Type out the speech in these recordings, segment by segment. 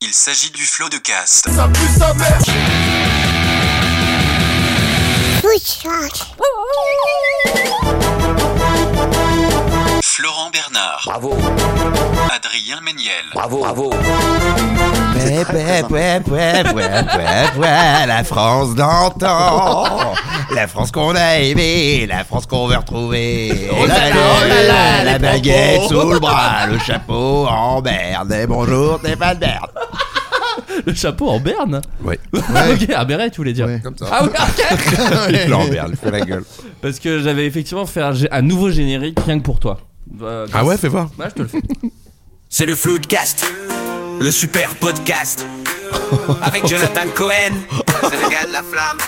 Il s'agit du flot de cast. Push rock. Florent Bernard. Bravo. Adrien Méniel. Bravo, bravo. Ouais, ouais, ouais, ouais, ouais, ouais, ouais, la France d'antan, la France qu'on a aimée, la France qu'on veut retrouver. Oh là là, oh là là, la les baguette propos. sous le bras, le chapeau en berne. Et bonjour, t'es pas de merde. Le chapeau en berne Oui. Ok, un béret, tu voulais dire. Comme ça. Ah oui, ok. Il en berne, il fait la gueule. Parce que j'avais effectivement fait un, gé- un nouveau générique rien que pour toi. Euh, grâce- Ah fais voir. Ouais, je te le fais. C'est le Floodcast, le super podcast. Avec Jonathan Cohen, c'est le gars de la flamme.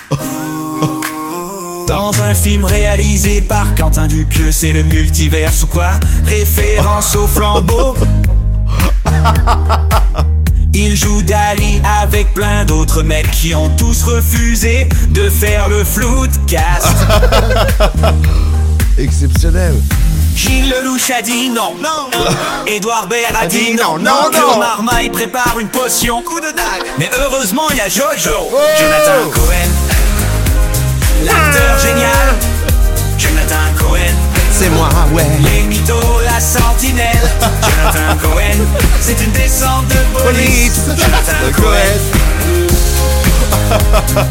Dans un film réalisé par Quentin Dupieux, c'est le multivers ou quoi Référence au flambeau. Il joue Dali avec plein d'autres mecs qui ont tous refusé de faire le Floodcast. Exceptionnel. Gilles Lelouch a dit non. Non. Édouard Baird a dit non. non, non. Claude Marmaille prépare une potion. Coup de dague. Mais heureusement, il y a Jojo. Jonathan Cohen. L'acteur génial. Jonathan Cohen. C'est moi, ah ouais. L'ecto, la sentinelle. Jonathan Cohen. C'est une descente de police. Jonathan Cohen. Ah,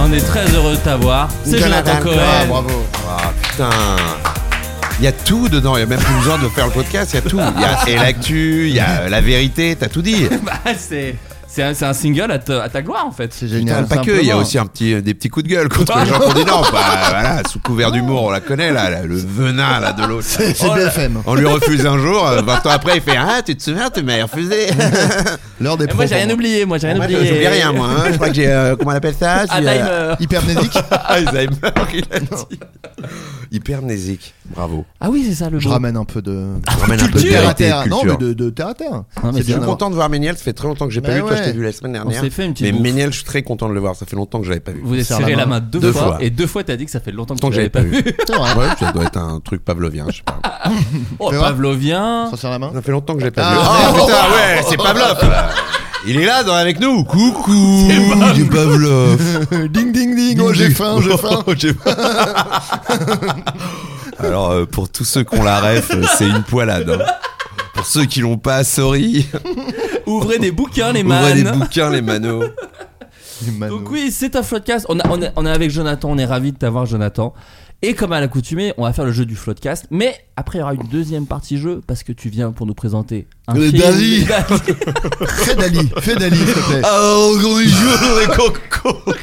On est très heureux de t'avoir. C'est Jonathan Ah, Cohen. bravo. Ah, putain. Il y a tout dedans, il n'y a même plus besoin de faire le podcast, il y a tout. Il y a et l'actu, il y a la vérité, t'as tout dit. Bah, c'est c'est un, c'est un single à, ta- à ta gloire en fait. C'est Putain, pas que, il y a aussi un petit, euh, des petits coups de gueule contre les gens qu'on dit non. Bah, voilà, sous couvert d'humour, on la connaît, là, là, le venin là, de l'autre. là. Oh C'est BFM. On lui refuse un jour, euh, 20 ans après, il fait Ah, tu te souviens, tu m'as refusé. L'heure des Et moi j'ai propos. rien oublié, moi j'ai rien Moi, oublié. J'oublie rien, moi. hein. Je crois que j'ai. euh, comment on appelle ça J'ai, euh, Alzheimer. Hypermnésique. Alzheimer, il a dit. Hypermnésique. Bravo. Ah oui, c'est ça le Je mot. ramène un peu de. Ramène un peu de Terre à vérité, terre. Non, mais culture. de, de terre à terre. mais C'est c'est bien bon d'avoir- content de voir Méniel, ça fait très longtemps que j'ai pas Bah vu. Toi, je ouais. t'ai vu la semaine On dernière. s'est fait une petite Mais bouffe. Méniel, je suis très content de le voir. Ça fait longtemps que j'avais pas vu. Vous avez Serre serré la la main. main deux, Deux fois, fois. et deux fois t'as dit que ça fait longtemps que Tant tu que j'avais l'avais pas pas vu. vu. Ouais, ça doit être un truc pavlovien, je sais pas. Oh, Fais voir. Pavlovien. Ça sert la main. Ça fait longtemps que j'ai pas Ah, vu. Oh putain, ouais, c'est Pavlov. là. Il est là dans- avec nous. Coucou. C'est Pavlov. ding ding ding. Oh, Ding, j'ai ding. faim, j'ai faim. J'ai pas- Alors, euh, pour tous ceux qui ont la ref, euh, c'est une poilade. hein. Pour ceux qui l'ont pas, sorry. Ouvrez des bouquins, les Ouvrez des man. bouquins, les manos. Mano. Donc oui, c'est un floodcast. On, a- on, est- on est avec Jonathan, on est ravi de t'avoir Jonathan. Et comme à l'accoutumée, on va faire le jeu du floodcast. Mais après, il y aura une deuxième partie jeu parce que tu viens pour nous présenter un Le film. Dali. Fais Dali. Fais Dali, s'il te plaît. Oh, gros jeu, les cocos.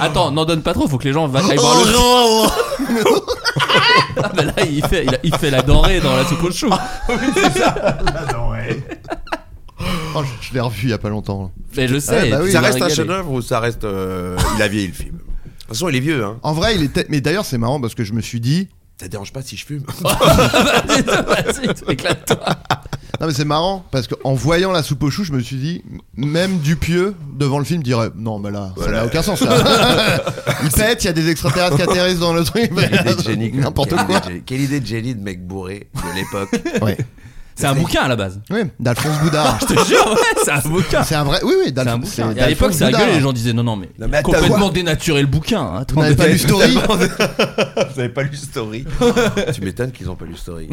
Attends, n'en donne pas trop, faut que les gens va- aillent voir le film. Oh, Ah, bah là, il fait, il, a- il fait la denrée dans la soupe au chou. Oh, je- je l'ai revu il y a pas longtemps. Mais je sais. Ouais, bah tu oui, Ça vas reste un régaler. chef-d'œuvre ou ça reste. euh, Il a vieilli le film. De toute façon, il est vieux, hein. En vrai, il était. Mais d'ailleurs, c'est marrant parce que je me suis dit. Ça te dérange pas si je fume Vas-y, vas-y, éclate-toi. Non, mais c'est marrant parce qu'en voyant la soupe aux choux, je me suis dit. Même Dupieux devant le film dirait. Non, mais là, ça n'a aucun sens. là. il pète, il y a des extraterrestres qui atterrissent dans le truc. Quelle idée de génie, quoi. N'importe Quelle quoi. idée de génie. Quelle idée de génie de mec bourré de l'époque. Ouais. C'est un bouquin à la base. Oui, d'Alphonse Boudard. Je te jure, ouais, c'est un bouquin. C'est un vrai. Oui, oui, Ah, C'est d'Alphonse. un bouquin. Et à l'époque, ça gueule, les gens disaient non, non, mais, Non, mais à ta complètement voix. dénaturé le bouquin. hein. On Attendez. n'avait pas lu Story. Vous avez pas lu Story tu m'étonnes qu'ils ont pas lu Story.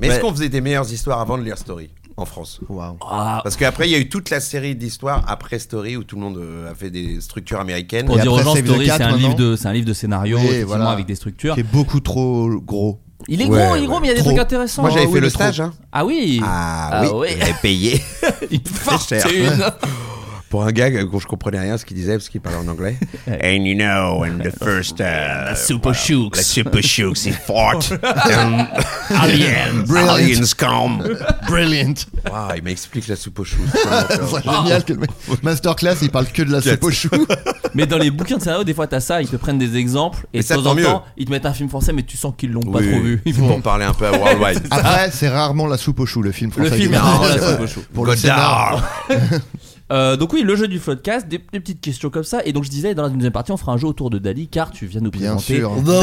Mais Ouais. est-ce qu'on faisait des meilleures histoires avant de lire Story en France Waouh. Ah, Parce qu'après, il y a eu toute la série d'histoires après Story où tout le monde euh, a fait des structures américaines. pour Et dire aux après, gens, Save the Story, Cat, c'est un, maintenant. livre de- c'est un livre de scénario, Oui, effectivement, voilà. avec des structures. Qui est beaucoup trop gros. Il est Ouais, gros, il est gros, ouais. mais il y a des Trop. trucs intéressants. Moi, j'avais Ah fait oui, le mais stage. trop. Hein. Ah oui Ah, Ah oui, oui. j'avais payé Une cher. fortune pour un gars dont je comprenais rien à ce qu'il disait parce qu'il parlait en anglais. And you know, I'm the first. Uh, La soupe aux choux. The super shooks in fought. Um, aliens. Brilliant. Aliens come. Brilliant. Waouh, il m'explique la soupe aux choux. C'est Ah. génial que le mec- Masterclass, il parle que de la soupe aux choux. Mais dans les bouquins de scénario, des fois, t'as ça, ils te prennent des exemples, et Mais de ça, temps tant en mieux. temps, ils te mettent un film français, mais tu sens qu'ils l'ont pas Oui, trop oui. vu. Ah, Ils Pour font- parler un peu à Worldwide. Après, c'est rarement la soupe aux choux, le film Le français. film est qui- rarement la soupe aux choux. Pour le scénar. Godard. Euh, donc oui, le jeu du podcast, des, des petites questions comme ça. Et donc je disais, dans la deuxième partie, on fera un jeu autour de Dali, car tu viens nous Bien présenter Ah, sûr.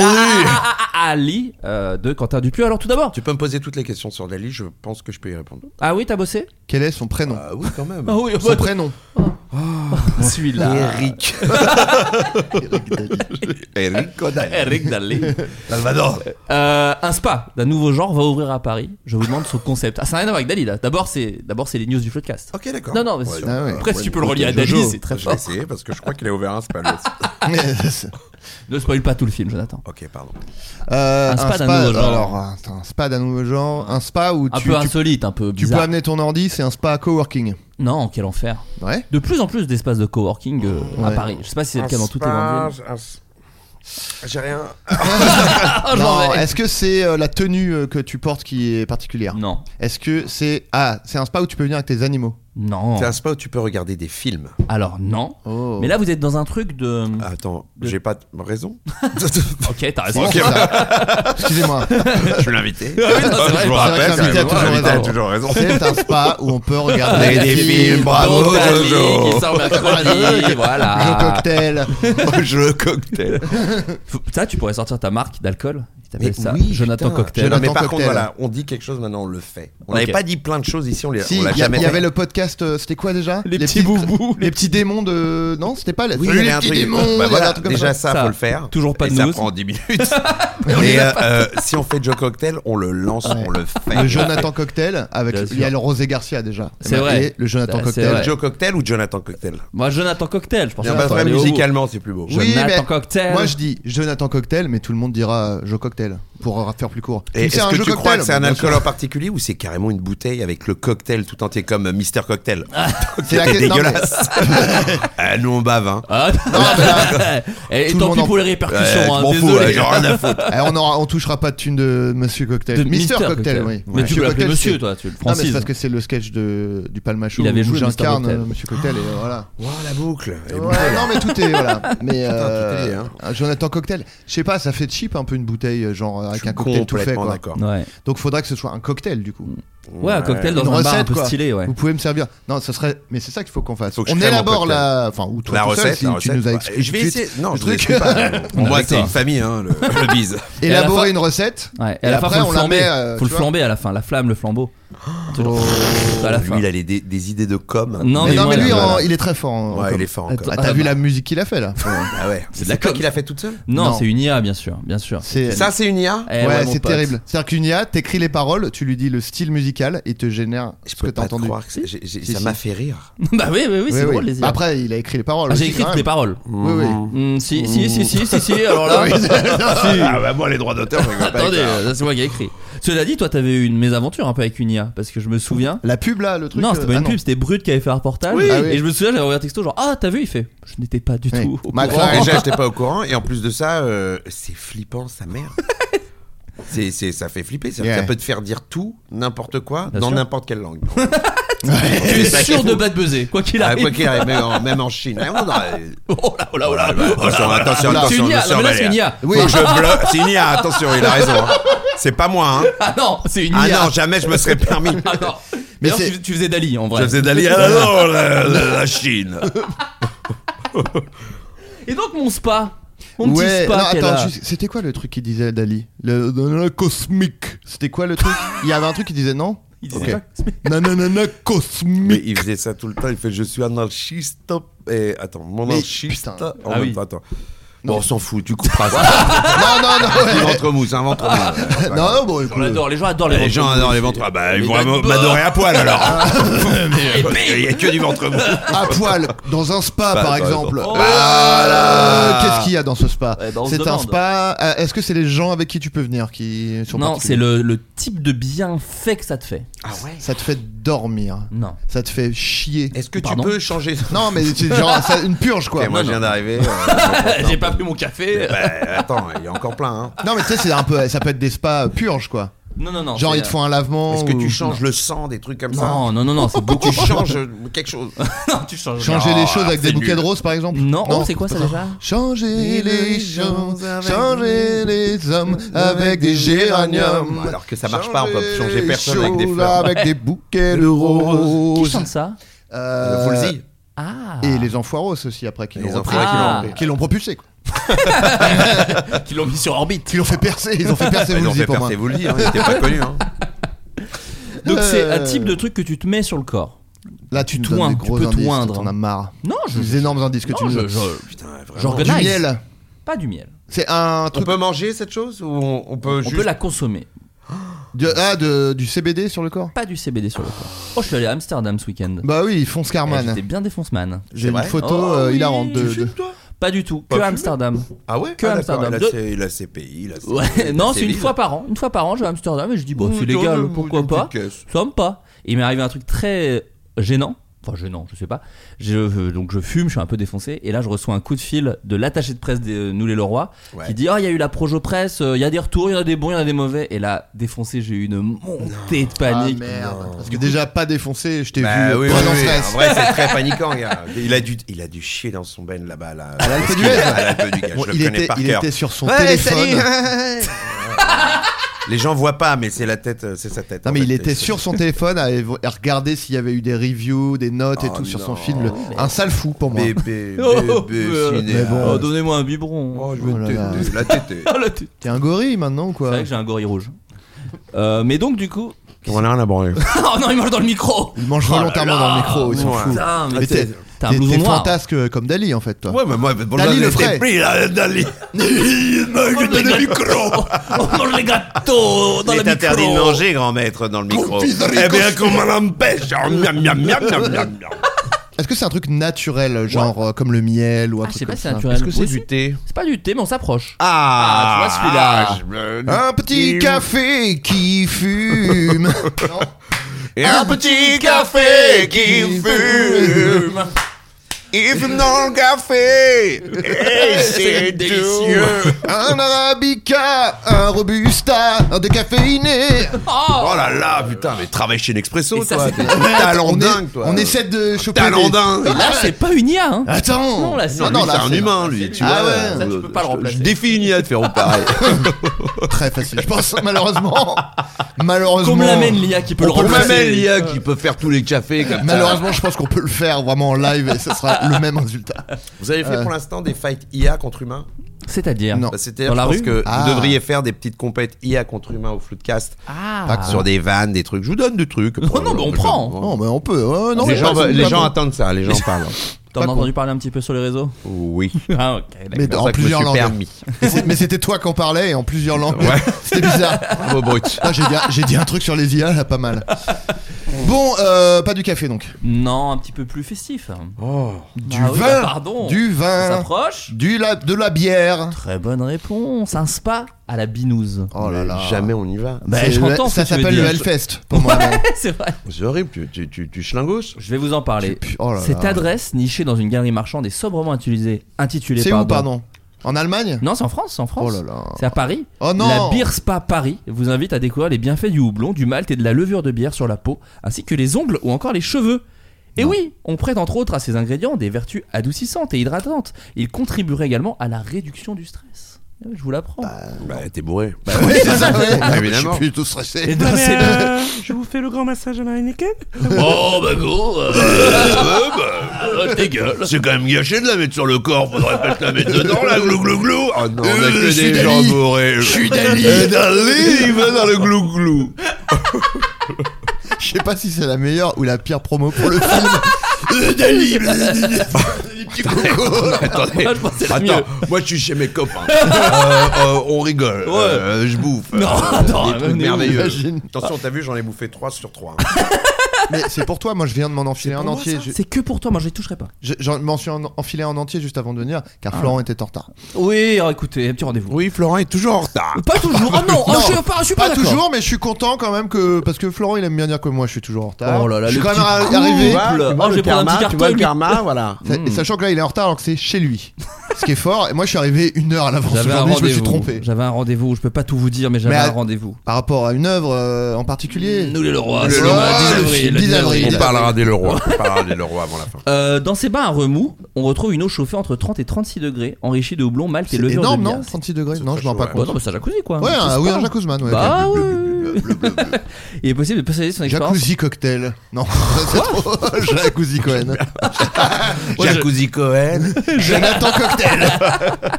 Ali euh, de Quentin Dupieux. Alors tout d'abord, Tu peux me poser toutes les questions sur Dali, je pense que je peux y répondre. ah oui, t'as bossé Quel est son prénom Ah oui, quand même. Ah oui, Son prénom. celui-là. Eric. Eric Daly. Eric Godard. Eric Dali. Salvador. Euh, un spa d'un nouveau genre va ouvrir à Paris. Je vous demande son concept. Ah, ça n'a rien à voir avec Dali là. D'abord, c'est d'abord c'est les news du podcast. Ok, d'accord. Non, non, mais c'est- Ah ouais. après si tu peux le relier à Jojo. Dali, c'est très Je vais fort. essayer parce que je crois qu'il a ouvert un spa. l'autre. Ne spoil pas tout le film, Jonathan. ok, pardon. Euh, Un un spa spa, d'un nouveau genre. Alors, attends, un spa d'un nouveau genre. Un spa où Un tu, peu tu, insolite, un peu tu peux bizarre. amener ton ordi, c'est un spa coworking. Non, quel enfer. Ouais. De plus en plus d'espaces de coworking euh, à Ouais. Paris. Je sais pas si c'est le Un cas dans toutes les spa, grandes villes. un s- J'ai rien. Ah, je m'en Non, vais. Est-ce que c'est euh, la tenue euh, que tu portes qui est particulière Non, Est-ce que c'est ah c'est un spa où tu peux venir avec tes animaux non. C'est un spa où tu peux regarder des films. Alors non. Oh. Mais là, vous êtes dans un truc de. Ah. Attends, De- j'ai pas de raison. Ok, t'as raison. C'est ça. Excusez-moi. je suis l'invité. Ah oui, non, c'est vrai, je vous c'est vrai rappelle, que l'invité a toujours l'invité a raison. toujours raison. C'est un spa où on peut regarder Regardez des films, bravo Donc, Dali qui Jojo. sort mercredi, jeux voilà. cocktail. Au jeu cocktail. Faut- Ça, tu pourrais sortir ta marque d'alcool. Tu Mais t'appelles ça oui, Jonathan putain. Cocktail. Non, mais Jonathan par contre, Cocktail. voilà, on dit quelque chose maintenant, on le fait. On Ok. n'avait pas dit plein de choses ici, on les- Si, on l'a il y, a- jamais il y fait. avait le podcast, euh, c'était quoi déjà Les petits boubous. Les petits démons de. Non, c'était pas les, Oui, il les y avait un petits truc. démons. il y Bah avait voilà, un truc comme ça. déjà ça, Ça, faut le faire. toujours pas Et de ça news. prend 10 minutes. Mais euh, euh, si on fait Joe Cocktail, on le lance, on le fait. Le Jonathan Cocktail avec Bien il y a sûr. le Rosé Garcia déjà. C'est Et vrai. Le Jonathan C'est Cocktail. vrai. Joe Cocktail ou Jonathan Cocktail Moi, Jonathan Cocktail, je pense Bien, que bah, ça vrai, allait au bout. musicalement, c'est plus beau. Oui, Jonathan mais- Cocktail. Moi je dis Jonathan Cocktail, mais tout le monde dira euh, Joe Cocktail pour faire plus court. Tu Et me est-ce sers un que Joe tu crois Cocktail que c'est un Bien sûr. alcool en particulier ou c'est carrément une bouteille avec le cocktail tout entier comme euh, Mister Cocktail Ah, C'est la C'était question- non, mais- dégueulasse. Ah, nous on bave hein. Ah, et tout le tant monde pis en- pour les Ouais, répercussions. je hein, m'en fous, ouais, Désolé. j'ai rien à foutre. Eh, on, aura, on touchera pas de thune de Monsieur Cocktail. De Mister, Mr. Cocktail, oui. Mais tu Monsieur peux l'appeler Cocktail, monsieur, c'est- toi, tu le Non, mais c'est francises. parce que c'est le sketch de, du Palmachou Il avait où joué j'incarne Mr. euh, Cocktail. Monsieur Cocktail et voilà. Wow, la boucle. Elle est Ouais, bouclée, là. non, mais tout est voilà. Mais euh, tout est lié, hein. un Jonathan Cocktail, je sais pas, ça fait cheap un peu une bouteille euh, genre Je avec suis un cocktail tout fait complètement quoi. d'accord. Ouais. Donc faudrait que ce soit un cocktail du coup. Ouais, un cocktail dans Une un bar un recette peu quoi. stylé, ouais. Vous pouvez me servir. Non, ça serait mais c'est ça qu'il faut qu'on fasse. Faut que je on crée mon élabore cocktail. la enfin ou toi La tout seul, recette, si la tu recette. nous as Bah, expliqué Je tout vais de essayer. suite Non, le je vous truc. explique pas. On Moi, est c'est d'accord. une famille, hein, le, le bise. Et à la Élaborer fin- une recette. Ouais, et à la après, fin, faut on le la flamber. met, euh, faut tu le vois. Oh. flamber à la fin, la flamme, le flambeau. Toujours. à la fin. Lui, il a les- des, des idées de com. Non, Mais mais non, moi, bah. mais lui là, en- là. il est très fort. en- Ouais, en- il est fort en com. Ah, t'as vu la musique qu'il a fait là Ah ouais. de la C'est toi com. qui l'a fait toute seule Non, Non. c'est une IA, bien sûr, bien sûr. C'est Ça, c'est une IA Eh, ouais, mon c'est pote. terrible. C'est-à-dire qu'une IA, t'écris les paroles, tu lui dis le style musical et te génère Je ce que peux t'as pas te entendu. croire que c'est- j'ai- j'ai- Si, ça si. m'a fait rire. bah oui, oui, oui, c'est Oui, oui. drôle les IA. Après, il a écrit les paroles. Ah, j'ai aussi, écrit quand toutes les même. Mm. paroles. Oui, oui. Hmm, si, si, si, si, si, si, alors là. Ah bah moi, les droits d'auteur, je rigole pas avec Attendez, euh, ça. ça, c'est moi qui ai écrit. Cela dit, toi, t'avais eu une mésaventure un peu avec une IA, parce que je me souviens. La pub là, le truc. non, c'était pas euh, une ah, pub, c'était Brut qui avait fait un reportage. Oui. Ah oui. Et je me souviens, j'avais envoyé un texto genre Ah, t'as vu Il fait Je n'étais pas du Oui. tout. au Macron. courant. Ouais, Déjà, j'étais pas au courant. Et en plus de ça, euh, c'est flippant, sa mère. C'est, c'est, ça fait flipper, ça, Yeah. ça peut te faire dire tout, n'importe quoi, Bien dans sûr. n'importe quelle langue. Tu Ça, es c'est sûr fou. de pas te buzzer, quoi qu'il Ah, arrive. quoi qu'il arrive, même en, même en Chine. Ah, on a- Oh là, oh là, oh là. Ah, bah, Attention, attention, Là, C'est attention. une IA, je non, mais là, c'est une surveille. IA. Oui. Faut que je bloque. C'est une IA, attention, il a raison. hein. C'est pas moi, hein. Ah non, c'est une Ah IA. non, jamais je me serais permis. Ah non. Mais D'ailleurs, c'est- tu, tu faisais Dali en vrai. Je faisais Dali. Ah non, la, la- la Chine. Et donc mon spa, mon Ouais, petit spa non, qui est attends, là. juste, c'était quoi le truc qu'il disait Dali le, le- le cosmique. C'était quoi le truc Il y avait un truc qui disait non Il Ok. disait pas cosmique. Nananana Mais cosmique. il faisait ça tout le temps. Il fait Je suis anarchiste. Et attends, mon Mais anarchiste. putain. En Ah même oui. temps, attends. Bon, on s'en fout, tu couperas ça. Non, non, non. C'est un ouais. ventre mou, c'est un ventre Non, mou. non, bon, écoute. On l'adore, les gens adorent les Euh, Les ventres gens mous. adorent les ventres. Ah bah, ils Mais vont d'abord- m'adorer à poil alors. Il n'y a que du ventre mou. À poil, dans un spa Bah, par bah, exemple. bah. Oh, Voilà. Euh, Qu'est-ce qu'il y a dans ce spa Ah Eh ben, on se C'est un demande. spa. euh, Est-ce que c'est les gens avec qui tu peux venir qui sont Non, particuliers c'est le, le type de bienfait que ça te fait. Ah ouais Ça te fait dormir. Non. Ça te fait chier. Est-ce que Pardon tu peux changer Non, mais c'est genre ça- une purge quoi. Ok, moi, non, je viens non. d'arriver. euh, J'ai pas pris mon café. bah, attends, il y a encore plein. Hein. Non, mais tu sais, c'est un peu. Ça peut être des spas purges quoi. Non, non, non. Genre, c'est- euh, ils te font un lavement. Est-ce que ou- tu changes le sang, des trucs comme ça Non, non, non, non, c'est beaucoup. Tu changes euh, quelque chose. Non, tu changes. Changer Oh, les choses avec c'est des bouquets nul. de roses par exemple Non, oh, c'est quoi ça déjà Changer les choses, changer les hommes avec des géraniums. Alors que ça marche pas, on peut Changer changer les personne avec des choses fleurs. Avec des bouquets de Qui roses. chante ça Euh, Euh, Woolsey. Ah Et les enfoiros aussi après qui Les l'ont enfoirés qui Ah. l'ont repris. qui l'ont propulsé, quoi. Qui l'ont mis sur orbite. qui l'ont fait percer, ils ont fait percer Ils ont Woolsey fait pour peur, moi. c'est vous le dire, ils étaient pas connus. Hein. Donc c'est un Euh. type de truc que tu te mets sur le corps. Là tu Tu nous toins, donnes des tu gros peux indices, toindre. t'en as marre. Non, je. Des énormes indices que tu non, nous je, donnes. je- Putain, vraiment. Du J'organise. miel, Pas du miel. c'est un On truc peut manger cette chose ou on, on peut On juste peut la consommer. de- ah, de- du CBD sur le corps. Pas du CBD sur le corps. Oh, je suis allé à Amsterdam ce week-end. Bah oui, ils font Eh, Scarman. J'étais bien défonce-man. J'ai une vrai photo Oh, euh, oui. hilarante de- Tu de, fumes, toi Pas du tout. que fumé. Amsterdam. Ah ouais Que ah, d'accord, Amsterdam. Il a, De- ses- il a ses pays, il a ses- il Ouais, a non, ses c'est une villes. fois par an. Une fois par an, je vais à Amsterdam et je dis, bon, c'est Mmh, légal, tiens, pourquoi une pas petite caisse. Ça me pas. Et il m'est arrivé un truc très gênant. Enfin, gênant, je sais pas. Je- euh, donc, je fume, je suis un peu défoncé. Et là, je reçois un coup de fil de l'attaché de presse de Nous les Leroy Ouais. qui dit Oh, il y a eu la Projo Presse, euh, il y a des retours, il y en a des bons, il y en a des mauvais. Et là, défoncé, j'ai eu une montée de Ah panique. merde. Parce que déjà pas défoncé, je t'ai Bah vu euh, oui, oui, plein en oui. stress. En vrai, c'est très paniquant, gars. Il a dû, il a dû chier dans son ben là-bas, là. À l'Alpe d'Huez. À l'Alpe d'Huez, Bon, je il, le connais était, par il cœur. était sur son Ouais, téléphone. salut. Les gens voient pas, mais c'est la tête, euh, c'est sa tête. Non en mais fait. il était C'est- sur son téléphone à, à regarder s'il y avait eu des reviews, des notes et Oh tout sur son non. film. Le- Un sale fou pour moi. Bébé, Oh, bébé, mais- cinéaste. bon. Oh, Donnez-moi un biberon. Oh, je Oh veux là t'aider. La tête. est- Ah, là, t'es- T'es un gorille maintenant ou C'est quoi vrai que j'ai un gorille rouge. Euh, mais donc, du coup. On en a rien à branler. Oh non, il mange dans le micro Il mange volontairement là dans là. le micro, ils sont Ouais. fous. Putain, mais Mais t'es- t'es t'as un t'es- blouson t'es noir. fantasque comme Dali en fait toi. Ouais, mais moi, bon, Dali j'en le étais frais. pris, là, Dali. On mange les gâteaux On mange les gâteaux dans Il le est interdit de micro manger, grand maître, dans le micro. Eh bien, qu'on m'en empêche. Oh, Miam, miam, miam, miam, miam, miam. Est-ce que c'est un truc naturel, genre euh, comme le miel ou un Ah, je truc sais pas comme si c'est ça naturel. Est-ce que c'est Aussi. du thé C'est pas du thé, mais on s'approche. Ah, Ah, tu vois celui-là. Un petit café qui fume. Non. Et un petit café qui fume. Il fume dans le café. Et c'est délicieux. Un arabica, un robusta, un décaféiné. Oh là là, putain, mais travaille chez Nespresso, Et ça, toi. c'était- T'es un Talent on, est- dingue, toi. on essaie de choper. Talent des- dingue. Et Là, c'est pas une IA, hein Attends. Non, là, c'est- Ah, Non, non, lui, c'est là, un humain, lui, tu Ah vois. ouais. Ça, tu peux pas le Je- remplacer. Je défie une IA de faire pareil. Très facile, je pense, malheureusement. Malheureusement. Comme l'amène l'IA qui peut le On m'amène remplacer. l'IA qui peut faire tous les cafés comme ça. Malheureusement, je pense qu'on peut le faire vraiment en live et ce sera le même résultat. Vous avez fait pour l'instant des fights IA contre humains C'est-à-dire Non. Bah, C'est-à-dire, Dans je la pense rue que Ah. vous devriez faire des petites compètes IA contre humains au Floodcast. Ah Sur des vannes, des trucs. Je vous donne des trucs. Non, non, mais on prend. Non, mais on peut. ouais, non, les mais gens, pas- veulent- les pas gens bon. attendent ça, les gens parlent. T'en as con. entendu parler un petit peu sur les réseaux Oui. Ah, ok, d'accord. Mais C'est en ça que je me plusieurs suis langues. permis. Mais c'est- Mais c'était toi qui en parlais et en plusieurs langues. Ouais. C'était bizarre. Bravo, brut. Ah, j'ai, dit, j'ai dit un truc sur les IA là, pas mal. Bon, euh, pas du café donc. Non, un petit peu plus festif. Oh, Du Ah oui, vin. bah, pardon. Du On vin. s'approche Du la, de la bière. Très bonne réponse. Un spa à la binouse. Oh là là. Jamais on y va. Bah, C'est j'entends le- ce ça que tu veux s'appelle le dire. Hellfest pour moi. non. C'est vrai. C'est horrible, tu, tu, tu, tu chlingos Je vais vous en parler. J'ai pu- oh là Cette là. adresse nichée dans une galerie marchande est sobrement utilisée, intitulée C'est où, pardon En Allemagne Non, c'est en France, c'est en France. Oh là là. C'est à Paris. Oh non La bière spa Paris vous invite à découvrir les bienfaits du houblon, du malt et de la levure de bière sur la peau, ainsi que les ongles ou encore les cheveux. Et oui, on prête entre autres à ces ingrédients des vertus adoucissantes et hydratantes. Ils contribueraient également à la réduction du stress. Eh oui, Je vous l'apprends. Bah, t'es bourré. Oui, c'est ça, ouais. Bah, évidemment. Je suis plutôt Et stressé. dans ces- Ah, euh, euh, je vous fais le grand massage à Marie-Nickel Oh, bah, gros. je dégueule. C'est quand même gâché de la mettre sur le corps. Faudrait pas te la mettre dedans, là, glou glou glou. Oh non, on a Euh, je que suis des Dali. gens Euh, bourrés. Je suis Dali. Dali, il va dans le glou glou. Je sais pas si c'est la meilleure ou la pire promo pour le film. Dali, les petits cocos. Attendez. Moi, je pensais la Attends, mieux. moi je suis chez mes copains. Euh, euh, on rigole. Euh, je bouffe. Non, Euh, des trucs non, mais on est où, merveilleux. imagine Attention, t'as vu, j'en ai bouffé 3 sur 3. Mais c'est pour toi, moi je viens de m'en enfiler en Moi, entier. ça, Je- C'est que pour toi, moi je les toucherai pas. je- J'en m'en suis en- enfilé en entier juste avant de venir, car Ah. Florent était en retard. Oui, alors, écoutez, un petit rendez-vous. Oui, Florent est toujours en retard. Pas toujours. Ah non, oh, je, suis pas, je suis pas, Pas d'accord. toujours, mais je suis content quand même que. Parce que Florent il aime bien dire que moi je suis toujours en retard. Oh là là, je suis le quand même petit arri- couple. arrivé. Ouais. couple. Oh, le je vais prendre un karma, petit Ah, tu vois le carton, lui. karma, voilà. Ça- Hmm. Et sachant que là il est en retard alors que c'est chez lui. Ce qui est fort. Et moi je suis arrivé une heure à l'avance J'avais un aujourd'hui, je me suis rendez-vous. trompé. J'avais un rendez-vous. Je peux pas tout vous dire, mais j'avais Mais à- un rendez-vous. Par rapport à une œuvre euh, en particulier. Nous les Leroy. Le c'est Leroy, le le 10 10 avril, le 10 avril. On avril. parlera des Leroy. On parlera des Leroy avant la fin. Euh, dans ces bains à remous, on retrouve une eau chauffée entre 30 et 36 degrés, enrichie de houblon, malt et C'est levure énorme, de bière. non 36 degrés C'est Non, je m'en rends très pas chaud, Bah compte. non, mais c'est un jacuzzi quoi. Ouais, C'est un- oui, spa. un jacuzzi man. ouais. Bah ouais. Il est possible de posséder son expérience. Jacuzzi cocktail. Non, ça, c'est trop. Jacuzzi Cohen. Jacuzzi Cohen. Jonathan cocktail.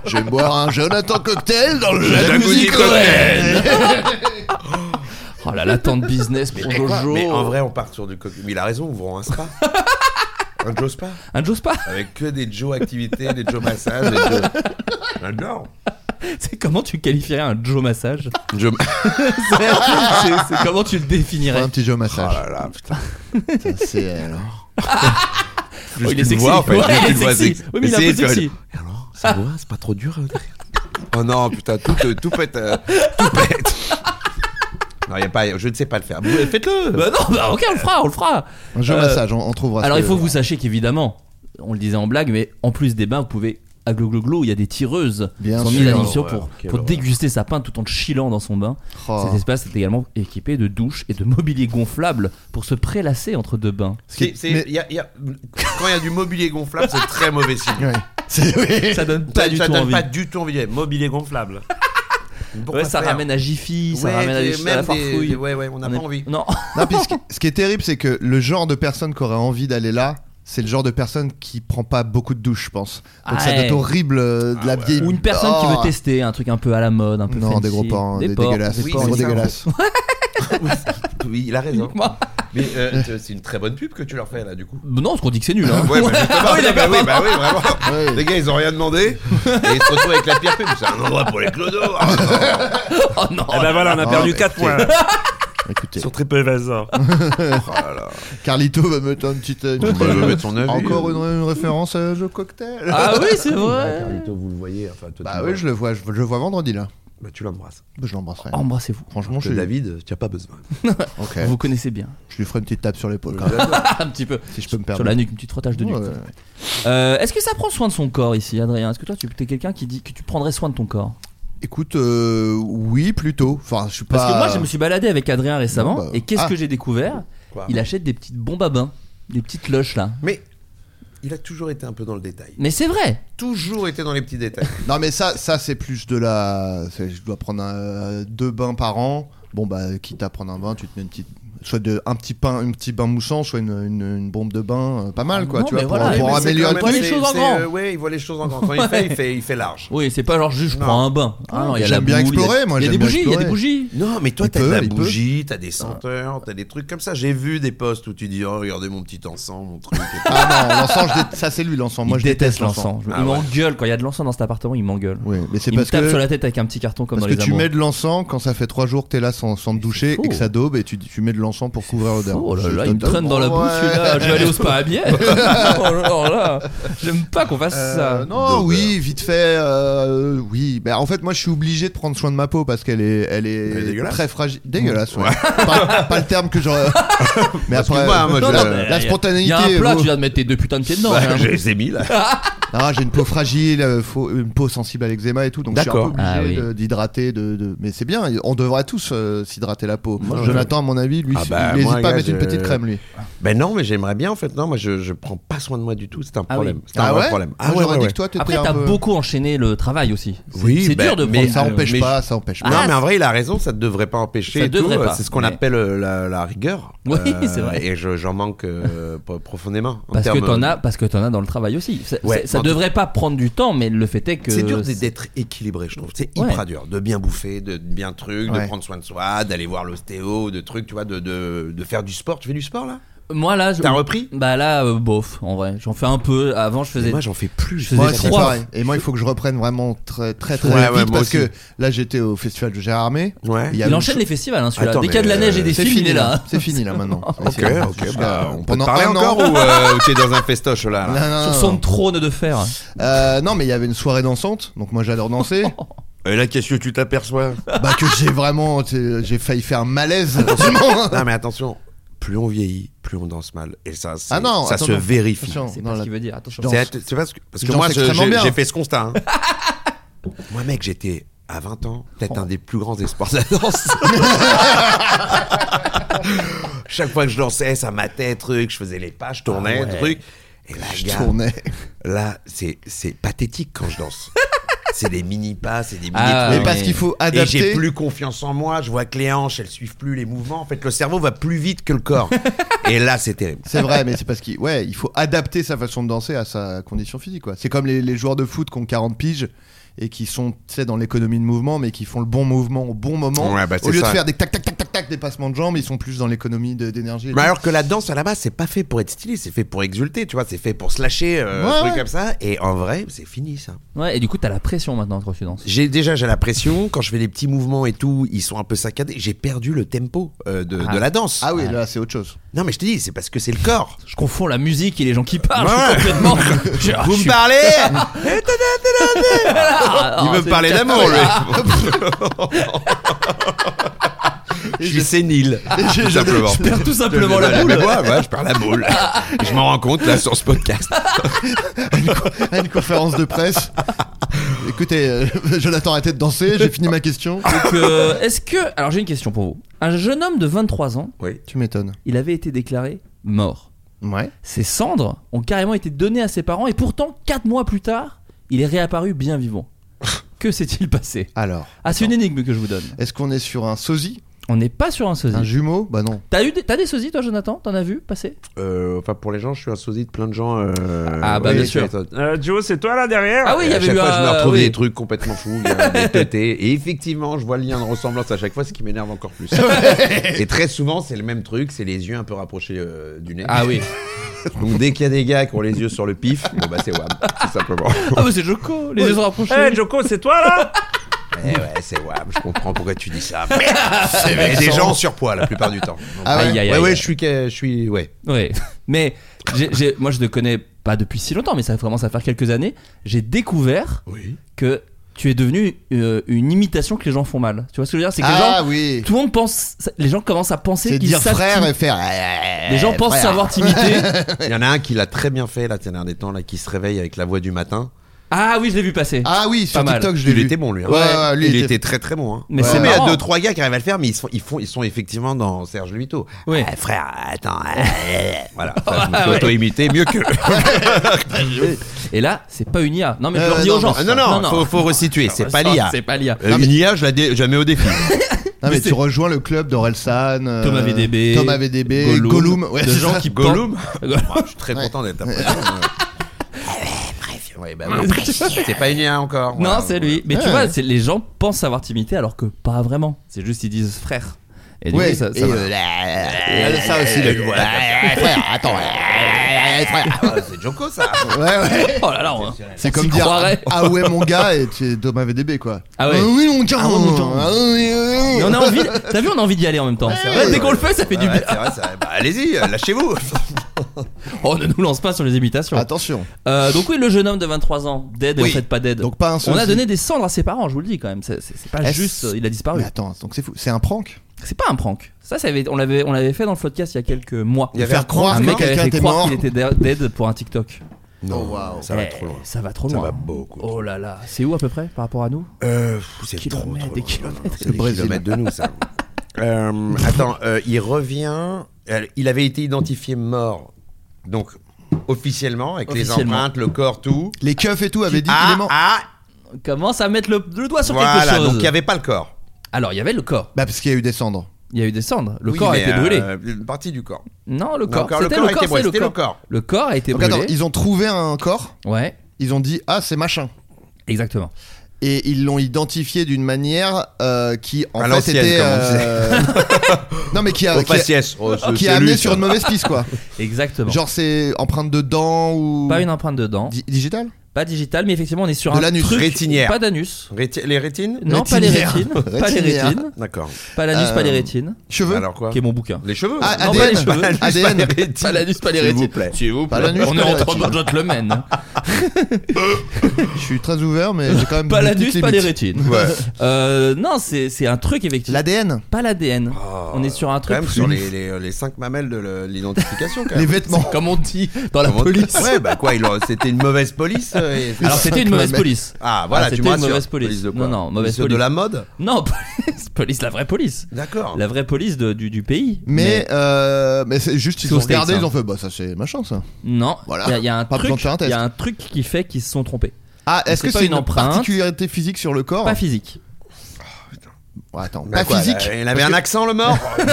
Je vais me boire un Jonathan cocktail dans le Jacuzzi jacuzzi cocktail. cocktail. Oh là là, tant de business pour Jojo. Mais en vrai, on part sur du cocu. Mais il a raison, ouvrons un spa. un Joe Spa. Un Joe Spa Avec que des Joe activités, des Joe massages. Des Joe... J'adore. C'est comment tu qualifierais un Joe massage Joe... C'est- c'est- c'est comment tu le définirais Un petit jeu Oh massage. Ah là, putain. Ça, c'est alors. Plus Oh, il tu est le sexy. vois, en fait, Ouais, plus il est tu le vois sexy. Oui, mais il est un peu Essayez, tu vas sexy. dire, Alors, ça va, c'est pas trop dur. euh, derrière oh non, putain, tout, euh, tout pète. euh, tout pète. Non, y a pas, je ne sais pas le faire. Vous, euh, Faites-le. Bah non, bah ok, on le fera, on le fera. Un jeu Euh, massage, on, on trouvera. ce Alors il faut que vous sachiez qu'évidemment, on le disait en blague, mais en plus des bains, vous pouvez à Glogloglo, il y a des tireuses qui Bien sont sûr. mises à disposition Quelle pour, horreur, quelle pour horreur. déguster sa pinte tout en chillant dans son bain. Oh. Cet espace est également équipé de douches et de mobilier gonflable pour se prélasser entre deux bains. C'est- c'est- mais- y a- y a- quand il y a du mobilier gonflable, c'est très mauvais signe. Ouais. C'est oui. Ça donne pas ça du ça tout donne envie. pas du tout envie. de- Mobilier gonflable. Pourquoi Ouais, ça faire ramène à Jiffy, ça Ouais, ramène à, et des, à la même des- farfouille. des- ouais, ouais, on n'a On pas est- envie. Non, Non, puis ce qui, ce qui est terrible, c'est que le genre de personne qui aurait envie d'aller là, c'est le genre de personne qui prend pas beaucoup de douches, je pense. Donc Ah ça doit ouais. être horrible euh, Ah de la vieille. ou une personne qui Oh. veut tester un truc un peu à la mode, un peu Non, fancy. des gros porcs, des, porcs, dégueulasses. des Des porcs, gros c'est ça. dégueulasses. Oui, il a raison. uniquement. Mais euh, t- c'est une très bonne pub que tu leur fais là, du coup. Non, parce qu'on dit que c'est nul. Hein. Ouais, bah, justement, Ah oui, bah, d'accord, oui, bah pardon. oui, vraiment. Ouais. Les gars, ils ont rien demandé. Et ils se retrouvent avec la pire pub. C'est un endroit pour les clodos. Ah, non. Oh non, Eh ben voilà, on a non, perdu mais 4 points. Écoutez, Sur Triple Vazor. Oh là là. Carlito va mettre un petit. euh, Bah, il veut mettre son avis. hein. Encore hein. une, une référence à jeu cocktail. Ah oui, c'est vrai. Carlito, vous le voyez. Enfin, toi, Bah tu oui, vois. je le vois, je, je le vois vendredi là. Bah, tu l'embrasses. Bah, Je l'embrasserai. Embrassez-vous. Franchement, je Chez suis. David, tu as pas besoin. Ok. Vous connaissez bien. Je lui ferai une petite tape sur l'épaule. quand même, un petit peu. Si je peux me Sur la permettre. nuque, une petite rotage de nuque. Ouais, ouais. Euh, Est-ce que ça prend soin de son corps ici, Adrien Est-ce que toi, tu es quelqu'un qui dit que tu prendrais soin de ton corps Écoute, euh, oui, plutôt. Enfin, je suis pas. Parce que moi, je me suis baladé avec Adrien récemment, Bah, Non, bah, et qu'est-ce ah. que j'ai découvert Quoi Il achète des petites bombes à bain, des petites loches là. Mais il a toujours été un peu dans le détail. Mais c'est vrai Toujours été dans les petits détails. Non, mais ça, ça c'est plus de la. c'est- Je dois prendre un- euh, deux bains par an. Bon, bah, quitte à prendre un bain, tu te mets une petite. Soit de, un petit pain, un petit bain moussant, soit une, une, une bombe de bain, euh, pas mal quoi, Ah Non, tu vois, mais pour, voilà, pour mais c'est améliorer quand le même- truc. les choses en grand. euh, ouais, il voit les choses en grand. Quand il fait, il fait, il fait large. Oui, c'est pas genre juste je Non. prends un bain. Ah non, il y a la J'aime bien boule, il y a- explorer, moi, Il y a des j'aime bien bougies, il y a des explorer. bougies. Non, mais toi, Il t'as de peut, la il peut. bougie, t'as des senteurs, t'as des trucs comme ça. J'ai vu des posts où tu dis Oh, regardez mon petit encens, mon truc. et tout. Ah non, l'encens, je dé- ça c'est lui l'encens. Moi, il je déteste l'encens. l'encens. Je- Ah il ouais. m'engueule quand il y a de l'encens dans cet appartement, il m'engueule. Oui, mais c'est Il me parce tape que sur la tête avec un petit carton comme Parce dans que les tu amours. mets de l'encens quand ça fait trois jours que t'es là sans, sans te doucher faux. et que ça daube et tu, tu mets de l'encens pour couvrir l'odeur. Oh là C'est là, il me totalement- traîne dans la bouche, Ouais. celui-là. Je vais aller au spa à bière. oh là oh là, j'aime pas qu'on fasse Euh, ça. non, oui, vite fait, euh, oui. Bah, en fait, moi, je suis obligé de prendre soin de ma peau parce qu'elle est, elle est, Elle est dégueulasse. très fragile, dégueulasse. ouais. pas, pas le terme que j'aurais. mais après, Excuse-moi, hein, moi, non, je- non, euh, la Il spontanéité. y a un plat, vous- tu viens de mettre tes deux putains de pieds dedans. Bah, hein. je les ai mis là. Ah, j'ai une peau fragile, euh, faut- une peau sensible à l'eczéma et tout, donc je suis un peu D'accord. obligé Ah oui. de- d'hydrater. De, de- Mais c'est bien, on devrait tous euh, s'hydrater la peau. Moi, Jonathan, à mon avis, lui, Ah bah, il n'hésite moi, pas à gars, mettre une je- petite crème, lui. Ben non, mais j'aimerais bien en fait. Non, moi je, je prends pas soin de moi du tout. C'est un Ah problème. oui. C'est un vrai problème. Ah ouais, j'aurais dit que toi, t'étais Après, un t'as peu- beaucoup euh, enchaîné le travail aussi. C'est- Oui, c'est bah, dur de mais prendre Ça soin. empêche mais pas, ça empêche pas. Non, mais en vrai, il a raison. Ça ne devrait pas empêcher. Ah, Ça et tout, devrait pas, C'est ce qu'on mais- appelle euh, la, la rigueur. Oui, c'est vrai. Et je- j'en manque euh, pro- profondément. en Parce que termes- euh, t'en as, parce que t'en as dans le travail aussi. Ça- Ouais, ça- ça ça quand tu- devrait pas prendre du temps, mais le fait est que. C'est dur d'être équilibré, je trouve. C'est Ouais. hyper dur de bien bouffer, de de bien truc, de Ouais. prendre soin de soi, d'aller voir l'ostéo, de trucs, tu vois, de, de, de faire du sport. Tu fais du sport là Moi là. je- T'as repris Bah là, euh, bof, en vrai. J'en fais un peu. Avant, je faisais. Moi, j'en fais plus. je faisais Moi, des c'est trois. pareil. Et moi, il faut que je reprenne vraiment très très très Ouais, vite ouais, moi parce que aussi. là, j'étais au festival de Gérard Armé. Ouais. y a Il une enchaîne les festivals, hein, celui-là. Attends, Dès qu'il y a de la mais, neige et euh, des C'est films, il fini est là. là. C'est fini là maintenant. Ok, C'est- ok, jusqu'à- bah, on peut te pendant parler un encore an. ou, euh, ou tu es dans un festoche là, là Non, non, hein, Sur non, son non. trône de fer. Euh, non, mais il y avait une soirée dansante, donc moi j'adore danser. Et là, qu'est-ce que tu t'aperçois bah que j'ai vraiment, t'sais, j'ai failli faire malaise. vraiment. Non, mais attention, plus on vieillit, plus on danse mal. Et ça, c'est- Ah non, ça attends, se non. vérifie. Attention, C'est non, pas ce là- qu'il veut dire. Attention. je danse. C'est c'est parce que, parce que Danse moi, je- extrêmement j'ai bien. j'ai fait ce constat. hein. moi, mec, j'étais à 20 ans, peut-être Oh. un des plus grands espoirs de la danse. Chaque fois que je dansais, ça matait, truc, je faisais les pas, je tournais, truc. Et là, Ah je gars, tournais. là, c'est c'est pathétique quand je danse. c'est des mini pas, c'est des mini Ah, trucs. Mais ouais. parce qu'il faut Et j'ai adapter. plus confiance en moi, je vois que les hanches, elles suivent plus les mouvements. En fait, le cerveau va plus vite que le corps. Et là, c'est terrible. C'est vrai, mais c'est parce qu'il ouais, il faut adapter sa façon de danser à sa condition physique. quoi. C'est comme les, les joueurs de foot qui ont 40 piges et qui sont tu sais, dans l'économie de mouvement, mais qui font le bon mouvement au bon moment. Ouais, bah, au c'est lieu ça. de faire des tac tac tac tac tac des passements de jambes, ils sont plus dans l'économie de- d'énergie. et Mais tout. alors que la danse à la base, c'est pas fait pour être stylé, c'est fait pour exulter, tu vois, c'est fait pour se lâcher, euh, Ouais, un truc ouais. comme ça. Et en vrai, c'est fini ça. Ouais, et du coup, t'as la pression maintenant quand tu danses. J'ai déjà j'ai la pression quand je fais des petits mouvements et tout, ils sont un peu saccadés. J'ai perdu le tempo euh, de, de la danse. Ah oui, là c'est autre chose. Non mais je te dis, c'est parce que c'est le corps. Je confonds la musique et les gens qui parlent. je suis Ouais. complètement. Je- ah, Vous je me suis- parlez Ah, ah, Il veut c'est me parler une d'amour. catastrophe. lui. je suis sénile. je- tout simplement. Je perds tout simplement la boule. Mais moi, ouais, je perds la boule. je m'en rends compte là sur ce podcast. À une conférence de presse. Écoutez, euh, Jonathan arrêtez de danser, j'ai fini ma question. Donc, euh, est-ce que. Alors, j'ai une question pour vous. Un jeune homme de 23 ans, Oui. Tu m'étonnes. il avait été déclaré mort. Ouais. Ses cendres ont carrément été données à ses parents et pourtant, 4 mois plus tard, il est réapparu bien vivant. Que s'est-il passé Alors, Ah, c'est une énigme que je vous donne. est-ce qu'on est sur un sosie, On n'est pas sur un un sosie. jumeau Bah non. T'as eu des, t'as des sosies, toi, Jonathan T'en as vu passer Euh, enfin pour les gens, je suis un sosie de plein de gens. euh, Ah, bah, oui, Euh, bien sûr. c'est- Joe, c'est toi là derrière Ah oui, il y à avait chaque eu fois, un- je me retrouve oui. des trucs complètement fous, il y a des teutés. Et effectivement, je vois le lien de ressemblance à chaque fois, ce qui m'énerve encore plus. et très souvent, c'est le même truc, c'est les yeux un peu rapprochés euh, du nez. Ah oui. Donc dès qu'il y a des gars qui ont les yeux sur le pif, bon bah c'est WAM, tout simplement. Ah, mais c'est Joko, les yeux sont rapprochés. Joko, c'est toi là Eh ouais, c'est WAM, je comprends pourquoi tu dis ça. Et des gens en surpoids la plupart du temps. Donc, Ah ouais. Aïe, aïe, ouais, aïe. ouais, je suis, que- je suis, ouais. Ouais. Mais j'ai- j'ai- moi, je ne connais pas depuis si longtemps, mais ça commence à faire quelques années. J'ai découvert Oui. que tu es devenu euh, une imitation que les gens font mal. Tu vois ce que je veux dire C'est que les Ah gens- oui. tout le monde pense, les gens commencent à penser C'est qu'ils dire savent. frère t'im- et faire. eh, les gens pensent frère. savoir t'imiter. Il y en a un qui l'a très bien fait là, ces derniers temps, là, qui se réveille avec la voix du matin. ah oui, je l'ai vu passer. Ah oui, sur Pas mal. TikTok, je l'ai Il vu. était bon lui. hein. Ouais, ouais, lui, il, il était... était- très très bon. hein. Mais Ouais. c'est Mais il y a marrant. deux trois gars qui arrivent à le faire, mais ils sont, ils font, ils sont effectivement dans Serge Lhuito. Ouais. Ah, frère, attends. euh, voilà, ça, je me suis auto-imité mieux que. Et là, c'est pas une IA. Non, mais je Euh, leur dis non, aux gens. mais- non, non, faut, faut resituer. C'est pas Ça, l'IA. C'est pas l'IA. Euh, Une IA, je la dé- je la mets au défi. Non, mais, Mais c'est- tu rejoins le club d'Orelsan, euh, Thomas VDB, Thomas VDB, Gollum, Gollum, de c'est gens ça. qui Gollum. Gollum. Moi, je suis très content d'être après. Bref, ouais, bah, ouais. c'est pas une IA encore. Non, voilà. c'est lui. Mais tu Ouais. vois, c'est- les gens pensent savoir t'imiter alors que pas vraiment. C'est juste ils disent frère. Et du Ouais, coup, ça, ça et, va. euh, Ah, ça aussi, le- Ouais, frère, attends. Ah, C'est Joko ça. Ouais, ouais. Oh là là, on- C'est on comme s'y dire croirait. ah ouais mon gars et tu es Thomas VDB quoi. Ah ouais. oui mon gars. Ah ouais, mon gars. Ah oui, oui, Mais oui. on a envie. T'as vu, on a envie d'y aller en même temps. c'est Ouais, vrai. dès qu'on le fait, ça fait du Ouais, bien. c'est vrai, c'est vrai. Bah, allez-y, euh, lâchez-vous. Oh, ne nous lance pas sur les imitations. Attention. Euh, donc oui, le jeune homme de 23 ans, dead et Oui. en fait pas dead. Donc pas un on a sosie. donné des cendres à ses parents, je vous le dis quand même. C'est c'est- c'est pas Est-ce- juste, euh, il a disparu. Mais attends, donc c'est fou, c'est un prank. C'est pas un prank. Ça, ça avait- on l'avait, on l'avait fait dans le podcast il y a quelques mois. Il y avait Faire croire un que mec avait quelqu'un fait était croire mort. qu'il était de- dead pour un TikTok. Non, ça va Eh, trop loin. Ça va trop Ça loin. va beaucoup. Oh là là, c'est où à peu près par rapport à nous Euh, pff, c'est Kilomètres, trop, trop des loin. kilomètres. C'est des Brésil. kilomètres de nous, ça. Euh, attends, euh, il revient. Euh, Il avait été identifié mort, donc officiellement, avec Officiellement. les empreintes, le corps, tout. Les keufs et tout avaient dit qu'il est Ah, mort. ah, On commence à mettre le, le doigt sur quelque voilà, chose. donc il n'y avait pas le corps. Alors il y avait le corps. Bah parce qu'il y a eu des cendres. Il y a eu des cendres. Le Oui, corps a mais, été brûlé. euh, Une partie du corps. Non, le Non, corps. encore, le C'était corps a été c'est brûlé, c'était le corps. Le corps a été Donc brûlé. attends, ils ont trouvé un corps Ouais. ils ont dit ah c'est machin Exactement. et ils l'ont identifié d'une manière euh, qui en À fait l'ancienne, était euh, comme on non mais qui a, Au qui a- faciès. Oh, c'est- qui c'est a amené lui, sur ça. une mauvaise piste quoi Exactement. genre c'est empreinte de dents ou Pas une empreinte dedans. Di- digital Pas digital, mais effectivement, on est sur De un l'anus, truc. rétinière. Pas d'anus. Réti- les rétines Non, pas les Rétinière. rétines. Pas les Rétinière. rétines. D'accord. Pas l'anus, pas les Euh, rétines. cheveux Alors quoi Qui est mon bouquin. Les cheveux Ah, Non, ADN. pas les cheveux. Pas l'anus, pas les rétines. Pas l'anus, pas les S'il rétines. vous plaît. S'il vous Pas plaît. l'anus, On est pas les entre rétines. de gentlemen. je suis très ouvert mais j'ai quand même Pas des l'anus, petites pas les limites. rétines. Ouais. Euh, non, c'est c'est un truc effectivement. l'ADN Pas l'ADN. Oh, on est sur un Quand truc. même sur plus- les, les, les cinq mamelles de le- l'identification. quand les même. vêtements Comme on dit dans la Comment- police. Ouais, bah quoi, il aurait- c'était une mauvaise police. euh, et- Alors c'était une mauvaise Mais- police. Ah voilà, Ah, tu me c'était une rassures. mauvaise police. de quoi Non, non, mauvaise de police. la mode Non, police, police, la vraie police. D'accord. La vraie police de- du, du pays. mais euh, mais c'est juste ils C'est ont aux States, regardé hein. ils ont fait bah ça c'est machin ça non, il Voilà. y, a- il y a un Pas besoin de truc, faire un il test. y a un truc qui fait qu'ils se sont trompés. ah est-ce C'est que pas c'est une une empreinte. particularité physique sur le corps Pas physique. Ouais, attends Bah pas quoi, physique Il avait un accent le mort Ouais.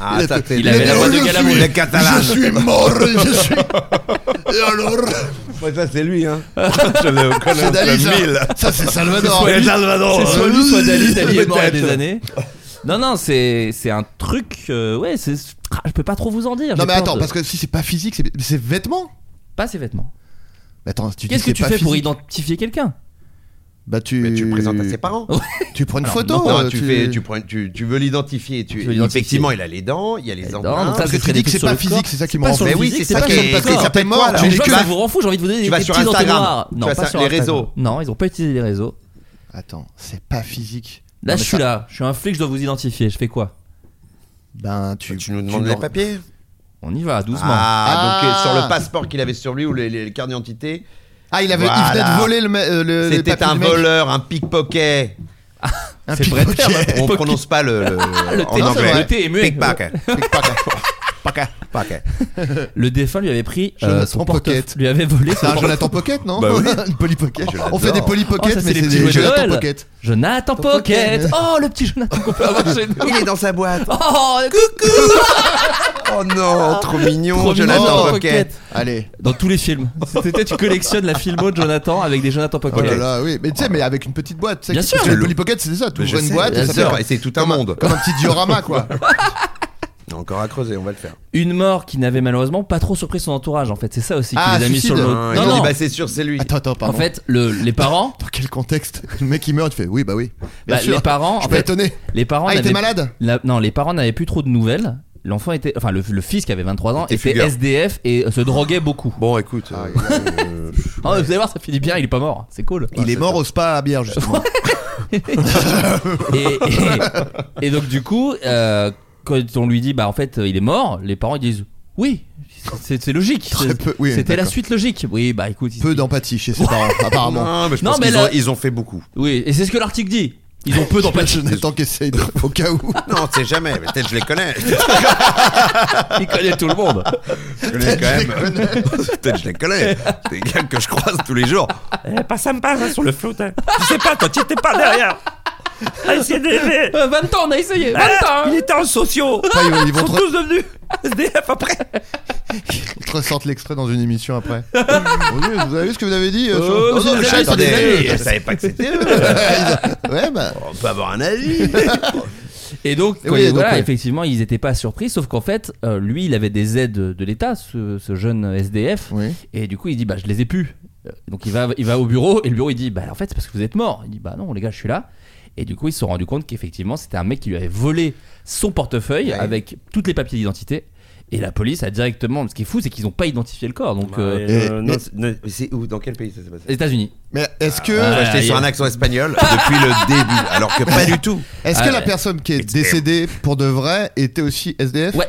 Ah, ça, t'es- il avait la voix de Je Galabru. suis Le catalan. Je suis mort, je suis. Et alors Ouais, ça c'est lui hein. Je le connais C'est Dali, le ça. mille. Ça, c'est Salvador. C'est soit Salvador. C'est soit lui, soit Dali. Dali est mort il y a Peut-être. des années. Non, non, c'est c'est un truc. euh, ouais, c'est. ah, je peux pas trop vous en dire. Non, j'ai mais peur attends, de- parce que si c'est pas physique, c'est c'est vêtements. Pas ses vêtements. Mais attends, si tu dis Qu'est-ce que c'est tu pas fais pour physique, identifier quelqu'un Bah, tu. Mais tu le présentes à ses parents. Tu prends une Alors, photo. Non, euh, tu, fais, tu, prends, tu, tu veux l'identifier. Tu, Tu veux l'identifier. Effectivement, il a les dents, il y a les, Les dents, empreintes. donc ça, Parce que ce serait tu des dis que trucs c'est sur pas le physique, corps. c'est ça qui C'est me pas rend sur le Mais oui, physique, c'est c'est ça pas qui sur le est- corps. qui s'appelle Mais quoi je là vais Les les gens, que- je vous renfous, j'ai envie de vous donner Tu des vas des sur petits Instagram. entonnoirs. Tu Non, vas pas sur sur les Instagram. réseaux. Non, ils ont pas utilisé les réseaux. Attends, c'est pas physique. Là, Non, je mais suis ça- là. Je suis un flic, je dois vous identifier. Je fais quoi Ben, tu. Tu nous demandes les leur- papiers On y va, doucement. Ah, donc Ah. euh, sur le passeport qu'il avait sur lui ou les, les cartes d'identité, Ah, il avait. Voilà. Il venait de voler le. me- euh, le- les c'était papiers un du mec. voleur, un pickpocket. Un C'est vrai pickpocket. terme. On Pocket. prononce pas le, le, Ah, Le en T, anglais. le T est muet. Pickpocket. Pickpocket. Pocket. Le défunt lui avait pris euh, Jonathan son portefeuille. Pocket. Lui avait volé son C'est un portefeuille. Jonathan Pocket, non Bah oui. Une polypocket. Oh, je On fait l'adore. des polypockets, Oh, ça, c'est mais les c'est petits des jouets de Jonathan Noël. Pocket. Jonathan Pocket. Pocket. Oh, le petit Jonathan qu'on peut avoir chez nous. Il est dans sa boîte. Oh, coucou. Oh non, trop mignon, Trop mignon, Jonathan Pocket. Pocket. Allez. Dans tous les films. C'était tu collectionnes la filmo de Jonathan avec des Jonathan Pocket. Oh là là, oui. Mais tu sais, mais avec une petite boîte. tu sais, Bien parce sûr. que Le polypocket, c'était ça. Tu Mais je ouvres une sais, boîte bien et ça sûr, fait et c'est tout un comme monde. Comme un petit diorama, quoi. Encore à creuser, on va le faire. Une mort qui n'avait malheureusement pas trop surpris son entourage en fait. C'est ça aussi qui Ah, les a mis sur le suicide. lot. Hein, Ils Non, ont dit, non. bah c'est sûr, c'est lui. Attends, attends, En pardon. fait, le- les parents, Dans quel contexte Le mec il meurt, tu fais oui, bah oui. Bien Bah, sûr. les parents, Je en suis pas fait, étonné. les parents Ah, il était n'avaient- malade la- non, les parents n'avaient plus trop de nouvelles. L'enfant était, enfin le, le fils qui avait 23 ans était était, fugueur. SDF et euh, se droguait beaucoup. Bon, écoute. Ah, euh, euh, Oh, vous allez voir, ça finit bien, il est pas mort, c'est cool. Ah, Il est mort au spa à bière, justement. Et, et- et donc du coup, euh, quand on lui dit bah en fait euh, il est mort, les parents ils disent oui, c'est c'est logique. Très C'est- peu, oui, C'était la d'accord. suite logique. Oui bah écoute, il- Peu d'empathie chez ses parents, apparemment. Non, mais je Non, pense mais qu'ils là- ont, ils ont fait beaucoup. oui et c'est ce que l'article dit. Ils ont peu d'empathie. Je tant qu'essaye de- au cas où. Non, tu sais jamais, mais peut-être je les connais. Il connaît tout le monde. Je connais quand même. Peut-être je les connais. C'est des gars que je croise tous les jours. pas sympa hein, sur le flou. hein. Je sais pas, toi, tu étais pas derrière. Ah, essayez d'aider. Euh, 20 ans on a essayé. 20 Ah, ans. hein. il était en sociaux. Après, ils vont- ils Ils vont sont te, tous devenus SDF après. te ressortent l'extrait dans une émission après. Bon Dieu, vous avez vu ce que vous avez dit euh, sur- Oh, Non, monsieur non, mais Lachey, je savais attendez. pas Attendez, années. je savais pas que c'était eux. des- Ouais, bah. Oh. On peut avoir un avis. Et donc, Et quand oui, ils- donc, voilà, ouais. effectivement, ils n'étaient pas surpris, sauf qu'en fait, euh, lui, il avait des aides de l'État, ce, ce jeune SDF, Oui. et du coup, il dit, bah, je les ai pu. Euh, Donc, il va, il va au bureau, et le bureau, il dit, bah, en fait, c'est parce que vous êtes mort. Il dit, bah, non, les gars, je suis là. Et du coup, ils se sont rendus compte qu'effectivement, c'était un mec qui lui avait volé son portefeuille avec toutes les papiers d'identité. Et la police a directement. Ce qui est fou, c'est qu'ils n'ont pas identifié le corps. Donc, euh, Et- Euh, non, c'est- non, mais c'est où Dans quel pays ça s'est passé États-Unis. Mais est-ce que, Ah, ouais. J'étais sur un accent espagnol depuis le début, alors que pas du tout. est-ce Ah, que ouais. la personne qui est It's décédée pour de vrai était aussi SDF Ouais.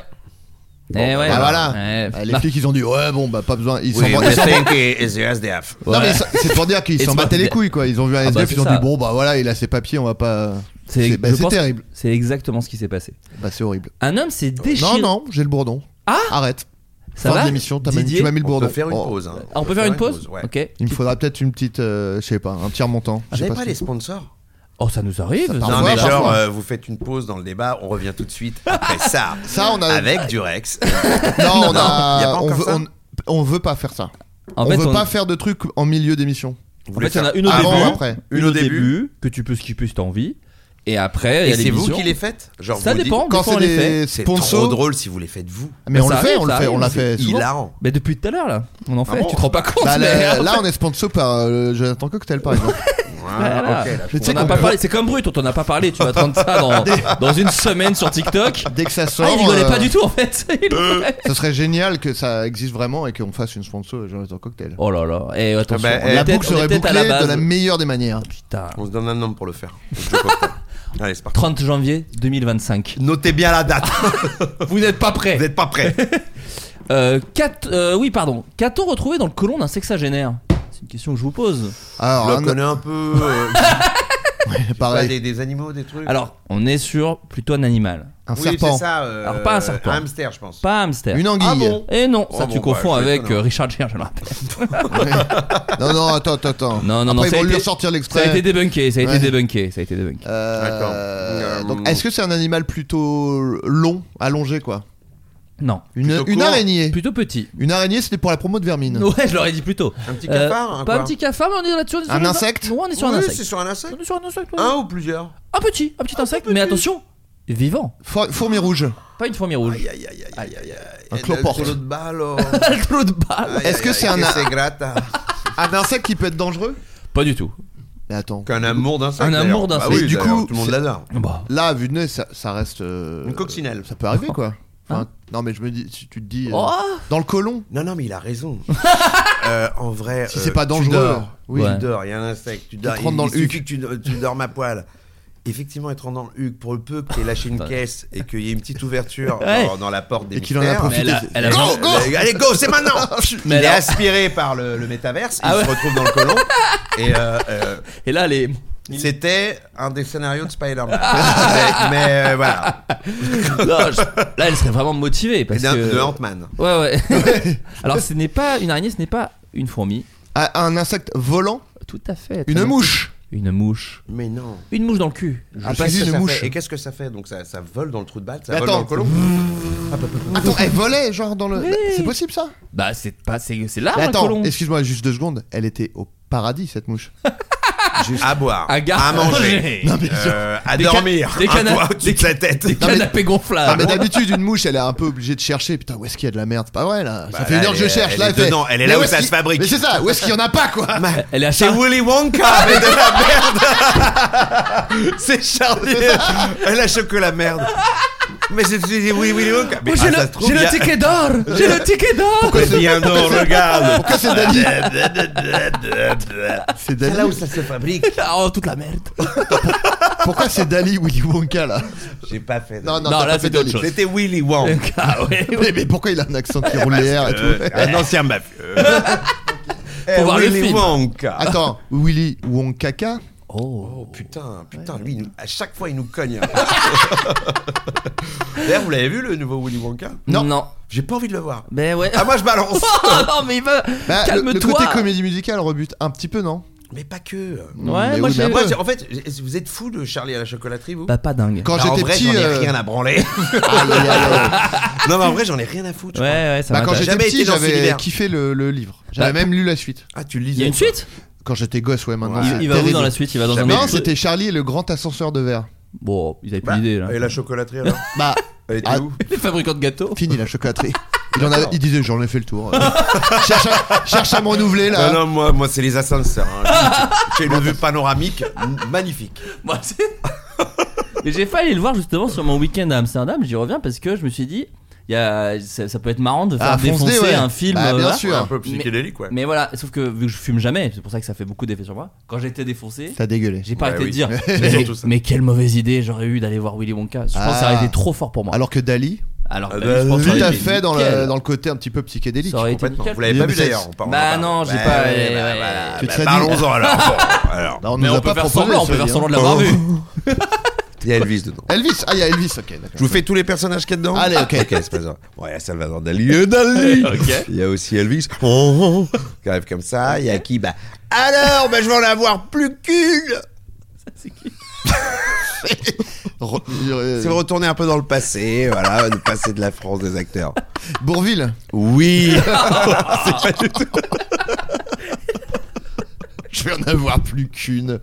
Eh ouais. Ah, voilà. Ouais. Ah, Les Bah, flics ils ont dit ouais, bon, bah pas besoin. Ils s'en Oui, vont- mais ils s'en vont- c'est que is the SDF. Non, mais ça- c'est pour dire qu'ils It's s'en my- battaient les couilles quoi. Ils ont vu un Ah, bah, SDF, c'est ils ont ça. dit bon bah voilà, il a ses papiers, on va pas. C'est bah, je c'est pense- terrible. C'est exactement ce qui s'est passé. Bah c'est horrible. Un homme s'est déchiré. Non non, j'ai le bourdon. Ah Arrête. Ça fin va de l'émission, t'as mis- Didier tu m'as mis le On bourdon. peut faire une Oh. pause. hein. Ah, on peut faire une pause, ouais. Ok. Il me faudra peut-être une petite, euh, je sais pas, un tiers montant. Vous Je sais n'avez pas Ah, pas ce les que- sponsors Oh, ça nous arrive. Ça ça. Non, Parfois, mais genre, parfois. euh, vous faites une pause dans le débat, on revient tout de suite après ça. Ça, on a- Avec Durex. Non, on Non, y a pas a. encore On veut, ça on, on veut pas faire ça. En on fait, veut on- pas faire de trucs en milieu d'émission. en fait, il y en a une au Avant début, ou après une au début que tu peux skipper si t'as envie, et après il y Et a c'est vous l'émission. qui les faites Genre Ça vous dépend. dites- Quand fois, on c'est les des C'est trop sponsors. drôle si vous les faites vous. Mais Bah, on le ça fait, arrive, on le ça fait, on arrive, l'a c'est fait. souvent. Hilarant. Mais depuis tout à l'heure là, on en fait. Ah bon tu te rends pas compte Bah, mais- là, là, on est sponsor par euh, le Jonathan Cocktail, par exemple. Voilà. Mais tu sais On en a qu'on pas peut- parlé, c'est comme brut, on t'en a pas parlé, tu vas te rendre ça dans, dans une semaine sur TikTok. Dès que ça sort, Ah, il rigolait euh, pas du tout en fait. Il- ça serait génial que ça existe vraiment et qu'on fasse une sponsor Jonathan Cocktail. Oh là là, et attention, Ah bah, on eh, est la peut-être- boucle on est serait peut-être bouclée à la base. de la meilleure des manières. Putain, On se donne un nom pour le faire. Je comprends. Allez, c'est parti. 30 janvier 2025. Notez bien la date. Vous n'êtes pas prêts. Vous n'êtes pas prêts. Euh, qu'a- euh, oui, pardon. Qu'a-t-on retrouvé dans le colon d'un sexagénaire C'est une question que je vous pose. Alors, On un- le connaît un peu. euh, pas pareil, des, des animaux, des trucs. Alors, on est sur plutôt un animal, un oui, serpent, c'est ça. euh, Alors, pas un serpent. hamster, je pense. pas un hamster. une anguille. Ah bon Et non, Oh ça bon, tu bah, confonds je suis avec étonnant. euh, Richard Gere, je le rappelle. Non, non, attends, attends, attends. Ah Non, non, non, Après, ça ils a vont été- lui ressortir Ça a été l'extrait. débunké, ça a été Ouais. débunké, ça a été débunké. Euh, D'accord. donc, est-ce que c'est un animal plutôt long, allongé, quoi Non, Une, Plutôt une court. araignée. plutôt petit. Une araignée, c'était pour la promo de vermine. Ouais, je l'aurais dit plutôt. Un petit Euh, cafard hein, pas quoi. un petit cafard, mais on est là-dessus. on est sur Un une- insecte Ouais, on est sur un Oui, insecte. c'est sur un insecte. On est sur un insecte, ouais. Un ou plusieurs Un petit, un petit insecte, mais attention, vivant. Fo- Fourmi rouge. Pas une fourmi rouge. Aïe, aïe, aïe, aïe, aïe, aïe. Un cloporte. Un de balle. oh. L'eau de balle. Aïe, Est-ce aïe, que aïe, c'est un- que c'est hein. gratta Un insecte qui peut être dangereux Pas du tout. Mais attends. Qu'un amour d'insecte. Un amour d'ailleurs. Bah d'insecte. oui, Du d'ailleurs, coup, tout le monde l'adore. Bah, Là, vu de nez, ça, ça reste. euh, Une coccinelle. Ça peut arriver, quoi. Enfin, Non, mais je me dis, si tu te dis. euh, Hein Oh. dans le colon Non, non, mais il a raison. Euh, en vrai, Si euh, c'est pas tu dangereux. dors, Oui. Ouais. tu dors, il y a un insecte, tu dors, te il, rentre dans il le huc. suffit que tu, do- tu dormes à poil. Effectivement, être dans le huc, pour le peu que t'aies lâché une Putain. caisse et qu'il y ait une petite ouverture Ouais. dans, dans la porte des Et qu'il en a mystères, profité. elle a- elle a- Go, go Allez, go, c'est maintenant Il Mais est alors- aspiré par le, le métaverse, Ah il ouais. se retrouve dans le colon. Et euh, euh, Et là, les. c'était un des scénarios de Spider-Man. mais mais, euh, voilà, Non, je- Là, elle serait vraiment motivée parce D'un- que. de Ant-Man. Ouais, ouais. Alors, ce n'est pas une araignée, ce n'est pas une fourmi. Ah, Un insecte volant Tout à fait. très Une bien. mouche Une mouche. Mais non. Une mouche dans le cul. Ah, Qu'est-ce pas que une ça mouche. fait Et qu'est-ce que ça fait Donc ça, ça vole dans le trou de balle, ça Mais vole dans le attends. colon. Attends, elle volait, genre dans le. Oui. C'est possible ça Bah, c'est pas. C'est c'est large, Mais un Attends, colon. excuse-moi, juste deux secondes. Elle était au paradis, cette mouche. À boire, À gar- à manger, Non, mais euh, à Des dormir, ca- des un cana- toit au-dessus des de sa tête. Des canapés Ah, gonflables. mais d'habitude, une mouche, elle est un peu obligée de chercher. Putain, où est-ce qu'il y a de la merde C'est pas vrai là. Bah, ça fait là, une heure que elle je est- cherche. elle là, est fait- dedans, elle est Mais là où où est-ce ça qu'il- se fabrique. Mais c'est ça, où est-ce qu'il y en a pas quoi Elle est à Ah, C'est Char- Willy Wonka, mais de la merde. C'est Charlie. Elle a choqué la merde. Mais c'est c'est Willy Willy Wonka. Mais Oh, ah, J'ai ça se le, trouve, j'ai il y le a- ticket d'or. J'ai le ticket d'or. Mais Viens donc, regarde. Pourquoi c'est Dani C'est C'est Dali. là où ça se fabrique. Oh, toute la merde. Pourquoi c'est Dali Willy Wonka là J'ai pas fait. Non, non, Non, t'as là, pas fait c'était autre Dali. chose. C'était Willy Wonka. Ah, ouais, ouais. Mais, mais pourquoi il a un accent qui roule les airs et tout Eh, Euh, un ancien mafieux. Pour voir le Eh, Willy film. Wonka. Attends, Willy Wonkaka Oh. Oh putain, putain, lui, il nous- à chaque fois, il nous cogne. D'ailleurs, vous l'avez vu le nouveau Willy Wonka Non. J'ai pas envie de le voir. Mais ouais. Ah, moi, je balance Oh, non, mais il va. Bah, le- Calme-toi. Le côté comédie musicale rebute un petit peu, non Mais pas que. Ouais, Mais moi oui, mais j'ai. un Moi, peu. j'ai- en fait, j'ai- vous êtes fou de Charlie à la chocolaterie, vous Bah, pas dingue. Quand Bah, en j'étais vrai, petit. j'en ai euh, rien à branler. aïe, aïe, aïe, aïe. non, mais en vrai, j'en ai rien à foutre. je crois. Ouais, ouais, ça Bah, quand m'intéresse. j'étais jamais été petit, dans cet j'avais univers. kiffé le, le livre. J'avais Bah, même lu la suite. Ah, tu Il y a lisais. une suite Quand j'étais gosse, ouais, maintenant. Ouais. c'est Il va où terrible. dans la suite Il va dans un Non, autre. c'était Charlie et le grand ascenseur de verre. Bon, ils avaient plus Bah, d'idée là. Et la chocolaterie, alors Bah, Elle était Ah. où Les fabricants de gâteaux. fini la chocolaterie. Il, en avait- il disait j'en ai fait le tour. Euh, cherche, à, cherche à me renouveler là. Ah non, moi, moi c'est les ascenseurs. hein. J'ai une vue panoramique magnifique. Moi, c'est- Mais j'ai failli le voir justement sur mon week-end à Amsterdam. J'y reviens parce que je me suis dit, il y a... ça, ça peut être marrant de faire Ah, foncez, défoncer ouais. un film. Bah, euh, bien voilà. sûr. Un peu psychédélique, ouais. Mais voilà, sauf que vu que je fume jamais, c'est pour ça que ça fait beaucoup d'effet sur moi. Quand j'étais défoncé, T'as dégueulé. j'ai pas Ouais, arrêté oui. de dire. C'est mais, surtout ça. mais quelle mauvaise idée j'aurais eu d'aller voir Willy Wonka. Je pense que ça Ah. aurait été trop fort pour moi. Alors que Dali, Alors, Ah bah, bah, je pense que Euh, tout ça aurait à été fait dans nickel. le, dans le côté un petit peu psychédélique. Ça aurait été Complètement. nickel. Vous l'avez pas vu Yes. d'ailleurs on parle- Bah on parle. non, j'ai Bah, pas- ouais, ouais, bah, ouais. voilà. Tu te Bah, serais dit- Parlons-en alors. Bon, alors. Là, on Mais nous on a peut pas faire proposé, semblant, on ça peut faire vient. semblant de l'avoir Oh. vu. Il y a Elvis dedans. Elvis, ah il y a Elvis, ok. Je d'accord. vous fais tous les personnages qu'il y a dedans Ah, Allez, ok. Ok, c'est pas ça. Bon, il y a Salvador Dali. euh, Dali. Ok. Il y a aussi Elvis. Oh, oh, qui arrive comme ça. Il y a qui Bah. Alors, bah, je vais en avoir plus qu'une Re- euh, C'est retourner un peu dans le passé, voilà, le passé de la France des acteurs. Bourville. Oui C'est pas du tout. Je vais en avoir plus qu'une.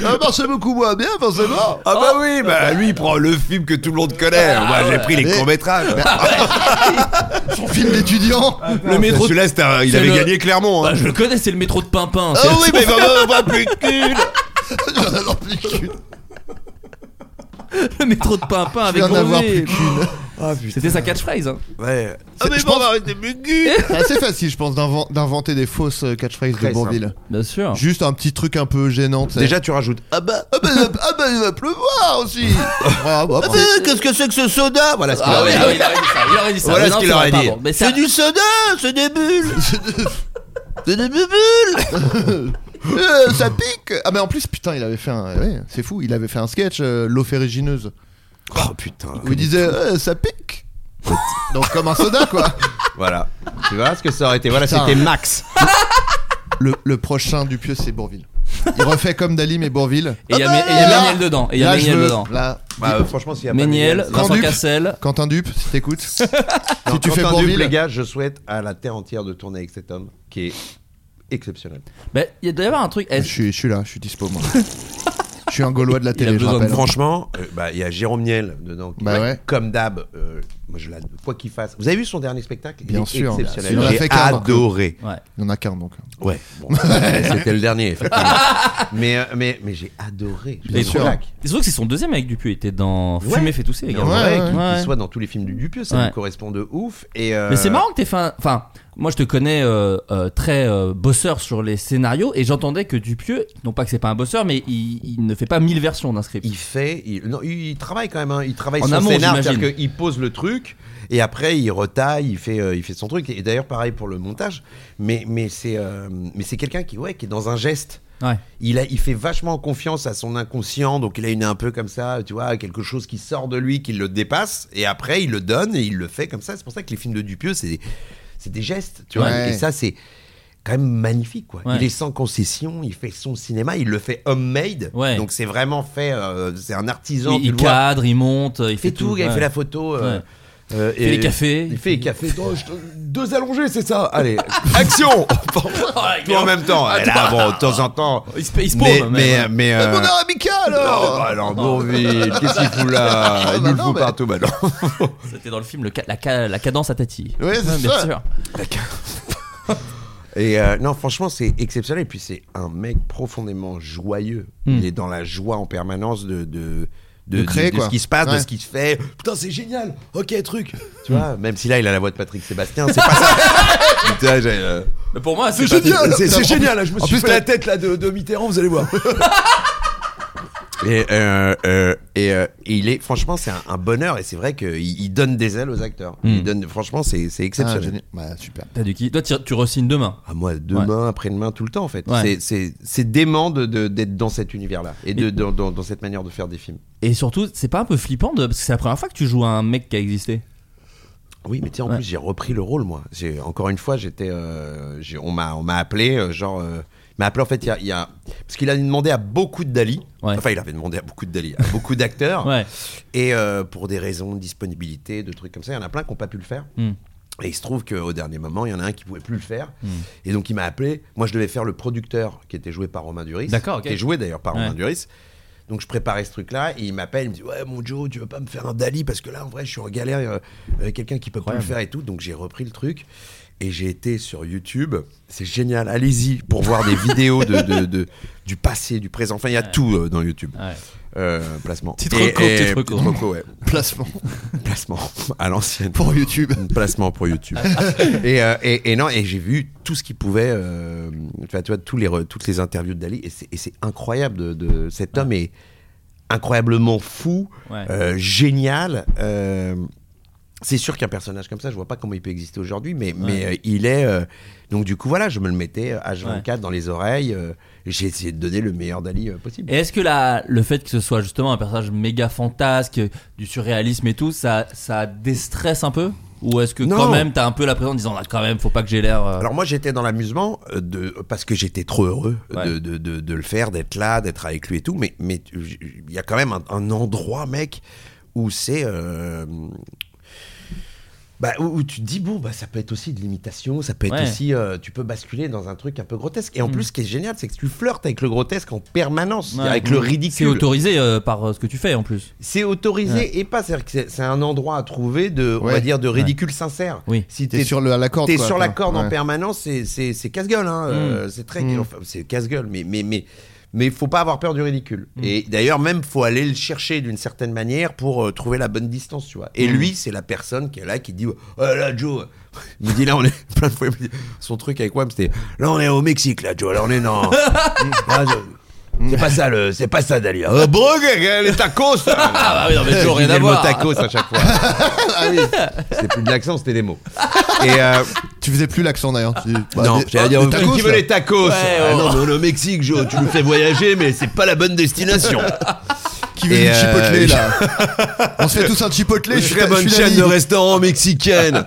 Ça marchait beaucoup moins bien, forcément. Ah bah oui, bah lui il prend le film que tout le monde connaît. Moi j'ai pris Ah les Mais- bah, courts métrages. Son film d'étudiant. Le métro. de- Celui-là c'était un- il c'est avait le- gagné Clermont. hein. Bah, je le connais, c'est le métro de Pimpin. Ah c'est- oui, mais vraiment, on va plus qu'une. J'en ai alors plus qu'une. le métro de Pimpin Je vais avec en avoir Gros plus V. qu'une. C'était sa catchphrase. hein. Ouais. Ah, mais Je bon, pense- bah, C'est assez facile, je pense, d'inven- d'inventer des fausses euh, catchphrases de Très Bourville. Bien sûr. Juste un petit truc un peu gênant. tu sais. Déjà, tu rajoutes. Ah bah, Ah bah, il va- ah bah, il va pleuvoir aussi. Ah, bah, ah bah, qu'est-ce que c'est que ce soda Voilà ce qu'il Ah aurait oui, dit. ah oui, il aurait dit ça. Il aurait dit ça. Ah Voilà ce Mais qu'il non, ça aurait va pas, dit. bon. Mais ça- C'est du soda, c'est des bulles. c'est des bulles. Euh, ça pique Ah mais en plus putain il avait fait un ouais, c'est fou il avait fait un sketch euh, l'eau ferrugineuse Oh putain. où il disait Euh, ça pique donc comme un soda quoi Voilà. Tu vois ce que ça aurait été. Voilà, Putain. c'était Max. le, le prochain du pieux c'est Bourville il refait comme Dali mais Bourville Et il y a, Ah et il y a bah, Méniel dedans. Et il y a là, je Méniel veux- dedans. là Bah, euh, franchement, s'il y a Méniel, pas Vincent Duc. Cassel. Quentin Dupe si t'écoutes si Si tu fais Bourville, les Bourville gars, je souhaite à la terre entière de tourner avec cet homme qui est exceptionnel. Bah, il doit y avoir un truc. je est-ce- suis, je suis là je suis dispo moi je suis un gaulois de la Il a télé je besoin de rappelle Franchement, euh, bah, il y a Jérôme Niel dedans. qui- Bah ouais. Comme d'hab, euh, moi je l'adore. Quoi qu'il fasse. Vous avez vu son dernier spectacle Bien il est sûr. Exceptionnel. Il en a fait J'ai qu'un, donc. adoré. Ouais. il y en a qu'un donc Ouais. Bon, c'était le dernier. effectivement. mais euh, mais mais j'ai adoré. Je Bien suis sûr. blague. C'est surtout que c'est son deuxième avec Dupieux. Il était dans Ouais. Fumer fait tousser, les Mais gars. en vrai, Ouais, qu'il ouais. qu'il soit dans tous les films du Dupieux, ça Ouais. me correspond de ouf. Et euh, Mais c'est marrant que t'aies fait un... Enfin, moi je te connais euh, euh, très euh, bosseur sur les scénarios et j'entendais que Dupieux, non pas que c'est pas un bosseur, mais il, il ne fait pas mille versions d'un script. Il fait, il, non, il il travaille quand même. hein. il travaille En son amont, scénar, j'imagine. c'est-à-dire qu'il pose le truc et après il retaille, il fait, euh, il fait son truc. Et d'ailleurs pareil pour le montage. Mais mais c'est euh, mais c'est quelqu'un qui ouais qui est dans un geste. Ouais. Il, a, il fait vachement confiance à son inconscient, donc il a une un peu comme ça, tu vois, quelque chose qui sort de lui, qui le dépasse, et après il le donne et il le fait comme ça. C'est pour ça que les films de Dupieux, c'est c'est des gestes, tu vois. Ouais. Et ça, c'est quand même magnifique, quoi. Ouais. Il est sans concession, il fait son cinéma, il le fait homemade, Ouais. donc c'est vraiment fait, euh, c'est un artisan. Il, tu il le vois. cadre, il monte, il il fait tout, il ouais. fait la photo. euh, Ouais. euh, Il fait les cafés. Il fait les cafés. Oh, je te- Deux allongés, c'est ça. Allez, action Tout en même temps. Et là, bon, de temps en temps. Ah, Il se, il hein. se Mais, paume, mais, mais- mais, Euh, euh, mon arabica alors bah alors, Bourville, qu'est-ce qu'il fout là Ah, Il bah nous le non, fout mais- partout, bah non. C'était dans le film le ca- la, ca- la cadence à Tati. Ouais, c'est bien ça. sûr. Et euh, non, franchement, c'est exceptionnel. Et puis, c'est un mec profondément joyeux. Il est dans la joie en permanence de. de de, De créer, de- de quoi. ce qui se passe, Ouais. de ce qui se fait. Putain, c'est génial. Ok, truc. Tu vois, même si là, il a la voix de Patrick Sébastien, c'est pas ça. Putain, j'ai, euh, Mais pour moi, c'est C'est génial, Patrick- c'est- c'est En plus- génial. là, Je me en suis plus, fait t'as- la tête là de, de Mitterrand, vous allez voir. et euh, euh, et, euh, et il est franchement, c'est un, un bonheur et c'est vrai qu'il il donne des ailes aux acteurs. Il donne, franchement, c'est c'est Hmm. Ah, exceptionnel. génial. bah super T'as du qui Toi, tu, tu re-signes demain. à moi, demain, après-demain, tout le temps en fait. Ouais. C'est- C'est c'est dément de- de- d'être dans cet univers-là et de, Mais- dans, dans- dans cette manière de faire des films. Et surtout, c'est pas un peu flippant de... parce que c'est la première fois que tu joues à un mec qui a existé. Oui, mais tu sais, en Ouais. plus, j'ai repris le rôle, moi. J'ai- Encore une fois, j'étais. euh, j'ai- on m'a on m'a appelé, euh, genre. euh, il m'a appelé, en fait, il y a, il y a- Parce qu'il a demandé à beaucoup de Dali. Ouais. Enfin, il avait demandé à beaucoup de Dali, à beaucoup d'acteurs. Ouais. Et euh, pour des raisons de disponibilité, de trucs comme ça, il y en a plein qui n'ont pas pu le faire. Mm. Et il se trouve qu'au dernier moment, il y en a un qui pouvait plus le faire. Hmm. Et donc, il m'a appelé. Moi, je devais faire le producteur qui était joué par Romain Duris. D'accord, ok. Qui est joué d'ailleurs par Ouais. Romain Duris. Donc je préparais ce truc-là et il m'appelle, il me dit ouais mon Joe, tu veux pas me faire un Dali parce que là en vrai je suis en galère, euh, euh, quelqu'un qui peut pas le faire et tout. Donc j'ai repris le truc et j'ai été sur YouTube. C'est génial, allez-y pour voir des vidéos de, de- de- du passé, du présent. Enfin il y a tout euh, dans YouTube. Ouais. Euh, placement. Petite Et- reco, et- petite reco. petite reco, ouais. placement Placement à l'ancienne. pour YouTube Placement pour YouTube. et, euh, et, et non, et j'ai vu tout ce qu'il pouvait, euh, tu vois, tu vois, tous les, re- toutes les interviews de Dali, et c'est- et c'est incroyable, de, de- cet homme est incroyablement fou, Ouais. euh, génial. euh, c'est sûr qu'un personnage comme ça, je vois pas comment il peut exister aujourd'hui, mais, mais euh, il est. euh, donc, du coup, voilà, je me le mettais euh, H24 dans les oreilles. euh, J'ai essayé de donner le meilleur Dali euh, possible. Et est-ce que la, le fait que ce soit justement un personnage méga fantasque, du surréalisme et tout, ça, ça déstresse un peu Ou est-ce que Non. quand même t'as un peu la présence en disant ah, quand même faut pas que j'ai l'air. euh, Alors moi j'étais dans l'amusement euh, de parce que j'étais trop heureux Ouais. de, de, de, de le faire, d'être là, d'être avec lui et tout. Mais mais tu- j- il y a quand même un, un endroit, mec, où c'est euh, bah, où, où tu te dis, bon, bah, ça peut être aussi de l'imitation, ça peut être Ouais. Mm. aussi. euh, tu peux basculer dans un truc un peu grotesque. Et en plus, ce qui est génial, c'est que tu flirtes avec le grotesque en permanence, Ouais. Mm. avec le C'est ridicule. autorisé euh, par euh, ce que tu fais en plus. C'est autorisé et pas. C'est-à-dire que c'est- c'est un endroit à trouver de, on va Ouais. dire, de ridicule sincère. Oui. Si T'es sur le- la corde. T'es quoi, sur la quoi. corde en Ouais. Mm. permanence, c'est- c'est c'est casse-gueule. hein, euh, c'est très. enfin, c'est casse-gueule, mais. mais, mais mais faut pas avoir peur du ridicule. Et d'ailleurs, même faut aller le chercher d'une certaine manière pour euh, trouver la bonne distance, tu vois. Mm. Et lui, c'est la personne qui est là, qui dit Oh là, Joe Il me dit Là, on est. Plein de fois, il me dit- son truc avec Wam, c'était Là, on est au Mexique, là, Joe. Là, on est dans. Là, je- C'est pas ça, le... c'est pas ça, Dali. Mm. Euh, bro, les tacos Ah, bah oui, non, mais Joe, rien à voir. tacos à chaque fois. ah oui. C'était plus de l'accent, c'était des mots. Et. euh, Tu faisais plus l'accent d'ailleurs. Tu... Bah, non, des- j'allais ah, dire, des vous tacos, qui là. veut les tacos Ah oh. Non, mais on est au Mexique, Joe, tu nous fais voyager, mais c'est pas la bonne destination. Qui veut Et, du euh, chipotle là On se fait tous un chipotle. Une je suis très ta- je bonne suis chaîne Dali. de restaurants mexicaines.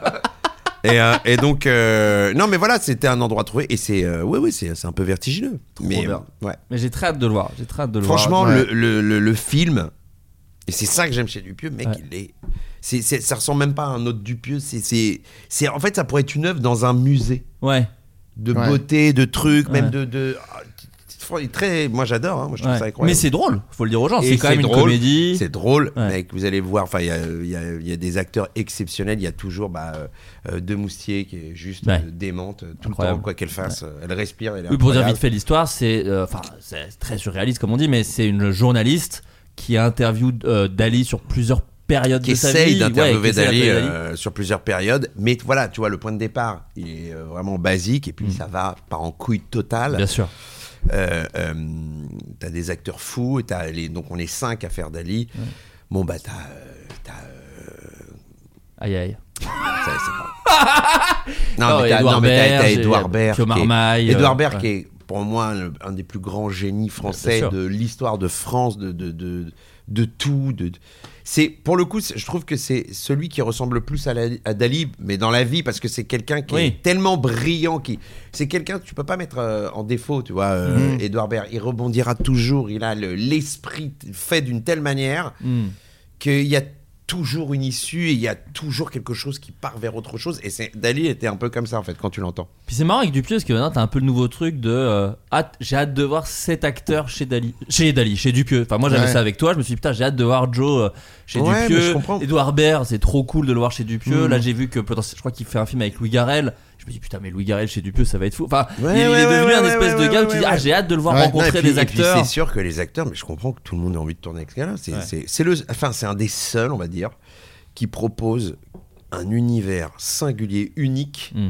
Et, euh, et donc, euh, non, mais voilà, c'était un endroit trouvé. Et c'est, euh, ouais, ouais, c'est c'est un peu vertigineux. Mais bien. euh, ouais. Mais j'ai très hâte de le voir. J'ai très hâte de le Franchement, voir. le, le- le- le film, et c'est ça que j'aime chez Dupieux, mec, Ouais. il est. c'est- c'est- ça ressemble même pas à un autre Dupieux. C'est, c'est, c'est, en fait, ça pourrait être une œuvre dans un musée. Ouais. de Ouais. beauté, de trucs, même Ouais. de. de... ah, t- t- Très, moi j'adore, hein. moi je trouve ouais. ça incroyable. Mais c'est drôle. Faut le dire aux gens. Et C'est quand même une drôle, comédie. C'est drôle, Ouais. mec. Vous allez voir, enfin, il y a, il y a- il y a des acteurs exceptionnels. Il y a toujours bah, euh, De Moustier qui est juste Ouais. euh, démente euh, tout Incroyable. le temps, quoi qu'elle fasse. euh, Elle respire. Elle est Oui, pour dire incroyable. vite fait l'histoire, c'est euh, enfin c'est très surréaliste comme on dit, mais c'est une journaliste qui interview euh, Dali sur plusieurs périodes qui de sa vie. essaye Ouais, qui d'interviewer essaye Dali d'interviewer Dali. euh, sur plusieurs périodes. Mais voilà, tu vois, le point de départ, il est euh, vraiment basique et puis ça va par en couille totale. Mm. Bien sûr. Euh, euh, t'as des acteurs fous, et t'as les, donc on est cinq à faire Dali. Bon, bah, t'as. euh, t'as, Aïe aïe. euh, ça, c'est pas- non, Non, mais t'as- Édouard non, mais t'as- t'as Berge, Edouard et- Berg. Pio qui est- Marmaille, Edouard euh, Berg, ouais. qui est pour moi le- un des plus grands génies français sûr. de l'histoire de France, de, de, de, de tout. De, de- c'est Pour le coup, c'est- je trouve que c'est celui qui ressemble le plus à, la- à Dali, mais dans la vie, parce que c'est quelqu'un qui Oui. est tellement brillant. qui C'est quelqu'un que tu peux pas mettre euh, en défaut, tu vois, euh, Edouard Baird. Il rebondira toujours, il a le- l'esprit fait d'une telle manière qu'il y a toujours une issue et il y a toujours quelque chose qui part vers autre chose. Et c'est- Dali était un peu comme ça, en fait, quand tu l'entends. Puis c'est marrant avec Dupieux parce que maintenant t'as un peu le nouveau truc de euh, hâte- j'ai hâte de voir cet acteur chez Dali, chez Dali, chez Dupieux. Enfin moi j'avais Ouais. ça avec toi, je me suis dit putain j'ai hâte de voir Joe euh, chez Ouais, mais je Dupieux. comprends. Edouard Baird, c'est trop cool de le voir chez Dupieux. Mm. Là j'ai vu que potentiellement- je crois qu'il fait un film avec Louis Garrel. Je me dis putain mais Louis Garrel chez Dupieux ça va être fou. Enfin Ouais, il, il ouais, est devenu ouais, un ouais, espèce ouais, de gars où ouais, tu dis ouais, ah j'ai hâte de le voir Ouais. Non, et puis- rencontrer des et puis acteurs. C'est sûr que les acteurs, mais je comprends que tout le monde a envie de tourner avec ce gars-là. C'est Ouais. c'est- c'est le, enfin, c'est un des seuls, on va dire, qui propose un univers singulier, unique Mm.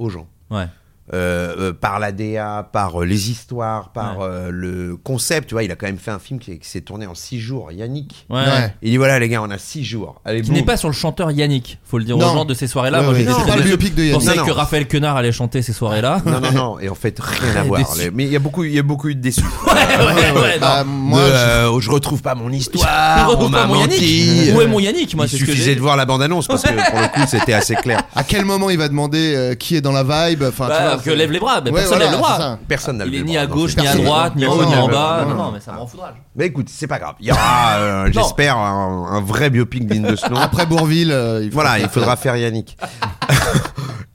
aux gens. Ouais. Euh, euh, par la DA, par euh, les histoires, par Ouais. euh, le concept. Tu vois, il a quand même fait un film qui, qui s'est tourné en six jours. Yannick. Ouais. Ouais. Il dit voilà les gars, on a six jours. Allez, Qui n'est boum. pas sur le chanteur Yannick, faut le dire Non. aux gens de ces soirées-là. Ouais, Moi ouais, j'étais non, très pas le déçu. biopic de Je Yannick. pensais Non, que non. Raphaël Quenard allait chanter ces soirées-là. Non non non. Et en fait, rien à voir. déçu. Les- Mais il y a beaucoup, il y a beaucoup eu de déçus. ouais, ouais, Ah, non. Bah, moi, De, je- euh, je retrouve pas mon Je histoire. retrouve Ah, on pas m'a mon menti. Yannick. Où est mon Yannick Moi il c'est ce que suffisait j'ai- de voir la bande-annonce parce que pour le coup c'était assez clair. à quel moment il va demander euh, qui est dans la vibe Enfin, tu Bah, vois, que c'est- lève les bras, mais Ouais, personne voilà, lève le bras. c'est ça. Personne n'a Il levé est le ni bras, à non, gauche, c'est ni à personne. droite, ni en haut, Personne ni n'a en levé le bas. bras. Non, non, mais ça me rend foudrage. Mais écoute, c'est pas grave. Il y aura, euh, j'espère, un, un vrai biopic digne de ce nom. Après Bourville, euh, il faut- voilà, il faudra faire Yannick.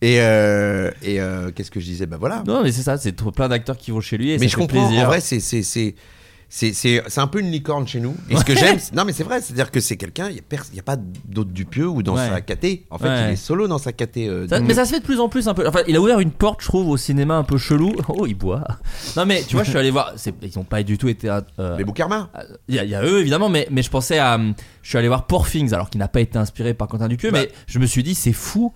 et euh, et euh, qu'est-ce que je disais Bah voilà. Non, mais c'est ça, c'est trop- plein d'acteurs qui vont chez lui et mais je ça fait comprends. plaisir. En vrai, c'est c'est c'est c'est c'est c'est un peu une licorne chez nous. Et ce que j'aime, c'est- non mais c'est vrai, c'est-à-dire que c'est quelqu'un. Il y a, pers- il y a pas d'autre Dupieux ou dans Ouais. sa caté. En fait, Ouais. il est solo dans sa caté. euh, Ça- Dupieux. mais ça se fait de plus en plus un peu. Enfin, il a ouvert une porte, je trouve, au cinéma un peu chelou. Oh, il boit. Non, mais tu vois, je suis allé voir. c'est- Ils ont pas du tout été. euh, Mais Boukarma. Il y, a- il y a eux évidemment, mais, mais je pensais à. hum, Je suis allé voir Poor Things, alors qu'il n'a pas été inspiré par Quentin Dupieux, Bah. mais je me suis dit, c'est fou.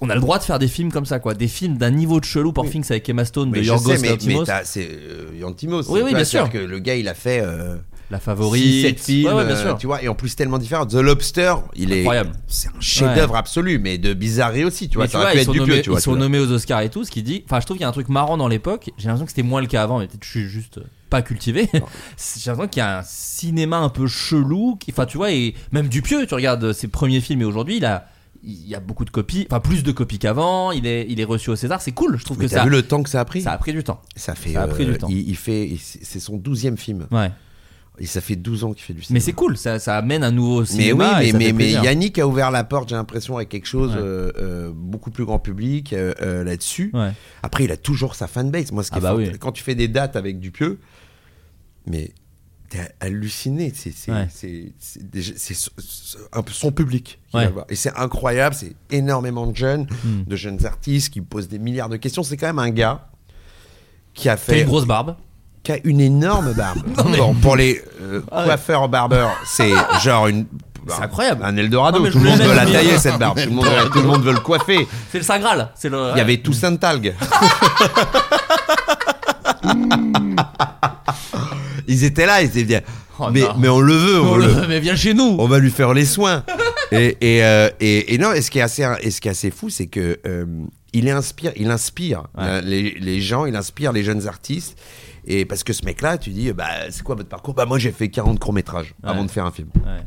On a le droit de faire des films comme ça, quoi. Des films d'un niveau de chelou, Poor Things avec Emma Stone, de je Bah, Yorgos sais, mais, mais Lanthimos, t'as- c'est euh, Lanthimos, Oui, tu oui, vois, bien c'est-à-dire sûr. que le gars, il a fait euh, La six, Favorite. sept films, Ouais, ouais, bien euh, sûr. tu vois, et en plus tellement différents. The Lobster, il est Incroyable. C'est un chef-d'œuvre absolu, mais de bizarrerie aussi, tu vois. Mais ça aurait pu ils être sont Dupieux, nommés- tu vois. ils tu sont vois. nommés aux Oscars et tout, ce qui dit. Enfin, je trouve qu'il y a un truc marrant dans l'époque. J'ai l'impression que c'était moins le cas avant, mais peut-être que je suis juste euh, pas cultivé. J'ai l'impression qu'il y a un cinéma un peu chelou. qui- Enfin, tu vois, et même Dupieux, tu regardes ses premiers films et aujourd'hui, il a. Il y a beaucoup de copies, enfin plus de copies qu'avant. Il est, il est reçu au César, c'est cool. Je trouve Mais que t'as ça, vu le temps que ça a pris ça a pris du temps. Ça fait. ça a pris du euh, temps. Il il fait. il- C'est c'est son douzième film. Ouais. Et ça fait 12 ans qu'il fait du cinéma. Mais c'est cool, ça, ça amène un nouveau Mais oui, cinéma. mais, et ça fait mais, mais plaisir. Yannick a ouvert la porte, j'ai l'impression, avec quelque chose Ouais. euh, euh, beaucoup plus grand public euh, euh, là-dessus. Ouais. Après, il a toujours sa fanbase. Moi, ce qui Ah est bah fort, oui. quand tu fais des dates avec Dupieux, mais t'es halluciné. C'est c'est- Ouais. c'est- c'est déjà- c'est so- so- un peu son public qui va Ouais. le voir. Et c'est incroyable, c'est énormément de jeunes, Hmm. de jeunes artistes qui posent des milliards de questions. C'est quand même un gars qui a T'as fait une grosse barbe. qui a une énorme barbe. Bon, pour les euh, coiffeurs barbeurs, c'est genre une. Ah C'est incroyable. Un Eldorado, Non, mais je tout le monde voulais veut la mettre- tailler cette barbe, tout le monde, tout le monde veut le coiffer. C'est le Saint Graal. C'est le. Il y avait Toussaint Talg. ils étaient là, ils étaient bien. Oh, mais, non. mais on le veut, on, Oh, le- Oh. le- Mais viens chez nous. on va lui faire les soins. et, et, euh, et- et non, et ce qui est assez, et ce qui est assez fou, c'est que euh, il inspire, il inspire Ouais. euh, les, les gens, il inspire les jeunes artistes. Et parce que ce mec-là, tu dis, bah, c'est quoi votre parcours Bah, moi, j'ai fait 40 courts-métrages avant Ouais. de faire un film. Ouais,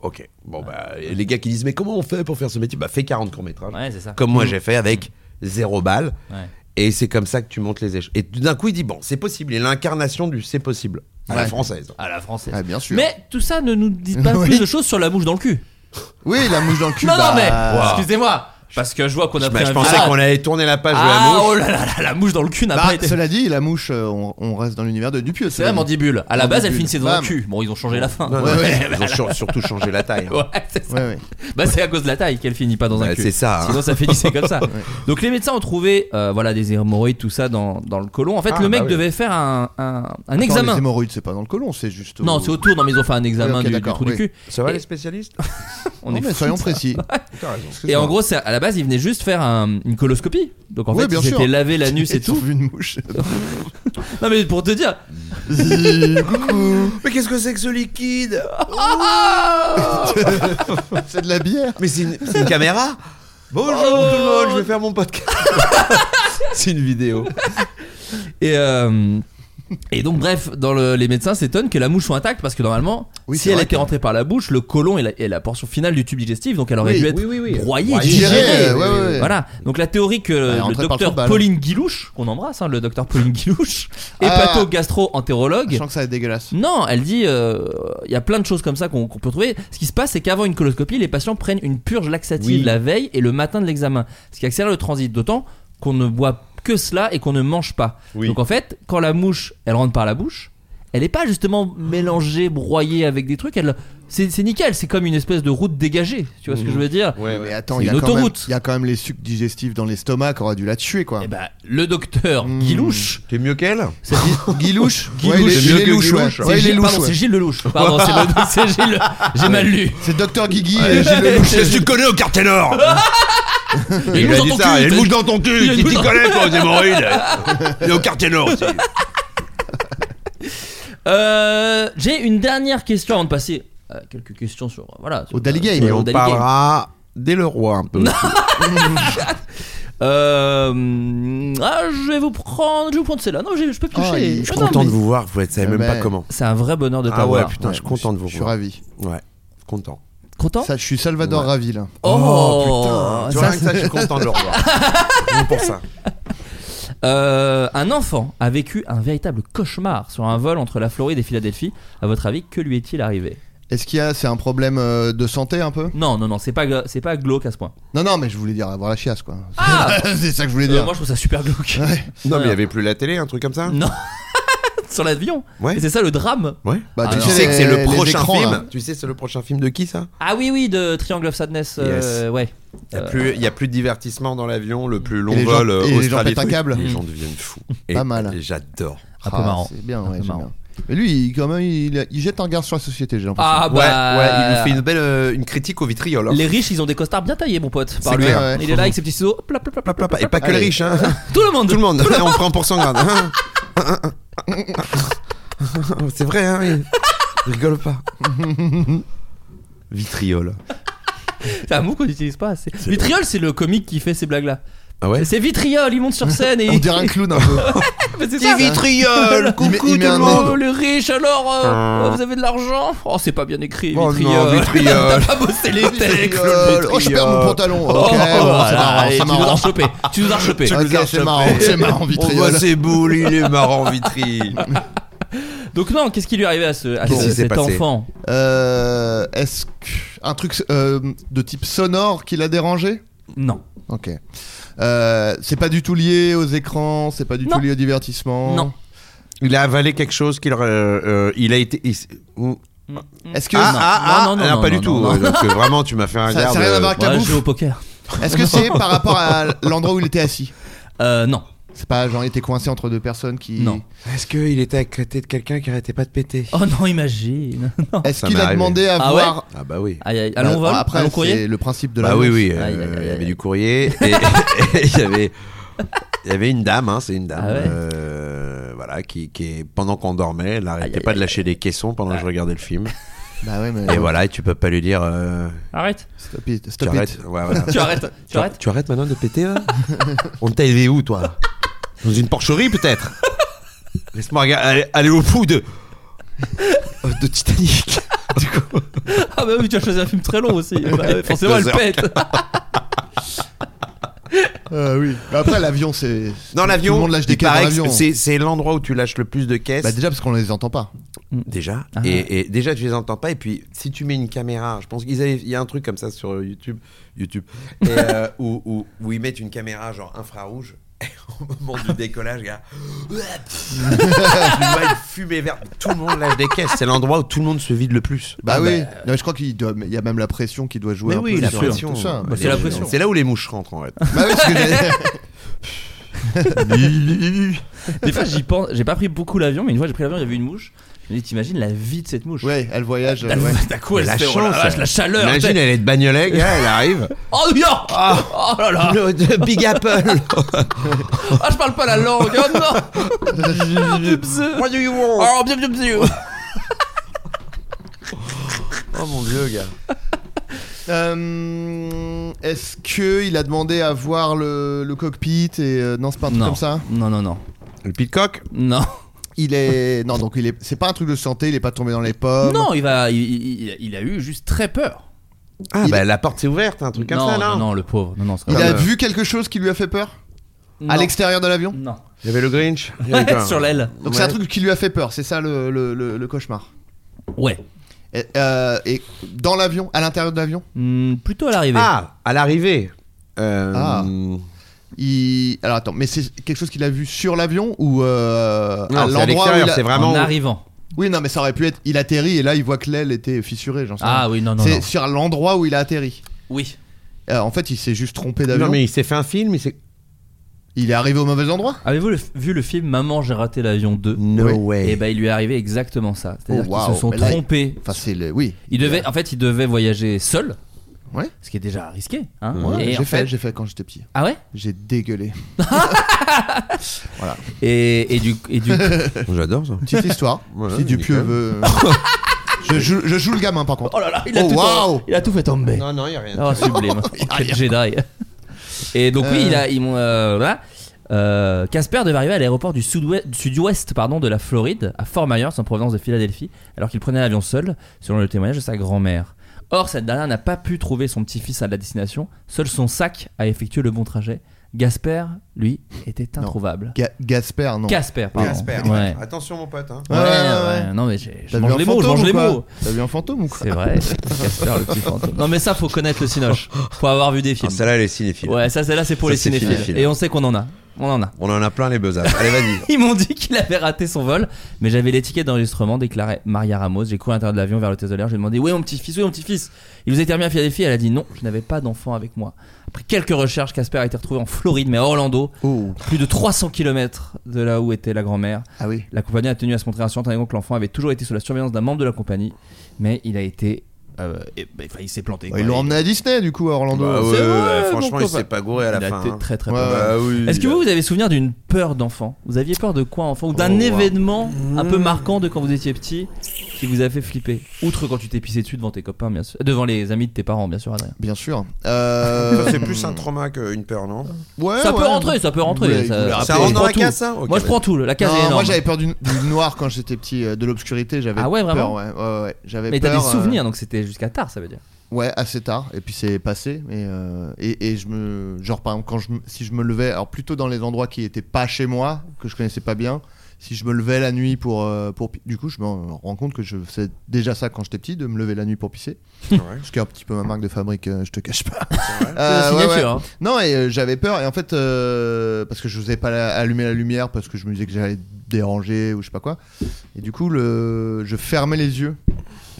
Ok. Bon, bah, et les gars qui disent, mais comment on fait pour faire ce métier Bah, fais 40 courts-métrages. Ouais, c'est ça. Mm. Comme moi, j'ai fait avec zéro balle. Ouais. Et c'est comme ça que tu montes les échelons. Et tout d'un coup, il dit, bon, c'est possible. Et l'incarnation du c'est possible à la Ouais. française. À la française. Ah, bien sûr. Mais tout ça ne nous dit pas Oui. plus de choses sur la mouche dans le cul. Oui, la mouche dans le cul. non, non, bah, mais Wow. excusez-moi. Parce que je vois qu'on a Bah, pris je un pensais virage. qu'on allait tourner la page de la Ah, mouche. oh là là là, la mouche dans le cul n'a Bah, pas été. cela dit, la mouche, euh, on, on reste dans l'univers de Dupieux. C'est vrai, mandibule. À la base, elle Mandibule. finissait dans un Bam. cul. Bon, ils ont changé la fin. Non, non, Ouais, ouais. Ils ont sur- surtout changé la taille. hein. Ouais, c'est ça. Ouais, ouais. Bah, c'est à cause de la taille qu'elle finit pas dans un Bah, cul. c'est ça, hein. Sinon, ça fait glisser comme ça. Donc, les médecins ont trouvé euh, voilà, des hémorroïdes, tout ça dans, dans le côlon. En fait, Ah, le mec bah oui. devait faire un, un, un Attends, examen. Les hémorroïdes, c'est pas dans le côlon, c'est juste. au- Non, c'est autour. Non, mais ils ont fait un examen Ouais, ok, du- du, d'accord, trou oui. du cul. Ça va Et- les spécialistes On Non, est mais fous Oh, bah, soyons de ça. précis. T'as raison. Et en gros, c'est- à la base, il venait juste faire un- une coloscopie. Donc en Ouais, fait, bien il s'était sûr. lavé l'anus et Ils ont tout. vu une mouche. Non mais pour te dire, Mais qu'est-ce que c'est que ce liquide c'est de la bière. Mais c'est une, c'est une caméra Bonjour tout le monde, je vais faire mon podcast. c'est une vidéo. et euh, et donc bref, dans le- les médecins s'étonnent que la mouche soit intacte parce que normalement, Oui, si c'est elle vrai était que- rentrée par la bouche, le côlon est la, est la portion finale du tube digestif, donc elle aurait Oui, dû être oui, oui, oui. broyée, Broyée, digérée. digérée, ouais, ouais, ouais. Voilà. Donc la théorie que est le rentrée par le docteur trou de balle. Pauline Guilouche, qu'on embrasse, hein, le docteur Pauline Guilouche, Ah. Je hépato-gastro-entérologue, sens que ça est dégueulasse. Non, elle dit, euh, il y a plein de choses comme ça qu'on qu'on peut trouver. Ce qui se passe, c'est qu'avant une coloscopie, les patients prennent une purge laxative Oui. la veille et le matin de l'examen, ce qui accélère le transit, d'autant qu'on ne boit que cela et qu'on ne mange pas. Oui. Donc en fait, quand la mouche, elle rentre par la bouche, elle n'est pas justement mélangée, broyée avec des trucs, elle, c'est c'est nickel, c'est comme une espèce de route dégagée, tu vois ce que je veux dire Mhm. Ouais, Mais attends, C'est il y, a une quand même, autoroute. il y a quand même les sucs digestifs dans l'estomac qui auraient dû la tuer, quoi. Eh ben, le docteur Guilouche, T'es mieux qu'elle c'est Guilouche Guilouche. Hmm. Ouais, il est- C'est il mieux est que louche, Guilouche. ouais. c'est Ouais, il est Gilles, louche, pardon, ouais. c'est Gilles Lelouch. Pardon, c'est le- c'est Gilles Le- j'ai mal lu. C'est Docteur Guigui et Gilles Lelouch. Qu'est-ce que tu connais au quartier nord Ah, Il y a une Il a mouche dit dans ton ça, il y cul, a une t'as- mouche dans ton Il y a cul, une qui mouche t'y dans- connais toi aux hémorroïdes Il est au quartier nord Ah, aussi. Euh, j'ai une dernière question avant de passer à quelques questions sur euh, voilà sur- Au Dali Game. sur- Et au on Dali Game. dès le roi un peu. Euh, ah, je vais vous prendre, je vais vous prendre celle-là. Non, je, je peux piocher. Oh, il- Je suis Ah, non, content de mais vous voir, vous ne savez même Mais- pas comment. C'est un vrai bonheur de Ah t'avoir. ouais, putain, je suis content de vous Je suis voir. ravi. Ouais, content. Content Ça, je suis Salvador Ravi là. Oh, Tu ça, vois, rien que ça, je suis content de le revoir. Rien que pour ça. Euh, un enfant a vécu un véritable cauchemar sur un vol entre la Floride et Philadelphie. À votre avis, que lui est-il arrivé Est-ce qu'il y a, c'est un problème euh, de santé un peu Non, non, non, c'est pas, c'est pas glauque à ce point. Non, non, mais je voulais dire avoir la chiasse quoi. Ah c'est ça que je voulais Euh, dire. Moi, je trouve ça super glauque. Non, mais il n'y avait plus la télé, un truc comme ça Non, sur l'avion. Ouais. Et c'est ça le drame. Ouais. Bah, Ah, tu tu non. sais sais que c'est le les- les prochain écrans, film. là. Tu sais, c'est le prochain film de qui ça Ah oui, oui, de Triangle of Sadness. euh, ouais. Il n'y a, Euh, plus- y a plus de divertissement dans l'avion, le plus long les gens- vol. euh, et les gens Australie, pètent un truc. câble. Les Mm. gens deviennent fous. Et- Pas mal. et J'adore. Un peu Ah, marrant. C'est bien, Un ouais, peu j'aime marrant. bien. Mais lui, il- quand même, il, il jette un regard sur la société, j'ai l'impression. Ah bah. ouais, ouais, il lui fait une belle euh, une critique au vitriol. hein. Les riches, ils ont des costards bien taillés, mon pote. Par C'est lui. hein. clair, ouais. Il est là avec ses petits ciseaux. Hop, hop, hop, hop, Plap, hop. plap, plap. Et pas que les Allez. riches, hein. Tout le monde. tout le monde. Et on prend pour 100 grammes. Hein Hein, hein, hein. c'est vrai, hein il- il Rigole pas. Vitriol. C'est un mot qu'on n'utilise pas assez. Vitriol, c'est le comique qui fait ces blagues-là. Ah ouais C'est Vitriol, Ah, il monte sur scène et. On dirait un clown un peu. Mais c'est ça. vitriol Il met- il met un Oh, les riches, alors euh, Ah. vous avez de l'argent Oh, c'est pas bien écrit, Oh non, Vitriol. Vitriol. T'as pas bossé les textes. Vitriol. Oh, je perds mon pantalon. Ok, bon, c'est marrant, allez, c'est tu nous marrant. as chopé. Tu nous as chopé. Ok, c'est marrant, c'est marrant, On voit vitriol. ses boules, il est marrant, vitri. Donc non, qu'est-ce qui lui est arrivé à, ce, à Qu'est-ce ce- qui s'est cet passé enfant Euh, Est-ce qu'un truc euh, de type sonore qui l'a dérangé Non. Ok. Euh, c'est pas du tout lié aux écrans, c'est pas du Non. tout lié au divertissement. Non. Il a avalé quelque chose qu'il. aurait- euh, il a été. il s- ou- Est-ce que ah, non. ah, ah, Non, non, non, pas non, du non, tout. non. ouais, parce que vraiment, tu m'as fait un ça, ça garde. a rien à voir euh, avec Voilà, la je joue au bouffe poker. Est-ce que c'est par rapport à l'endroit où il était assis Euh, non. C'est pas genre il était coincé entre deux personnes qui. Non. Est-ce qu'il était à côté de quelqu'un qui arrêtait pas de péter Oh non, imagine. Non. Est-ce Ça qu'il m'est a arrivé. demandé à Ah ouais voir Ah bah oui. Aïe, aïe, allons Bah, vol, Après, allons courrier. c'est le principe de la. Bah oui, oui. Aïe, aïe, euh, aïe, il y aïe. avait du courrier et et il y avait. Il y avait une dame, hein, c'est une dame, Ah ouais. euh, voilà, qui, qui est- pendant qu'on dormait, elle Aïe, n'arrêtait aïe, pas de aïe, Ah. lâcher des caissons pendant que je regardais le film. Bah ouais, mais. Et voilà, et tu peux pas lui dire, euh, Arrête. Stop it. tu Stop it. arrêtes, Ouais, voilà. Tu arrêtes. Tu arrêtes. Bah, Tu arrêtes maintenant de péter là On t'a élevé où toi Dans une porcherie peut-être Laisse-moi regarder, aller, aller au bout de euh, de Titanic. Du coup, Ah bah oui, tu as choisi un film très long aussi. Bah ouais, forcément, elle Deux heures. pète. Euh, oui. Bah après, l'avion, c'est. dans l'avion, Tout le monde lâche il des caisses paraît dans que l'avion. C'est, c'est l'endroit où tu lâches le plus de caisses. Bah déjà parce qu'on les entend pas. déjà. Et, et déjà tu les entends pas. Et puis si tu mets une caméra, je pense qu'il y a un truc comme ça sur YouTube, YouTube, et, euh, où, où- où ils mettent une caméra genre infrarouge. Et Au moment du décollage, gars, tu vois une fumée verte. Tout le monde lâche des caisses. C'est l'endroit où tout le monde se vide le plus. Ah, Bah, oui. Non, je crois qu'il doit- il y a même la pression qui doit jouer. Mais un oui, peu la sur pression. Tout ça. Bah, Bah, les- c'est la pression. C'est là où les mouches rentrent en fait. Bah oui, parce que j'ai- Des fois, j'y pense. J'ai pas pris beaucoup l'avion, mais une fois, j'ai pris l'avion, il y avait une mouche. Je me dis, t'imagines la vie de cette mouche. ouais, elle voyage. D'un ouais. d'un coup, elle la se fait, oh la, vache, la chaleur. Imagine, t'sais. elle est de Bagnolet, gars, elle Ah! arrive. Oh New York Oh là là Le- de Big Apple. Ah, je parle pas la langue Oh non Ah, bzz. What do you want Oh, bien, bien, bien Oh mon dieu, gars. Euh, Est-ce que il a demandé à voir le, le cockpit et euh, non c'est pas un truc Non. comme ça Non, non, non. Le Pitcock Non, Il est non donc il est c'est pas un truc de santé il est pas tombé dans les Euh, pommes. non, il va, il, il- il a eu juste très peur. Ah, Il- bah la porte s'est ouverte, un truc non, comme ça, là. non, non, le pauvre. Non, non, c'est Il pas a grave. vu quelque chose qui lui a fait peur Non. à l'extérieur de l'avion. Non. Il y avait le Grinch. Il y avait Ouais, quoi sur l'aile. Donc c'est un Ouais. truc qui lui a fait peur c'est ça le, le- le- le cauchemar. Ouais. Et, euh, et dans l'avion à l'intérieur de l'avion Hmm, plutôt à l'arrivée. Ah, à l'arrivée. Euh, Ah. il alors attends mais c'est quelque chose qu'il a vu sur l'avion ou euh, Non, à c'est l'endroit à où l'extérieur, il a- c'est en vraiment. arrivant. Oui non mais ça aurait pu être il atterrit et là il voit que l'aile était fissurée j'en sais Ah rien. oui, non, non, C'est non. sur l'endroit où il a atterri. Oui. Euh, en fait, il s'est juste trompé d'avion. Non, mais il s'est fait un film, il s'est. Il est arrivé au mauvais endroit. Avez-vous le- vu le film Maman, j'ai raté l'avion 2 No Oui. way. Et ben il lui est arrivé exactement ça. C'est-à-dire Oh, waouh. qu'ils se sont Mais là, il- trompés. Enfin, c'est le. Oui. Il devait, en fait, il devait voyager seul. Ouais. Ce qui est déjà risqué. Hein. Ouais, Et en j'ai fait, fait- j'ai fait quand j'étais petit. Ah ouais J'ai dégueulé. et, et du, et du J'adore ça. Petite histoire. Voilà, si Dupieux nickel. veut. je, joue, je joue le gamin par contre. Oh là là, il a, Oh, tout, waouh. il a tout fait tomber. Non, non, il n'y a rien. Oh, sublime. Quel Jedi. Et donc, oui, Euh. il a. ils m'ont, euh, voilà. Euh, Casper devait arriver à l'aéroport du sud-ouest sud-ouest, pardon, de la Floride, à Fort Myers, en provenance de Philadelphie, alors qu'il prenait l'avion seul, selon le témoignage de sa grand-mère. Or, cette dernière n'a pas pu trouver son petit-fils à la destination, seul son sac a effectué le bon trajet. Gasper, lui, était introuvable. Ga- Gasper, non. Casper, pardon. Gasper. Ouais. Attention, mon pote. Hein. Ouais, Ouais, ouais, ouais. Non, mais j'ai- je mange les mots, je mange ou les quoi mots. T'as vu un fantôme ou quoi C'est vrai, Casper le petit fantôme. Non mais ça faut connaître le cinoche, faut avoir vu des films. Ah, Celle-là, elle est cinéphile. ouais, ça celle-là c'est pour Ça, les c'est cinéphiles. cinéphile. Et on sait qu'on en a, on en a. On en a plein les besaces. Allez, vas-y. Ils m'ont dit qu'il avait raté son vol, mais j'avais l'étiquette d'enregistrement, déclarait Maria Ramos. J'ai couru à l'intérieur de l'avion vers l'hôtel de l'air, j'ai demandé Oui, mon petit-fils, oui, mon petit-fils. Il vous a été remis à Philadelphie, elle a dit Non, je n'avais pas d'enfant avec moi. Après quelques recherches, Casper a été retrouvé en Floride, mais à Orlando, Oh. plus de 300 km de là où était la grand-mère. Ah oui. La compagnie a tenu à se montrer rassurante en disant que l'enfant avait toujours été sous la surveillance d'un membre de la compagnie, mais il a été. euh, et- bah, enfin, il s'est planté. Bah, quoi. ils l'ont emmené à Disney du coup à Orlando. Bah ouais, C'est vrai, ouais, mon franchement, il copain. s'est pas gouré à Il la a fin. été hein. très très Ouais, peu mal. Bah oui. Est-ce que vous, vous avez souvenir d'une peur d'enfant Vous aviez peur de quoi enfant Ou d'un Oh, wow. événement un Hmm. peu marquant de quand vous étiez petit qui vous a fait flipper Outre quand tu t'es pissé dessus devant tes copains, bien sûr. Devant les amis de tes parents, bien sûr, Adrien. Bien sûr. Euh, Ça, C'est plus un trauma qu'une peur, non Ouais, ça ouais. peut rentrer, ça peut rentrer. voulez- vous voulez ça, bah, rappeler- Ça je rentre dans prends la tout. case, ça Ok, Moi, je vas-y. prends tout. La case hein. Non, est énorme. moi j'avais peur du, du noir quand j'étais petit, euh, de l'obscurité, j'avais Ah ouais, peur, vraiment ouais, ouais, ouais. J'avais Mais t'as des peur, euh, souvenirs, donc c'était jusqu'à tard, ça veut dire. Ouais, assez tard. Et puis c'est passé. Et, euh, et, et je me. Genre, par exemple, quand je, me- si je me levais, alors plutôt dans les endroits qui étaient pas chez moi, que je connaissais pas bien, si je me levais la nuit pour, euh, pour pi- du coup je me rends compte que je faisais déjà ça quand j'étais petit de me lever la nuit pour pisser ce qui est un petit peu ma marque de fabrique euh, je te cache pas Euh, C'est la ouais, ouais. signature, hein. non et euh, j'avais peur et en fait euh, parce que je n'osais pas la- allumer la lumière parce que je me disais que j'allais déranger ou je sais pas quoi et du coup le je fermais les yeux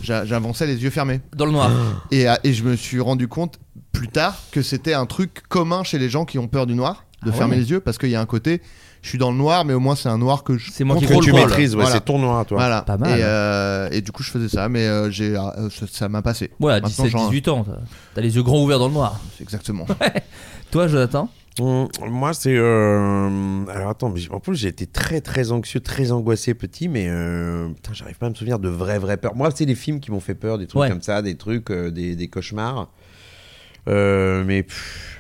J'a- j'avançais les yeux fermés Dans le noir. et, euh, et je me suis rendu compte plus tard que c'était un truc commun chez les gens qui ont peur du noir, Ah de fermer les yeux, parce qu'il y a un côté, je suis dans le noir, mais au moins c'est un noir que je C'est moi qui contrôle. Que tu Contrôle. maîtrises, ouais, Voilà. c'est ton noir, toi. Voilà. Pas mal. Et, euh, et du coup, je faisais ça, mais euh, j'ai, euh, ça, ça m'a passé. Voilà, Maintenant, j'en- 17-18 ans. t'as- T'as les yeux grands ouverts dans le noir. Exactement. Toi, Jonathan Hum, moi, c'est. euh, Alors attends, mais j- en plus, j'ai été très, très anxieux, très angoissé petit, mais euh, putain, j'arrive pas à me souvenir de vraies, vraies peurs. Moi, c'est les films qui m'ont fait peur, des trucs Ouais. comme ça, des trucs, euh, des, des cauchemars. Euh, mais. pff,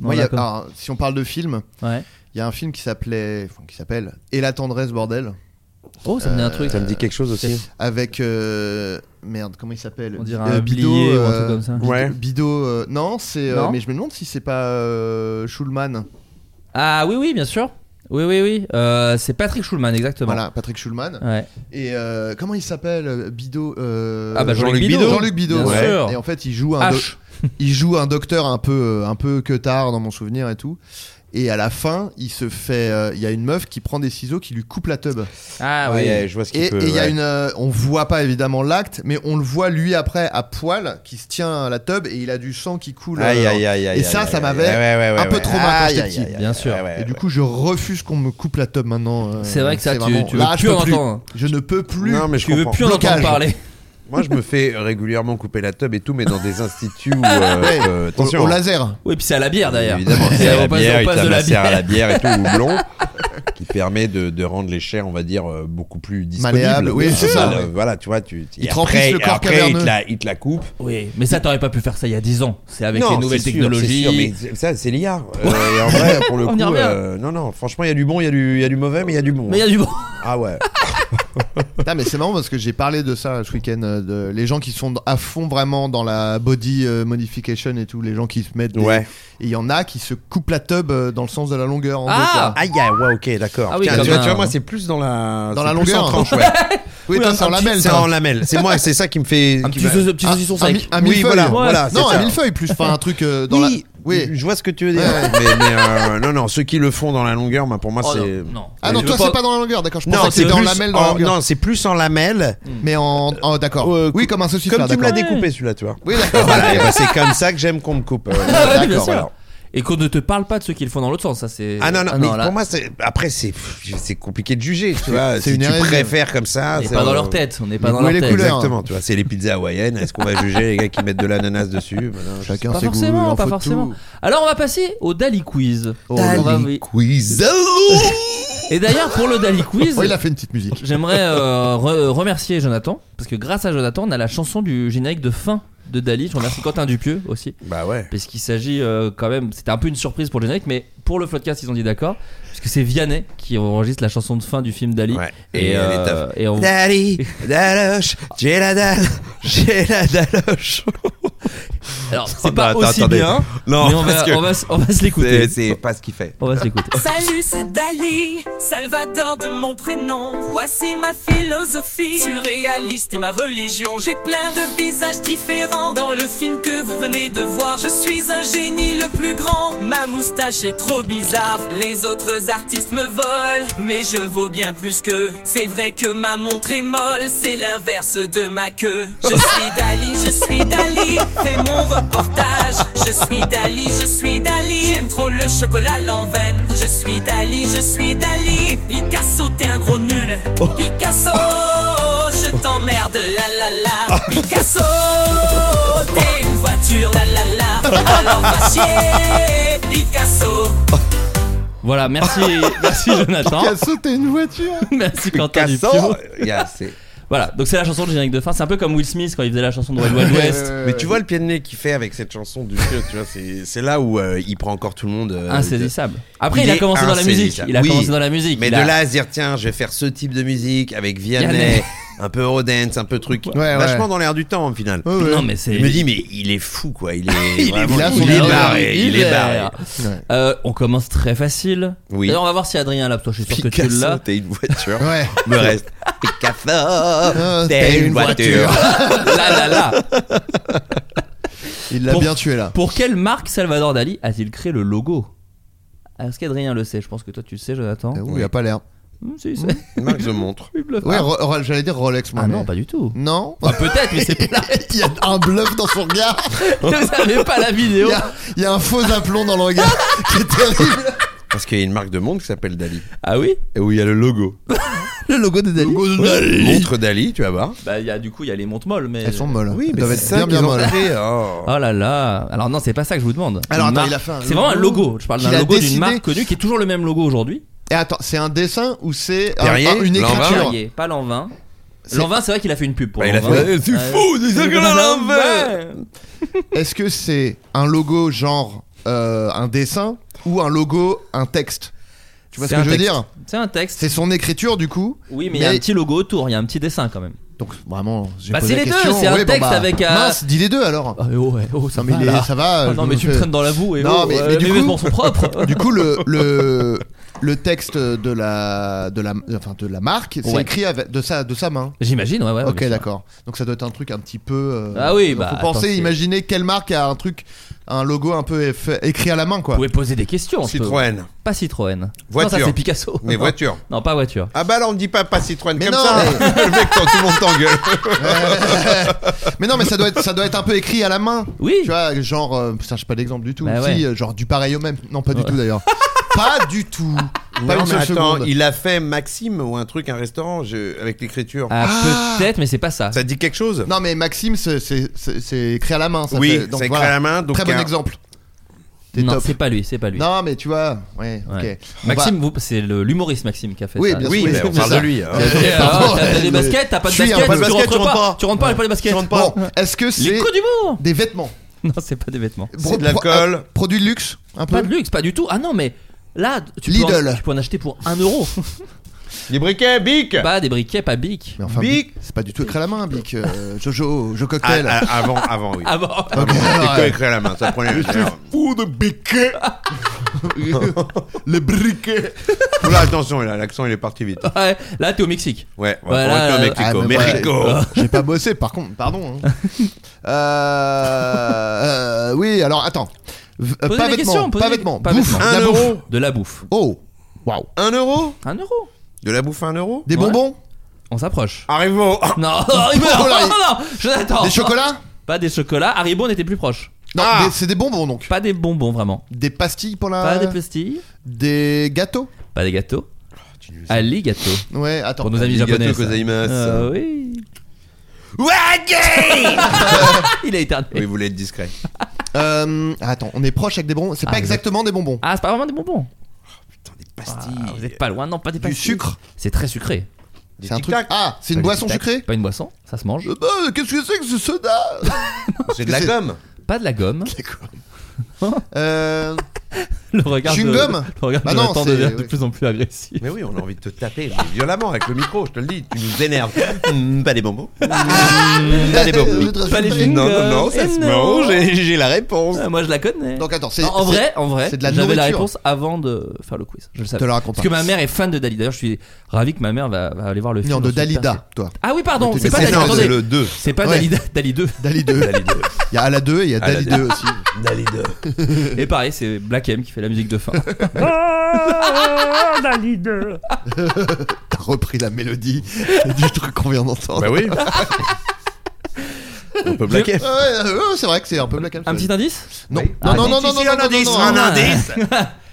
Moi, Non, il y a- ah. d'accord. alors, si on parle de film, Ouais. il y a un film qui s'appelait, enfin, qui s'appelle Et la tendresse bordel, Oh, ça me dit Euh, un truc. ça me dit quelque chose aussi. avec euh, merde, comment il s'appelle On dirait Euh, un billet ou un truc comme ça. Bido- Ouais. Bido, euh, non, c'est. euh, Non. mais je me demande si c'est pas euh, Schulman. Ah oui, oui, bien sûr. Oui, oui, oui. Euh, c'est Patrick Schulman, exactement. Voilà, Patrick Schulman. Ouais. Et euh, comment il s'appelle euh, Bido euh, Ah bah Jean-Luc Jean-Luc Bido. Jean-Luc Bido. Bien ouais. sûr. Ah. Et en fait, il joue un, H. doc- il joue un docteur un peu euh, un peu que tard dans mon souvenir et tout. Et à la fin, il se fait, euh, il y a une meuf qui prend des ciseaux qui lui coupe la teub. Ah oui. Ouais, ouais, je vois ce qu'il Et et peut. il y a ouais. une, euh, on voit pas évidemment l'acte, mais on le voit lui après à poil qui se tient à la teub et il a du sang qui coule. Aïe, euh, aïe, aïe, aïe, Et ça, aïe, ça aïe, m'avait aïe, aïe, aïe, un peu aïe, traumatisé quand aïe, j'étais aïe, petit. aïe, aïe, Bien sûr. aïe, aïe, Et du aïe. coup, je refuse qu'on me coupe la teub maintenant. euh, C'est vrai que ça, c'est tu- vraiment- tu veux Là, plus je peux en plus. entendre. Je ne peux plus. Non, mais je tu veux comprends. plus en entendre Blocage. parler. Moi, je me fais régulièrement couper la tub et tout, mais dans des instituts où. euh, Ouais. euh, Au- attention. Au, laser. Oui, puis c'est à la bière Ah, d'ailleurs. Évidemment, Et c'est à on la passe- bière, on il passe te de la macère à bière. la bière et tout, au houblon, qui permet de, de rendre les chairs, on va dire, euh, beaucoup plus disponibles. Malléables, oui, c'est ça, Euh, ouais. Voilà, tu vois, tu, Ils et te remplissent le corps après, ils caverneux. te la, ils te la coupent. Oui, mais ça, t'aurais pas pu faire ça il y a 10 ans. C'est avec Non, les nouvelles c'est sûr, technologies. c'est sûr, mais c'est- ça, c'est l'IA. Euh, et en vrai, pour le On coup, y revient. euh, non, non, franchement, il y a du bon, il y, a du- il y a du mauvais, mais il y a du bon. Mais il y a du bon. Ah ouais. Putain, mais c'est marrant parce que j'ai parlé de ça ce week-end. euh, de- les gens qui sont à fond vraiment dans la body euh, modification et tout, les gens qui se mettent. des- Ouais. Et il y en a qui se coupent la teub euh, dans le sens de la longueur. En Ah Ah, yeah, ouais, ok, d'accord. Ah oui, Tiens, comme tu, vois, un- tu vois, moi, c'est plus dans la. Dans c'est la plus longueur. en tranche, ouais. deux. oui, toi, c'est en lamelle. C'est toi. en lamelle. C'est moi, c'est ça qui me fait. Un qui petit, va- sauc- petit Ah, saucisson un sec. mi- un Oui, millefeuille. voilà, voilà, Non, c'est un ça. millefeuille plus. Enfin, un truc euh, dans oui, la. Oui. je vois ce que tu veux dire. Ouais. mais mais, euh, non, non, ceux qui le font dans la longueur, moi, pour moi, Oh, c'est. non, non. Ah Mais non, je toi, veux c'est pas dans la longueur, d'accord. Je Non, pensais que c'est c'était en plus lamelle dans en- la longueur. non, c'est plus en lamelle. Hmm. Mais en. oh, d'accord. Euh, oui, coupe- comme un saucisse Comme là, tu me l'as d'accord. découpé celui-là, tu vois. Oui, d'accord. Voilà, et ben, c'est comme ça que j'aime qu'on me coupe. euh, Ah ouais, bien d'accord, sûr. voilà. Et qu'on ne te parle pas de ceux qui le font dans l'autre sens, ça c'est. Ah non, non, mais là, pour moi, c'est- après, c'est pff, c'est compliqué de juger, tu vois. c'est si une tu hérésie. préfères comme ça. on n'est c'est pas dans un- leur tête, on n'est pas Mais dans où leur est les tête. couleurs Exactement, tu vois. C'est les pizzas hawaïennes. Est-ce qu'on va juger les gars qui mettent de l'ananas dessus Ben non, je- Chacun Pas ses goûts, il forcément, en pas faut forcément. tout. Alors on va passer au Dali Quiz. Dali On va- oui. Quiz. Et d'ailleurs pour le Dali Quiz, Oh, il a fait une petite musique. j'aimerais euh, re- remercier Jonathan parce que grâce à Jonathan, on a la chanson du générique de fin de Dali. Je remercie Quentin Dupieux aussi. Bah ouais. Parce qu'il s'agit euh, quand même, c'était un peu une surprise pour le générique, mais pour le podcast ils ont dit d'accord, puisque c'est Vianney qui enregistre la chanson de fin du film Dali. Ouais. Et, Et elle est euh, taf. et on- Dali, Daloche, j'ai la dalle, j'ai la Daloche. alors c'est Non, pas Oh, attends, aussi attendez. bien, Non, mais on va, parce que on va, s- on va se l'écouter. C'est c'est pas ce qu'il fait. On va se l'écouter. Salut, c'est Dali, Salvador de mon prénom. Voici ma philosophie, surréaliste et ma religion. J'ai plein de visages différents dans le film que vous venez de voir. Je suis un génie le plus grand. Ma moustache est trop bizarre. Les autres artistes me volent, mais je vaux bien plus qu'eux. C'est vrai que ma montre est molle, c'est l'inverse de ma queue. Je suis Dali, je suis Dali, fais mon reportage. Je suis Dali, je suis Dali, j'aime trop le chocolat l'enveine. Je suis Dali, je suis Dali, Picasso t'es un gros nul. Picasso, je t'emmerde, la la la. Picasso, t'es une voiture, la la la. Alors va chier, Picasso. Voilà, merci, merci Jonathan, Qui a sauté une voiture. merci Quentin Picasso, Dupieux. yeah, c'est- Voilà, donc c'est la chanson du générique de fin. C'est un peu comme Will Smith quand il faisait la chanson de Wild Wild West. Mais tu vois le pied de nez qu'il fait avec cette chanson du jeu, tu vois, c'est c'est là où euh, il prend encore tout le monde. Ah, euh, Insaisissable. Après, il, Il a est commencé dans la musique. insaisissable. Il a Oui. commencé dans la musique. Mais Il de a- là à se dire, tiens, je vais faire ce type de musique avec Vianney, Vianney. un peu Eurodance, un peu truc. ouais. Vachement dans l'air du temps, au final. Ouais, ouais. Non, mais c'est. Je me dis, mais euh, il est fou, quoi. Il est, Il est vraiment- là, il il est est barré. hiver. Il est barré. Ouais. Euh, on commence très facile. Oui. D'ailleurs, on va voir si Adrien là, toi, je suis sûr que tu Picasso, l'as. t'es une voiture. Ouais. Le reste. Picasso, t'es t'es une une voiture. là, là, là. Il l'a Pour- bien tué là. Pour quelle marque Salvador Dali a-t-il créé le logo Est-ce qu'Adrien le sait Je pense que toi, tu le sais, Jonathan. Euh, Eh oui, Il a pas l'air. Hum, si, il Hmm. sait. Marc de montre. Il bluffe. Ouais, Ro- Ro- j'allais dire Rolex moi. Ah mais- non, pas du tout. Non Enfin, peut-être, mais c'est pas. Il y a un bluff dans son regard. Vous avez pas la Il vidéo. y a, il y a un faux aplomb dans le regard qui est terrible. Parce qu'il y a une marque de montre qui s'appelle Dali. Ah oui Et où il y a le logo. Le logo de Dali. Montre Dali, tu vas voir. Bah, il y a, du coup, il y a les montes molles, mais. Elles sont molles. Oui, Elles mais doivent c'est être bien ça bien Ah, qu'ils ont molles. fait, oh. Oh là là Alors non, c'est pas ça que je vous demande. Alors, Une attends, marque- il a fait un C'est vraiment un logo logo. Je parle d'un qu'il a logo d'une décidé. marque connue qui est toujours le même logo aujourd'hui. Et attends, c'est un dessin ou c'est un- Perrier, un- une Lambin. écriture Perrier, pas Lanvin. Ah C'est- Lanvin, c'est vrai qu'il a fait une pub pour Bah, il a Lanvin. fait, c'est Ouais. fou, c'est ça qu'on a l'envers. Est-ce que c'est un logo genre euh, un dessin ou un logo un texte Tu vois ce C'est que un je veux texte. dire C'est un texte. C'est son écriture du coup Oui, mais il y a un petit logo autour, il y a un petit dessin quand même. Donc vraiment, j'ai Bah, posé c'est la les deux, question. c'est un Oui, bon, texte bah, avec un- Mince, dis les deux alors. Ah, oh, ouais, oh, ça Non mais va, il est- là. ça va. Ah je non, mais me tu me fais- traînes dans la boue et Non, oh, mais- euh, mais du mes coup- vêtements sont propres. Du coup, le, le, le texte de la, de la, enfin, de la marque, c'est Ouais. écrit avec, de, sa, de sa main. J'imagine, ouais, ouais. ok, bien sûr. d'accord. Donc ça doit être un truc un petit peu. euh, Ah oui, donc bah, Faut penser, attends, c'est- imaginer quelle marque a un truc, un logo un peu eff- écrit à la main, Vous quoi. pouvez poser des questions. on se peut- Citroën. Pas Citroën. Non, Voiture. ça c'est Picasso. Mais Non. voiture. Non, pas voiture. Ah bah là on dit pas pas Citroën Mais comme non, ça. mais- le mec quand tout le monde t'engueule. mais non, mais ça doit être, ça doit être un peu écrit à la main. Oui. Tu vois, genre, euh, putain, j'ai pas d'exemple du tout. Bah Si, ouais. euh, genre du pareil au même. Non, pas du Ouais. tout d'ailleurs. pas du tout. Pas Non, une mais seule attends, seconde. il a fait Maxime ou un truc un restaurant je- avec l'écriture. Ah, peut-être, mais c'est pas ça. Ça te dit quelque chose Non, mais Maxime, c'est- c'est c'est- c'est écrit à la main. Ça Oui, fait- donc c'est écrit voilà. à la main. Donc Très bon un- exemple. T'es Non, top. c'est pas lui, c'est pas lui. Non, mais tu vois, ouais, Ouais. ok. On Maxime, va- vous- c'est le- l'humoriste Maxime qui a fait Oui, ça. bien Oui, sûr, mais on c'est parle ça. de lui. hein. Ah, Pardon, T'as des mais- baskets, t'as pas de Je suis un basket, pas de tu basket, rentres tu rentres pas. pas. Tu rentres pas, il y a pas de basket. Bon, est-ce que Les c'est coups du monde des vêtements Non, c'est pas des vêtements. C'est de Pro- pro- l'alcool. euh, Produits de luxe Un peu Pas de luxe, pas du tout. Ah non, mais là, tu peux, Lidl. en, tu peux en acheter pour 1 euro. Des briquets, bic. pas des briquets, pas bic. Mais Bah, enfin, Bic. Bic, c'est pas du tout écrit à la main, Bic. Euh, Jojo, Joe Ah, Cocktail. ah, avant, avant, oui. Ah bon Ok, C'était que ouais. écrit à la main. Ça prenait. Fou de briquet Le briquet Oula, attention, là, l'accent il est parti vite. Ouais, Là, t'es au Mexique. Ouais, on va Ouais, là, prendre là, Ah, Mexico. mais moi, Mexico. J'ai j'ai pas bossé, par contre, pardon. hein. Euh, euh, oui, alors attends. V- euh, Posez pas vêtements, des questions, posez pas des- vêtements. pas Bouffe, vêtements. Ah. la Un bouffe. euro. De la bouffe. Oh, waouh. Un euro 1 euro De la bouffe, un euro Des Ouais. bonbons On s'approche. Arrivo. Non, Haribo, Oh là, non, il- non, non, Jonathan. Des chocolats Pas des chocolats. Haribo, on était plus proche. Non, Ah. des- c'est des bonbons donc. Pas des bonbons, vraiment. Des pastilles pour la. Pas des pastilles. Des gâteaux Pas des gâteaux. Oh, Ali gâteau. Ouais, attends. Pour nos amis Arigato japonais. ça. Ah, gozaimasu. Euh, oui. Wagyu Il a éternué. Oui, vous voulez être discret. Euh, attends, on est proche avec des bonbons. C'est Ah, pas exact. exactement des bonbons. Ah, c'est pas vraiment des bonbons. Putain, des Ah, vous pastilles. êtes pas loin, non, pas des Du pastilles. sucre. C'est très sucré. Des C'est un truc. tic-tac. Ah, c'est une Pas boisson du tic-tac, sucrée Pas une boisson, ça se mange. Euh, bah, Qu'est-ce que c'est que ce soda C'est de la ah, C'est- gomme. Pas de la gomme. euh, Le regard de, Chewing-gum le regard Bah de non, Nathan c'est- devient de oui. plus en plus agressif. Mais oui, on a envie de te taper mais violemment avec le micro, je te le dis, tu nous énerves. Hmm, Mm, pas des bonbons. Mm, pas des Ah, Je bonbons. vais te Pas les rajouter. chewing-gums. Non, non, non, ça Et se non. mange et j'ai la réponse. Ah, moi je la connais. Donc attends, c'est. Non, en c'est- vrai, en vrai, c'est de la j'avais la nourriture. réponse avant de faire le quiz. Je le te savais. le raconte Parce pas. que ma mère est fan de Dali. D'ailleurs, je suis ravi que ma mère va, va aller voir le film. Non, de sur Percy. Dalida, toi. Ah oui, pardon, Mais c'est c'est- pas Dali. non, attendez. c'est le 2. C'est pas Ouais. Dalida, Dali 2. Dali 2. Il y a Ala 2 et il y a Ala Dali 2 2. aussi. Dali 2. Et pareil, c'est Black M qui fait la musique de fin. T'as repris la mélodie du truc qu'on vient d'entendre. Bah oui. On peut blaquer. Ouais, euh, c'est vrai que c'est un peu Black Alpha. Un petit indice Non, Oui. non, Ah, non, si, non, si, non, si, non, un non, indice, non, un non. indice.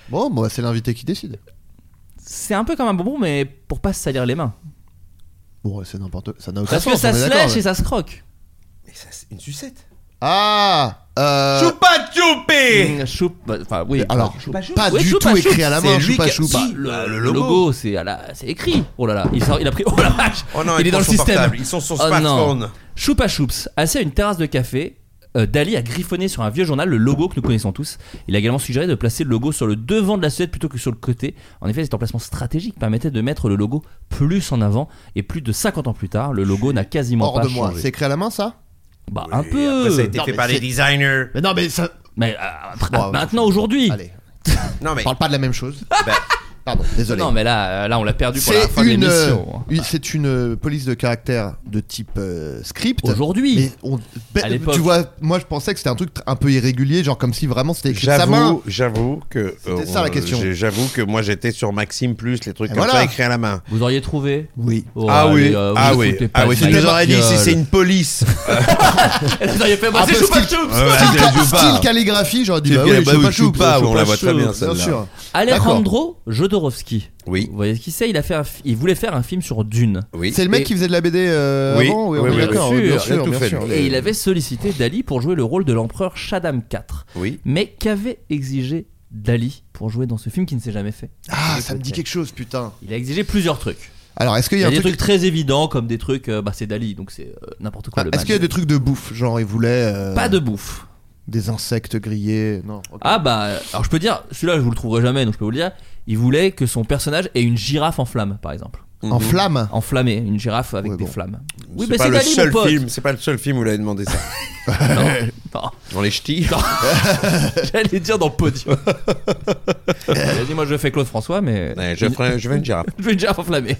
Bon, moi, c'est l'invité qui décide. C'est un peu comme un bonbon, mais pour pas se salir les mains. Bon, c'est n'importe Ça n'a aucun Parce sens. que ça on est se d'accord, lèche ouais. et ça se croque. Mais ça, c'est une sucette. Ah euh, Choupa choupé Mmh, choup- bah, Enfin, oui. Alors, choupa choup. pas Ouais, du choupa tout choup. écrit à la c'est main, lui choupa qui a- choupa. Si, Le, Ah, bah, le le logo, logo. c'est à la- c'est écrit. Oh là là, il, sort- il a pris. Oh la vache Oh non, Il ils est dans le sont système. portables, Ils sont sur Oh non. smartphone. Choupa Choups, assis à une terrasse de café, euh, Dali a griffonné sur un vieux journal le logo que nous connaissons tous. Il a également suggéré de placer le logo sur le devant de la silhouette plutôt que sur le côté. En effet, cet emplacement stratégique permettait de mettre le logo plus en avant et plus de 50 ans plus tard, le logo n'a quasiment Hors pas de moi. changé. C'est créé à la main, ça Bah un peu. Après, ça a été Non, fait mais par les c'est- Bah, designers. Mais non, mais ça. Mais euh, après- Bon, maintenant aujourd'hui. Allez, Non, mais. bah, parle pas de la même chose. Pardon, désolé. Non mais là euh, là on l'a perdu pour la C'est fin de une, l'émission. hein. une- c'est une euh, police de caractère de type euh, script. Mais Aujourd'hui. on- ben, À l'époque. tu vois, moi je pensais que c'était un truc tr- un peu irrégulier, genre comme si vraiment c'était écrit de sa main. J'avoue, j'avoue que. euh, C'était ça, la question. j'ai- J'avoue que moi j'étais sur Maxime Plus, les trucs Et comme voilà. ça écrits à la main. Vous auriez trouvé Oui. Oh, ah oui, allez, euh, vous ah vous oui, foutez pas ah de oui. ma Tu nous aurais dit si gueule. c'est une police. Vous auriez Bah, fait Ah, passer parce Choupa qu'il- Choups. Euh, Style, Adrien Dupin. style calligraphie, j'aurais dit Style bah oui, calligraphie, je bah oui, sais pas, Choupa, je sais on la pas, voit je- très bien, Bien celle-là. sûr. Alejandro Jodorowsky. Oui, Vous voyez qui c'est il, a fait un fi- il voulait faire un film sur Dune. oui. C'est le Et- mec qui faisait de la BD euh, Oui, avant, oui, on est oui, d'accord, bien bien il sûr, a sûr, tout bien fait, sûr. lui. Et il avait sollicité Dali pour jouer le rôle de l'empereur Shaddam IV. Oui. Mais qu'avait exigé Dali pour jouer dans ce film qui ne s'est jamais fait Ah, ça me dit quelque chose, putain. Il a exigé plusieurs trucs. Alors, est-ce qu'il y Il y a a un des truc trucs très évidents comme des trucs, euh, bah c'est Dali, donc c'est euh, n'importe quoi. Ah, le Est-ce mal. qu'il y a des trucs de bouffe Genre, il voulait. euh, Pas de bouffe. Des insectes grillés. Non. ok. Ah bah, alors je peux dire, celui-là je vous le trouverai jamais, donc je peux vous le dire. Il voulait que son personnage ait une girafe en flamme, par exemple. En flamme Enflammée, une girafe avec Ouais, des bon. flammes. C'est bah, pas le Dali, mon seul pote. film. C'est pas le seul film où il a demandé ça. Non. Dans les ch'tis. J'allais dire dans Podium. Vas-y, moi je fais Claude François, mais. Ouais, je, ferai, je vais une girafe. Je vais déjà enflammé.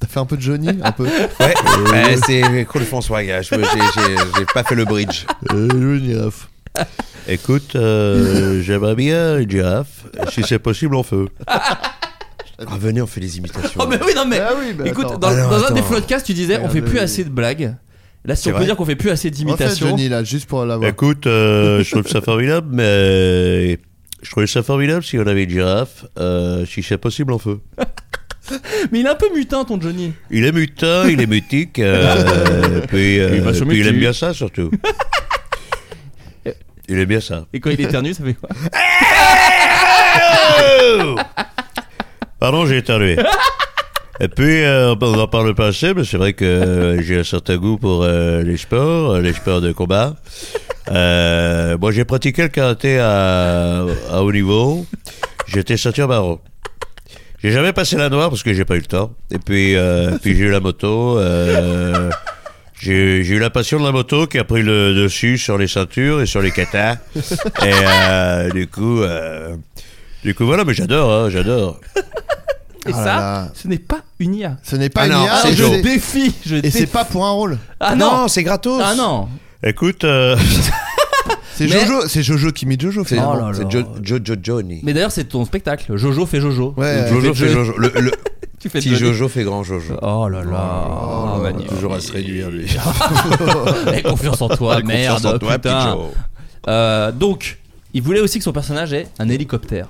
T'as fait un peu de Johnny Un peu Ouais, Euh. ouais, c'est cool François, gars. Je- J'ai j'ai- j'ai pas fait le bridge. Euh, Johnny Raff. Écoute, euh, j'aimerais bien une girafe, si c'est possible en feu. Ah, venez, on fait les imitations. Oh, mais oui, non, mais. Ah oui, mais écoute, attends. dans, Ah non, dans un attends. des podcasts, tu disais on fait Regarde, plus oui. assez de blagues. Là, si C'est on peut vrai. dire qu'on fait plus assez Refais d'imitations. Johnny là, juste pour l'avoir. Écoute, euh, je trouve ça formidable, mais je trouve ça formidable si on avait une girafe, euh, si c'est possible en feu. mais il est un peu mutin, ton Johnny. Il est mutin, il est mutique, euh, puis, euh, Il va se puis il aime mutiller. bien ça surtout. Il aime bien ça. Et quand il éternue, ça fait quoi Pardon, j'ai éternué. Et puis, euh, on en parle pas assez, mais c'est vrai que euh, j'ai un certain goût pour euh, les sports, euh, les sports de combat. Euh, moi, j'ai pratiqué le karaté à, à haut niveau. J'étais ceinture marron. J'ai jamais passé la noire parce que j'ai pas eu le temps. Et puis, euh, puis j'ai eu la moto. euh, j'ai j'ai eu la passion de la moto qui a pris le dessus sur les ceintures et sur les katas. Et euh, du coup, euh, du coup voilà, mais j'adore, hein, j'adore. Ah Et là ça, là. ce n'est pas une IA. Ce n'est pas Ah une non, IA, c'est je Joe. sais. Défi je Et c'est défie. pas pour un rôle. Ah non, non, c'est gratos. Ah non Écoute, euh, C'est Mais- Jojo, c'est Jojo qui imite Jojo. C'est Oh finalement. Oh là là. c'est Jo- Jojo Johnny. Mais d'ailleurs, c'est ton spectacle. Jojo fait Jojo. Ouais, Tu Jojo fais fait Jo- Jojo. Le, le Tu fais petit Johnny. Jojo fait grand Jojo. Ah, Oh là là, oh, magnifique. Toujours à se réduire, lui. Eh, confiance en toi, merde, Confiance en toi, putain. petit Joe. Euh, donc, il voulait aussi que son personnage ait un hélicoptère.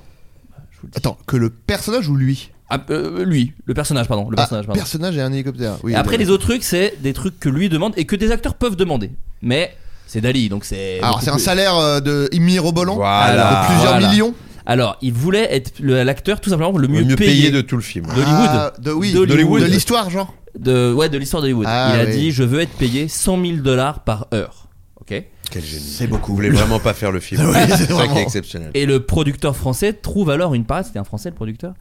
Attends, que le personnage ou lui Ah, euh, lui, le personnage, pardon. Le Ah, personnage, pardon. personnage et un hélicoptère. Oui, Et après, oui. les autres trucs, c'est des trucs que lui demande et que des acteurs peuvent demander. Mais c'est Dali, donc c'est. Alors, beaucoup c'est un plus- salaire euh, de mirobolant Voilà. de plusieurs Voilà. millions Alors, il voulait être le- l'acteur tout simplement le Le mieux, mieux payé de de. tout le film. D'Hollywood. Ah, de, oui, D'Hollywood. de l'histoire, genre. ouais, de l'histoire d'Hollywood. Ah, il a oui. dit Je veux être payé 100 000 dollars par heure. Ok Quel génie. C'est beaucoup. Vous voulez vraiment pas faire le film. Ouais, c'est c'est ça qui vraiment- est exceptionnel. Et le producteur français trouve alors une passe, c'était un français le producteur,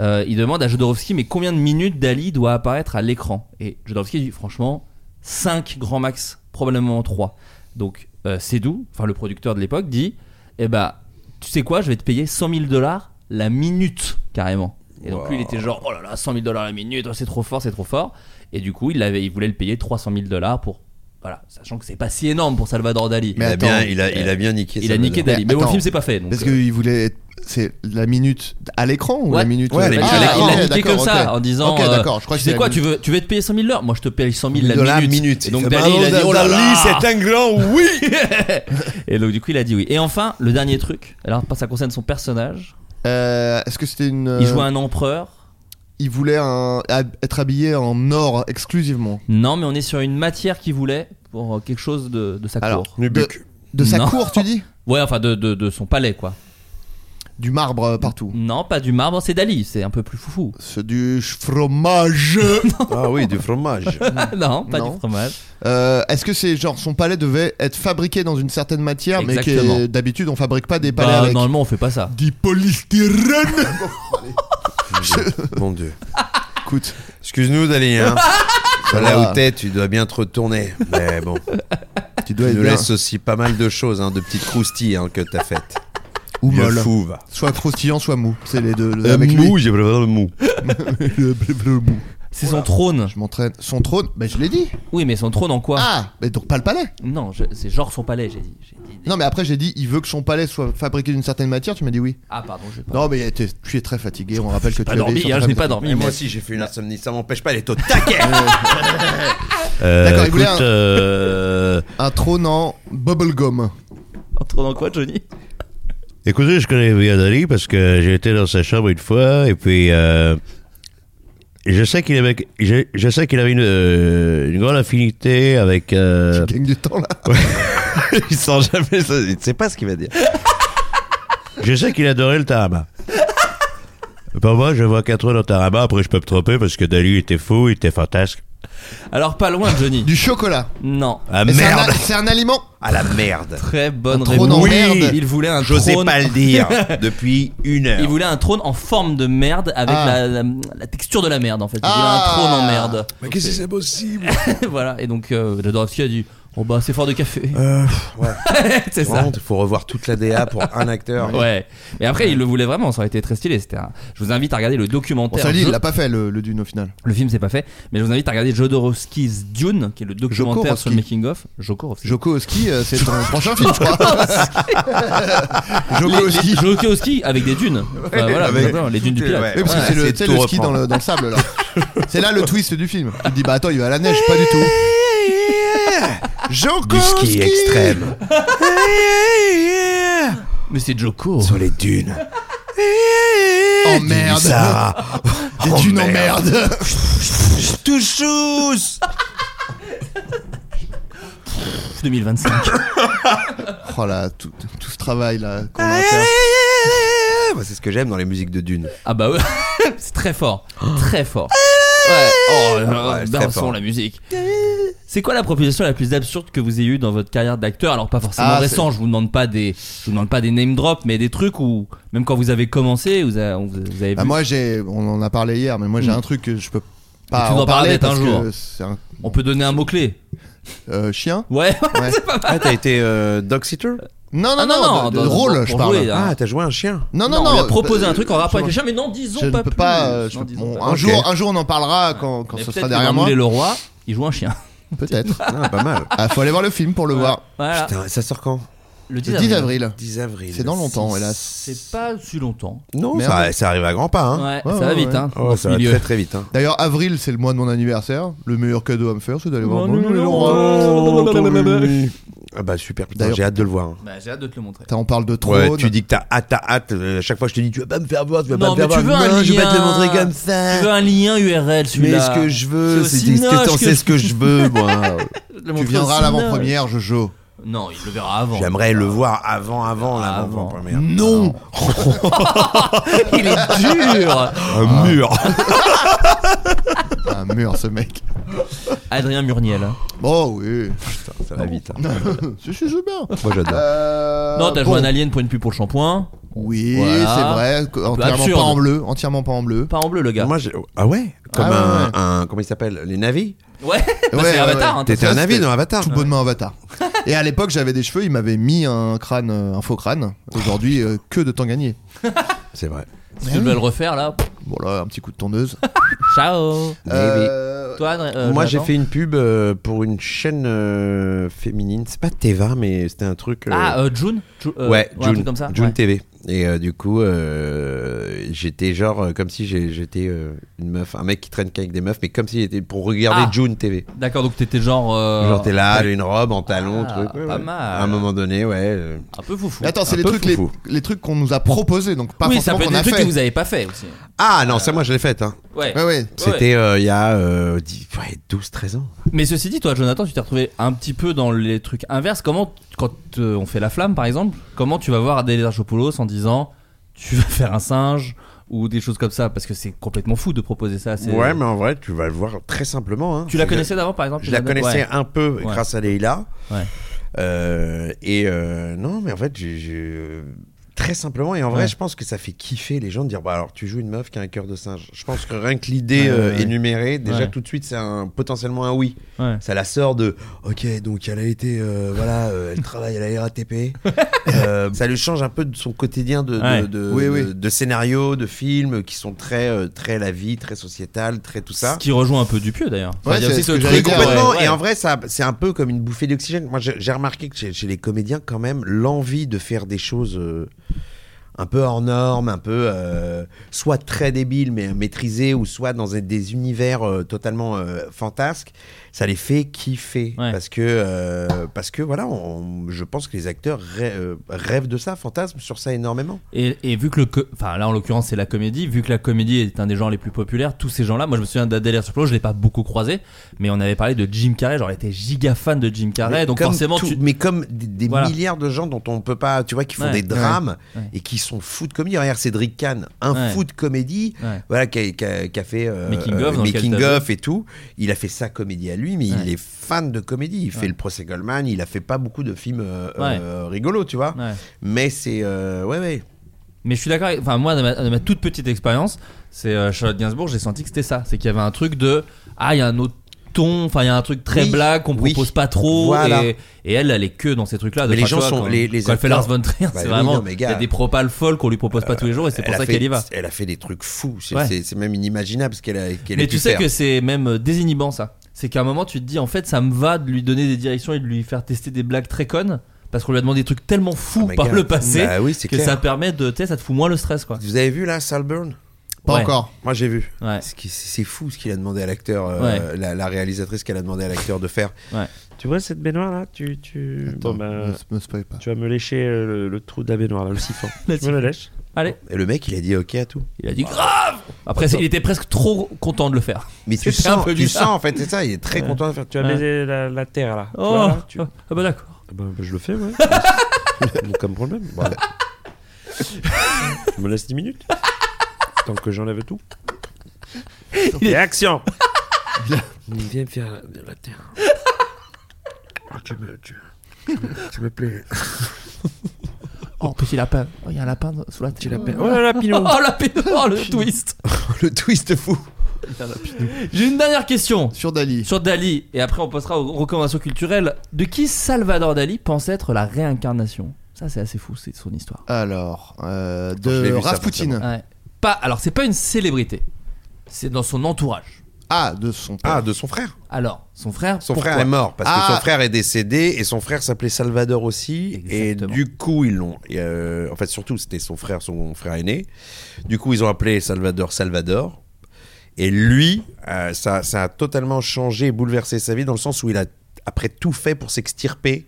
euh, il demande à Jodorowsky mais combien de minutes Dali doit apparaître à l'écran Et Jodorowsky dit franchement 5 grand max, probablement 3. Donc euh, Seydoux, enfin le producteur de l'époque, dit eh bah tu sais quoi, je vais te payer 100 000 dollars la minute carrément. Et donc lui il était genre oh là là 100 000 dollars la minute, oh, c'est trop fort, c'est trop fort. Et du coup il, l'avait- il voulait le payer 300 000 dollars pour... Voilà, sachant que c'est pas si énorme pour Salvador Dali. Il Mais a, attends. bien, il, a, il a bien niqué il ça, a niqué madame. Dali. Mais bon, le attends. film c'est pas fait. donc, Parce euh, qu'il voulait être. C'est la minute à l'écran ou Ouais. la minute Ouais, euh, ah, la minute à il a- l'écran. il ouais, a niqué d'accord, comme ça ok. en disant Ok, euh, d'accord, je crois que tu sais c'est quoi la tu veux tu veux te payer 100 000 l'heure moi je te paye 100 000 la De la minute, minute. Et donc Il fait, Dali il a dit Madame oh là Dali, là c'est un grand oui et donc du coup il a dit oui et enfin le dernier truc alors ça concerne son personnage Euh, Est-ce que c'était une. il joue un empereur il voulait un- hab- être habillé en or exclusivement. non mais on est sur une matière qu'il voulait pour euh, quelque chose de, de sa Alors, cour de, de sa Non. cour, tu dis ouais enfin de, de, de son palais quoi Du marbre euh, partout. Non, pas du marbre, c'est Dali, c'est un peu plus foufou. C'est du fromage. ah oui, du fromage. non, pas Non. du fromage. Euh, Est-ce que c'est genre son palais devait être fabriqué dans une certaine matière, mais Exactement. que d'habitude on fabrique pas des palais Bah, avec normalement, on fait pas ça. du polystyrène Mon Dieu. Écoute, Excuse-nous d'aller, hein. Ah. Là où t'es, tu dois bien te retourner. Mais bon, tu dois tu être nous bien. laisses aussi pas mal de choses, hein, de petites croustilles hein, que t'as faites. ou Vieux molle. fou, va. Soit croustillant, soit mou. C'est les deux. Euh, avec mou, j'ai préféré le mou. lui. le, le- le mou. C'est son trône. Je m'entraîne. Son trône, bah je l'ai dit. Oui, mais son trône en quoi Ah, mais donc pas le palais. Non, je- c'est genre son palais, j'ai dit. j'ai dit- Non, mais après j'ai dit, il veut que son palais soit fabriqué d'une certaine matière. Tu m'as dit oui. Ah, pardon, je pas. Non, mais t'es- tu es très fatigué. On rappelle que tu pas avais dormi, sur hein, ta je n'ai table pas de- dormi. moi mais- aussi, j'ai fait une insomnie, ça m'empêche pas, elle est au taquet. Euh, D'accord, il écoute, voulait un- euh, Un trône en bubblegum. Un trône en quoi, Johnny écoutez, je connais bien Dali parce que j'ai été dans sa chambre une fois et puis euh, je sais qu'il avait, je, je sais qu'il avait une, euh, une grande affinité avec. euh, Tu gagnes du temps là. il sent jamais ça, il sait pas ce qu'il va dire. Je sais qu'il adorait le tarama. Pour moi, je vois quatre heures dans tarama. Après, je peux me tromper parce que Dali était fou, il était fantasque. Alors, pas loin, Johnny. Du chocolat. Non. Ah Mais c'est un merde! a- C'est un aliment. À la merde. Très bonne Un trône réponse. en merde. Il voulait un J'osais trône. pas le dire depuis une heure. Il voulait un trône en forme de merde avec Ah. la, la- la texture de la merde en fait. Il Ah. voulait un trône en merde. Mais qu'est-ce que c'est possible voilà. Et donc euh, Jodorowsky a dit Oh bah c'est fort de café. c'est ça. Il faut revoir toute la DA pour un acteur. Ouais. Mais après il le voulait vraiment. Ça aurait été très stylé. C'était. un- Je vous invite à regarder le On documentaire. s'est dit, Je- il l'a pas fait le, le dune au final. Le film c'est pas fait, mais je vous invite à regarder Jodorowsky's Dune, qui est le documentaire sur Jokorowsky. le making of. Jokorowsky. Joko au ski, euh, c'est ton prochain film, je crois. Joko au ski. Jokorowsky avec des dunes. Enfin, voilà, Ah avec- exactement, les dunes du Ouais. pirate. Oui, parce que Ouais, c'est le, c'est tu sais, tout le ski reprendre. dans le, dans le sable là. c'est là le twist du film. Il dit bah attends, il va à la neige, pas du tout. Du ski extrême. Mais c'est Joko. Sur les dunes. Oh Du merde. Sahara. Des Oh, dunes en merde. Touchous 2025. Oh là, tout, tout ce travail là qu'on va faire. Bah, C'est ce que j'aime dans les musiques de dunes. Ah bah ouais, c'est très fort, très fort. Ah Ouais, oh, euh, Ouais, c'est dans très le son, fort. la musique. C'est quoi la proposition la plus absurde que vous ayez eue dans votre carrière d'acteur Alors pas forcément Ah, récent, je vous demande pas des, je vous demande pas des name drop, mais des trucs où même quand vous avez commencé, vous avez, vous avez vu. Bah, moi j'ai, on en a parlé hier, mais moi j'ai Mm. un truc que je peux pas tu nous en en parler parlais parce un jour. que c'est un On peut donner un mot clé. euh, chien. Ouais. Ouais. Ah, t'as été euh, dog sitter Non non Ah, non, de, de dans- rôle, pour je parle. jouer, hein. Ah, t'as joué un chien Non non on non. lui a proposé bah, un truc en rapport je- avec les chiens, mais non, disons Je pas ne peux plus. pas. euh, je- Non, disons bon, pas un plus. jour, un jour, on en parlera quand, quand Mais ce peut-être sera que derrière dans moi. Moulet le roi, il joue un chien. Peut-être. Ah, pas mal. Ah, faut aller voir le film pour le voir. Voilà. Putain, ça sort quand Le 10 Le avril. 10 avril. 10 avril. C'est dans longtemps, hélas. C'est pas si longtemps. Non, Merde. ça, ça arrive à grands pas. Hein. Ouais, Ouais, ça ouais, va vite, ouais. hein. Oh, dans ce ça va milieu. très très vite. Hein. D'ailleurs, avril, c'est le mois de mon anniversaire. Le meilleur cadeau à me faire, c'est d'aller voir Mon Mon Louis le Roi. Oh. Louis Ah bah super, putain, D'ailleurs- j'ai hâte de le voir. hein. Bah, j'ai hâte de te le montrer. Putain, on parle de trône. Ouais, tu dis que t'as hâte, t'as hâte. euh, À chaque fois, je te dis, tu vas pas me faire voir, tu vas Non, pas me mais faire tu veux voir. un non, je vais pas te le lien. montrer comme Tu veux ça. un lien URL Mais celui-là ce que je veux, C'est c'est aussi c'est- noche c'est- que- c'est ce que je veux, moi. Tu viendras à l'avant-première, Jojo. Non, il le verra avant. J'aimerais le voir avant, avant, là, avant, Avant. première. Non Il est dur Un mur. Un mur, Ah, ce mec. Adrien Murniel. Oh oui. Ça va vite. hein. Je suis bien. Moi, j'adore. Ah, Euh, non, t'as bon. joué un alien pour une pub pour le shampoing. Oui, Voilà. c'est vrai. que- Entièrement absurde. pas en bleu. Entièrement pas en bleu. Pas en bleu, le gars. Moi, j'ai- ah ouais Comme Ah ouais, un, ouais. un- Comment il s'appelle Les navis Ouais, bah, Ouais, c'est ouais, Avatar. ouais. hein, t'as- T'étais ça, un navi c'était dans Avatar Tout bonnement avatar. Et à l'époque, j'avais des cheveux. Il m'avait mis un crâne, euh, un faux crâne. Aujourd'hui, euh, que de temps gagné. C'est vrai. Si tu veux le refaire là. pff, Voilà, un petit coup de tondeuse. Ciao. Euh, Toi, Adrien, euh, Moi, j'ai Jonathan fait une pub euh, pour une chaîne euh, féminine. C'est pas Teva, mais c'était un truc. euh, Ah, euh, June Ju- euh, ouais, un June, truc comme ça. June ouais. TV. Et euh, du coup, euh, j'étais genre euh, comme si j'ai- j'étais euh, une meuf, un mec qui traîne qu'avec des meufs, mais comme si j'étais pour regarder Ah. June TV. D'accord, donc t'étais genre. euh, genre t'es là, j'ai une robe en talons, Ah, truc. Ouais, pas ouais. mal. À un moment donné, ouais. euh, Un peu foufou. Mais Attends, c'est Un les peu trucs, les, foufou. les trucs qu'on nous a proposés, donc pas oui, ça forcément peut être qu'on des a trucs fait. que vous avez pas fait aussi. Ah non, ça moi je l'ai faite. hein. Euh. Ouais. Ouais, ouais. C'était euh, il y a euh, dix- ouais, 12-13 ans. Mais ceci dit, toi, Jonathan, tu t'es retrouvé un petit peu dans les trucs inverses. Comment, quand euh, on fait la flamme, par exemple, comment tu vas voir Adèle Archopoulos en disant tu vas faire un singe ou des choses comme ça parce que c'est complètement fou de proposer ça. à ces- Ouais, mais en vrai, tu vas le voir très simplement. hein. Tu la Je- connaissais d'avant, par exemple, Je la Jonathan connaissais Ouais. un peu Ouais. grâce à Leïla. Ouais. Euh, et euh, non, mais en fait, j'ai- j'ai- très simplement, et en vrai, Ouais. je pense que ça fait kiffer les gens de dire bah alors tu joues une meuf qui a un cœur de singe. Je pense que rien que l'idée Ouais, euh, ouais, ouais. énumérée, déjà Ouais. tout de suite, c'est un, potentiellement un oui. Ouais. Ça la sort de ok, donc elle a été, euh, voilà, euh, elle travaille à la RATP. Euh, ça lui change un peu de son quotidien de, de- Ouais. de- Oui, de- oui. de scénarios, de films qui sont très, euh, très la vie, très sociétale, très tout ça. Ce qui rejoint un peu Dupieux d'ailleurs. Enfin, Ouais, il y a c'est aussi ce ce que truc, j'allais dire, complètement. ouais, ouais. Et en vrai, ça, c'est un peu comme une bouffée d'oxygène. Moi, j'ai j'ai remarqué que chez, chez les comédiens, quand même, l'envie de faire des choses euh, un peu hors normes, un peu euh, soit très débiles mais euh, maîtrisées, ou soit dans des univers euh, totalement euh, fantasques, ça les fait kiffer. Parce que, euh, parce que voilà, on- je pense que les acteurs rê- euh, rêvent de ça, fantasment sur ça énormément. Et, et vu que le. co- Enfin, là en l'occurrence, c'est la comédie. Vu que la comédie est un des genres les plus populaires, tous ces gens-là, moi je me souviens d'Adèle Arsoplo, je l'ai pas beaucoup croisé, mais on avait parlé de Jim Carrey, genre elle était giga fan de Jim Carrey, Mais donc comme forcément tout- tu. Mais comme des, des Voilà. milliards de gens dont on peut pas, tu vois, qui font Ouais, des drames ouais, ouais. et qui sont fous de comédie. Regarde Cédric Kahn, un Ouais. fou de comédie, Ouais. voilà, qui a, qui a- qui a fait euh, Making of, euh, dans lequel Making t'as of et tout. Il a fait sa comédie à lui, mais il Ouais. est fan de comédie. Il fait le procès Goldman, il a fait pas beaucoup de films euh, Ouais. euh, rigolos, tu vois. Ouais. Mais c'est. euh, ouais, ouais. Mais je suis d'accord, avec- enfin moi de ma, de ma toute petite expérience, c'est euh, Charlotte Gainsbourg, j'ai senti que c'était ça, c'est qu'il y avait un truc de ah il y a un autre ton, enfin il y a un truc très Oui, blague qu'on oui. propose pas trop Voilà. et, et elle elle est que dans ces trucs-là. de- Mais les enfin, gens tu vois, sont- quand, les- les quand elle fait acteurs- Lars von Trier, Bah c'est oui, vraiment non, mais il y gars, Euh, a des propales folles qu'on lui propose pas tous les jours et c'est pour Elle a ça fait- qu'elle y va. Elle a fait des trucs fous. C'est Ouais. c'est- c'est même inimaginable ce qu'elle a, qu'elle a Mais pu tu sais faire. Oh que c'est même euh, désinhibant ça. C'est qu'à un moment tu te dis en fait ça me va de lui donner des directions et de lui faire tester des blagues très connes parce qu'on lui a demandé des trucs tellement fous Ah, mais par gars, le passé bah oui, c'est que clair. ça permet de tu sais ça te fout moins le stress quoi. Vous avez vu là, Salburn Pas Ouais. encore. Moi j'ai vu. Ouais. Ce qui- C'est fou ce qu'il a demandé à l'acteur, euh, la, la réalisatrice qu'elle a demandé à l'acteur de faire. Tu vois cette baignoire là tu, tu... Attends, Bon, bah, euh, me- me spoil pas. tu vas me lécher euh, le, le trou de la baignoire, là, le siphon. Le tu me le lèches Allez. Et le mec il a dit ok à tout. Il a dit grave. Après c'est- il était presque trop content de le faire. Mais tu C'était sens, un peu tu bizarre. sens en fait, c'est ça, il est très Ouais. content de faire. Tu vas Ouais. baiser la, la terre là. Tu Oh vois, là, tu- ah bah d'accord. Ben, ben, je le fais, ouais. Donc, comme problème. Bon, allez. je me laisse 10 minutes. Tant que j'enlève tout. Et action Viens me faire la, la terre. Oh, tu, me, tu, tu me- tu me plais. Oh petit lapin. Oh, Il y a un lapin sous la tête. Oh là là, Pinot Oh lapin. Oh le twist. le twist fou. J'ai une dernière question Sur Dali. sur Dali et après on passera aux recommandations culturelles. De qui Salvador Dali pense être la réincarnation Ça c'est assez fou c'est son histoire. Alors, euh, je l'ai de vu, ça, Rasputin. Ah. Ouais. Pas, alors c'est pas une célébrité, c'est dans son entourage. Ah, de son père. Ah, de son frère. Alors, son frère. Son pourquoi frère est mort parce que Ah. son frère est décédé et son frère s'appelait Salvador aussi. Exactement. Et du coup, ils l'ont. et, euh, en fait, surtout, c'était son frère, son frère aîné. Du coup, ils ont appelé Salvador Salvador. Et lui, euh, ça, ça a totalement changé et bouleversé sa vie dans le sens où il a après tout fait pour s'extirper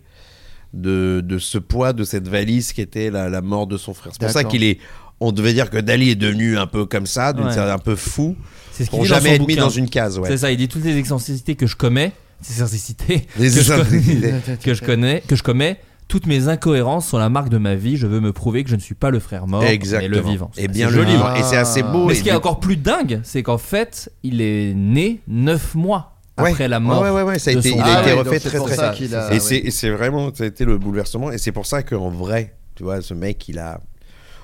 de, de ce poids, de cette valise qui était la, la mort de son frère. C'est pour ça D'accord. qu'il est. On devait dire que Dali est devenu un peu comme ça, d'une Ouais. certaine- un peu fou, C'est ce qu'il pour dit dans son jamais être mis bouquin. dans une case. Ouais. C'est ça, il dit toutes les excentricités que je commets, ces excentricités Les que, je excentricités. connais- que je connais, que je commets, toutes mes incohérences sont la marque de ma vie. Je veux me prouver que je ne suis pas le frère mort, mais Exactement. le vivant. Et C'est bien assez le joli. livre. Ah. Et c'est assez beau. Mais et ce qui est du- encore plus dingue, c'est qu'en fait, il est né 9 mois Ouais. après la mort. Ouais, ouais, ouais, ça a de été- son il père. a été ouais, refait donc c'est très pour très. ça qu'il a- Et ouais. c'est- et c'est vraiment, ça a été le bouleversement. Et c'est pour ça qu'en vrai, tu vois, ce mec, il a.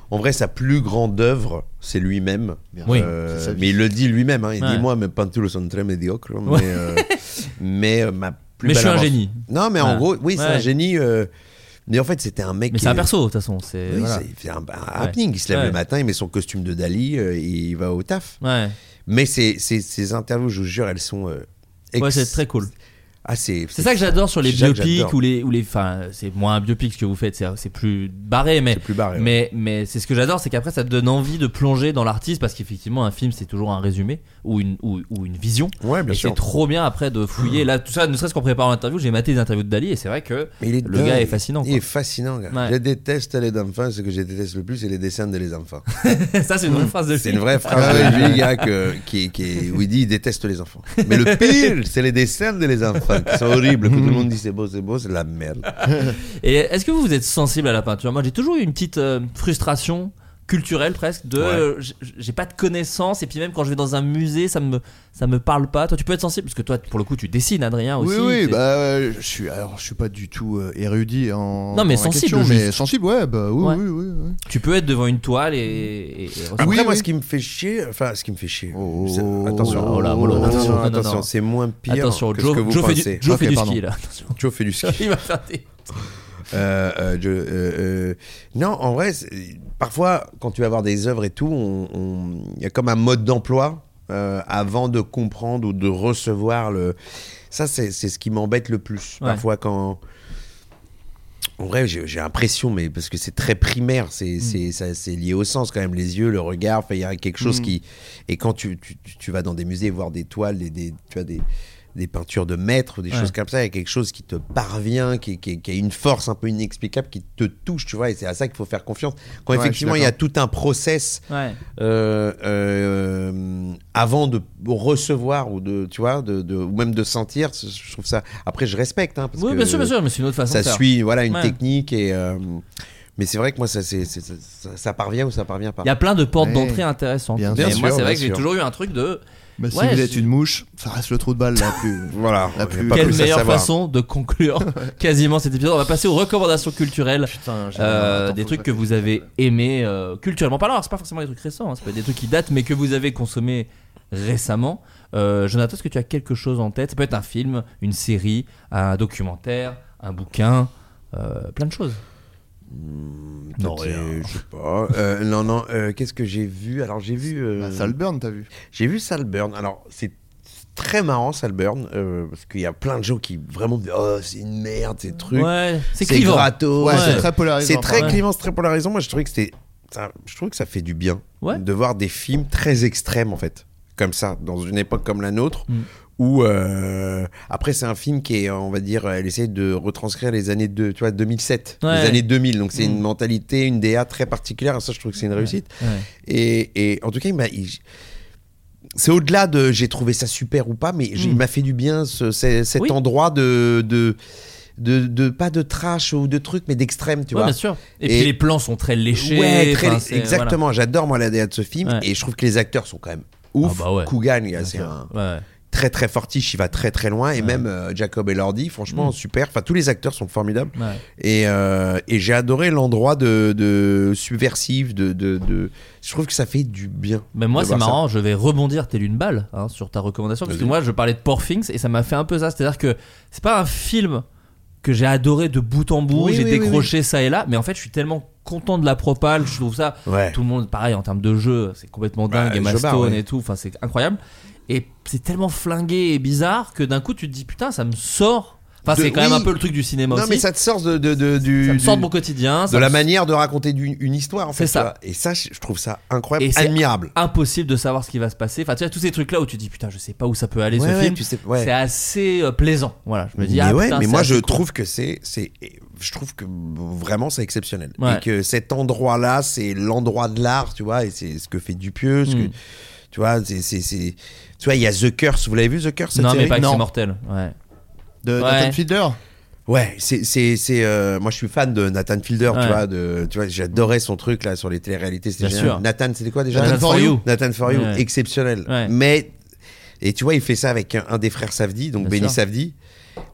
En vrai, sa plus grande œuvre, c'est lui-même. Oui. Euh, C'est sa vie. mais il le dit lui-même. hein. Il Ouais. dit Moi, mes peintures sont très médiocres. Mais, Ouais. euh, mais euh, ma plus Mais je belle suis un invention- génie. Non, mais en Ouais. gros, oui, c'est Ouais. un génie. euh, Mais en fait, c'était un mec. Mais qui c'est un est- perso, de toute façon. C'est Oui, voilà. c'est- c'est un, un happening. Il se lève Ouais. le matin, il met son costume de Dali, euh, et il va au taf. Ouais. Mais ces, ces, ces interviews, je vous jure, elles sont. euh, ex- Ouais, c'est très cool. Ah, c'est. C'est ça que j'adore sur les C'est ça que biopics j'adore. ou les ou les enfin c'est moins un biopic ce que vous faites c'est c'est plus barré mais C'est plus barré, ouais. mais mais c'est ce que j'adore c'est qu'après ça te donne envie de plonger dans l'artiste parce qu'effectivement un film c'est toujours un résumé ou une ou, ou une vision Ouais, bien et sûr. c'est trop bien après de fouiller là tout ça ne serait-ce qu'en préparant l'interview j'ai maté des interviews de Dali et c'est vrai que Mais il est le dingue. gars est fascinant Il est fascinant, gars. Ouais. Je déteste les enfants. Ce que je déteste le plus, c'est les dessins des les enfants. quoi. ça c'est une vraie phrase de C'est lui. une vraie phrase Ah de lui, gars, que- qui, qui, où il dit il déteste les enfants. Mais le pire, c'est les dessins des les enfants qui sont horribles. Que tout le monde dit c'est beau, c'est beau, c'est de la merde. Ah et est-ce que vous êtes sensible à la peinture moi j'ai toujours eu une petite euh, frustration culturel presque de Ouais. euh, j- j'ai pas de connaissances et puis même quand je vais dans un musée ça me ça me parle pas toi tu peux être sensible parce que toi pour le coup tu dessines Adrien Ah, aussi oui, oui, t'es- bah, euh, je suis, alors, je suis pas du tout euh, érudit en. Non, mais en la sensible, question, mais juste. sensible, ouais, bah, oui, Ouais. oui, oui, oui. tu peux être devant une toile et, et- et Ah, Après, ressentir- moi, ce qui me fait chier, enfin, ce qui me fait chier. c'est- oh attention, là, oh là, oh là, attention, non, non, non, attention, non. c'est moins pire Attention, que Joe- ce que vous Joe fait du- pensez. Joe fait Ok, du ski, pardon. là. Attention. Joe fait du ski. Il va faire des- Euh, euh, je- euh, euh, non, en vrai, c'est- parfois, quand tu vas voir des œuvres et tout, on- on- il y a comme un mode d'emploi euh, avant de comprendre ou de recevoir le. Ça, c'est c'est ce qui m'embête le plus. Ouais. Parfois, quand. En vrai, j'ai j'ai l'impression, mais parce que c'est très primaire, c'est Mm. c'est- ça- c'est lié au sens quand même, les yeux, le regard, enfin, il y a quelque chose Mm. qui. Et quand tu, tu- tu- tu vas dans des musées voir des toiles, des, des- tu vois, des, des peintures de maîtres, ou des Ouais. choses comme ça, il y a quelque chose qui te parvient, qui, qui- qui a une force un peu inexplicable, qui te touche, tu vois, et c'est à ça qu'il faut faire confiance. Quand Ouais, effectivement, je il suis y a d'accord. tout un process Ouais. euh, euh, avant de recevoir ou de, tu vois, de, de- ou même de sentir, je trouve ça. Après, je respecte, hein, parce Oui, que bien sûr, bien sûr, mais c'est une autre façon ça de faire. suit voilà une Ouais. technique et euh, mais c'est vrai que moi ça, c'est, c'est- ça, ça- ça parvient ou ça parvient pas il y a plein de portes d'entrée intéressantes Bien Mais sûr, moi c'est bien vrai que j'ai sûr. toujours eu un truc de Mais si ouais, vous je- êtes une mouche, ça reste le trou de balle la plus. voilà. La plus. Quelle meilleure façon de conclure quasiment cet épisode On va passer aux recommandations culturelles. j'ai- Euh, attends, des faut trucs que que vous avez aimés euh, culturellement parlant. Alors, c'est pas forcément des trucs récents, hein, c'est des trucs qui datent, mais que vous avez consommés récemment. Euh, Jonathan, est-ce que tu as quelque chose en tête Ça peut être un film, une série, un documentaire, un bouquin, euh, plein de choses. non je sais pas Euh, non non euh, qu'est-ce que j'ai vu alors j'ai vu euh, Salburn, t'as vu j'ai vu Salburn alors c'est très marrant Salburn euh, parce qu'il y a plein de gens qui vraiment me disent oh c'est une merde ces trucs Ouais, c'est clivant. gratos. Ouais, c'est très polarisant, c'est très par contre. clivant c'est très polarisant moi je trouvais que c'était ça- je trouve que ça fait du bien Ouais. de voir des films très extrêmes en fait comme ça dans une époque comme la nôtre Mm. où euh, après c'est un film qui est on va dire elle essaie de retranscrire les années de tu vois 2007 Ouais. les années 2000 donc c'est Mm. une mentalité une DA très particulière ça je trouve que c'est une réussite Ouais. Et, et en tout cas il m'a il- c'est au-delà de j'ai trouvé ça super ou pas, mais j'ai- Mm. il m'a fait du bien ce- ce- cet endroit de, de, de, de- pas de trash ou de trucs, mais d'extrême, tu Ouais, vois. bien sûr. Et, puis les plans sont très léchés. Ouais, très- enfin, c'est- exactement. voilà. J'adore moi la DA de ce film Ouais. et je trouve que les acteurs sont quand même ouf. Ah bah ouais. Coogan, il y a- Bien c'est sûr. un Ouais. très très fortiche, il va très très loin et même euh, Jacob Elordi, franchement Mm. super. Enfin tous les acteurs sont formidables Ouais. et, euh, et j'ai adoré l'endroit de, de subversif, de, de, de- Je trouve que ça fait du bien. Mais moi, de c'est voir ça. marrant, je vais rebondir telle une balle hein, sur ta recommandation. Parce que Vas-y. moi, je parlais de Poor Things et ça m'a fait un peu ça. C'est-à-dire que c'est pas un film que j'ai adoré de bout en bout, Oui, j'ai oui, oui, décroché ça et là, mais en fait, je suis tellement content de la propale, je trouve ça. Ouais. Tout le monde, pareil, en termes de jeu, c'est complètement Bah, dingue, Emma Jobard, Stone ouais. et tout, enfin, c'est incroyable. Et c'est tellement flingué et bizarre que d'un coup, tu te dis putain, ça me sort. Enfin, De- c'est quand même oui. un peu le truc du cinéma Non, aussi. mais ça te sort de, de- de- du. Ça me sort de du- mon quotidien, De ça la me- manière de raconter d'une- une histoire, en fait. C'est ça. tu vois. Et ça, je je trouve ça incroyable, Et c'est admirable. Impossible de savoir ce qui va se passer. Enfin, tu vois, tous ces trucs-là où tu dis putain, je sais pas où ça peut aller Ouais, ce ouais, film. tu sais- ouais. C'est assez euh, plaisant. Voilà, je me dis. mais ah, ouais, putain, mais c'est moi, assez je cool. trouve que c'est. c'est- Je trouve que vraiment, c'est exceptionnel. Ouais. Et que cet endroit-là, c'est l'endroit de l'art, tu vois, et c'est ce que fait Dupieux, ce que. Mm. Tu vois, c'est. c'est- c'est- Tu vois, il y a The Curse, vous l'avez vu, The Curse cette Non, mais série pas que c'est mortel. Ouais. De Ouais. Nathan Fielder Ouais, c'est c'est c'est euh, moi je suis fan de Nathan Fielder, Ouais. tu vois, de tu vois, j'adorais son truc là sur les téléréalités, c'était Bien génial. sûr. Nathan, c'était quoi déjà Nathan For You. Nathan For You, Ouais. exceptionnel. Ouais. Mais et tu vois, il fait ça avec un, un des frères Savdi, donc Bien Benny sûr. Savdi.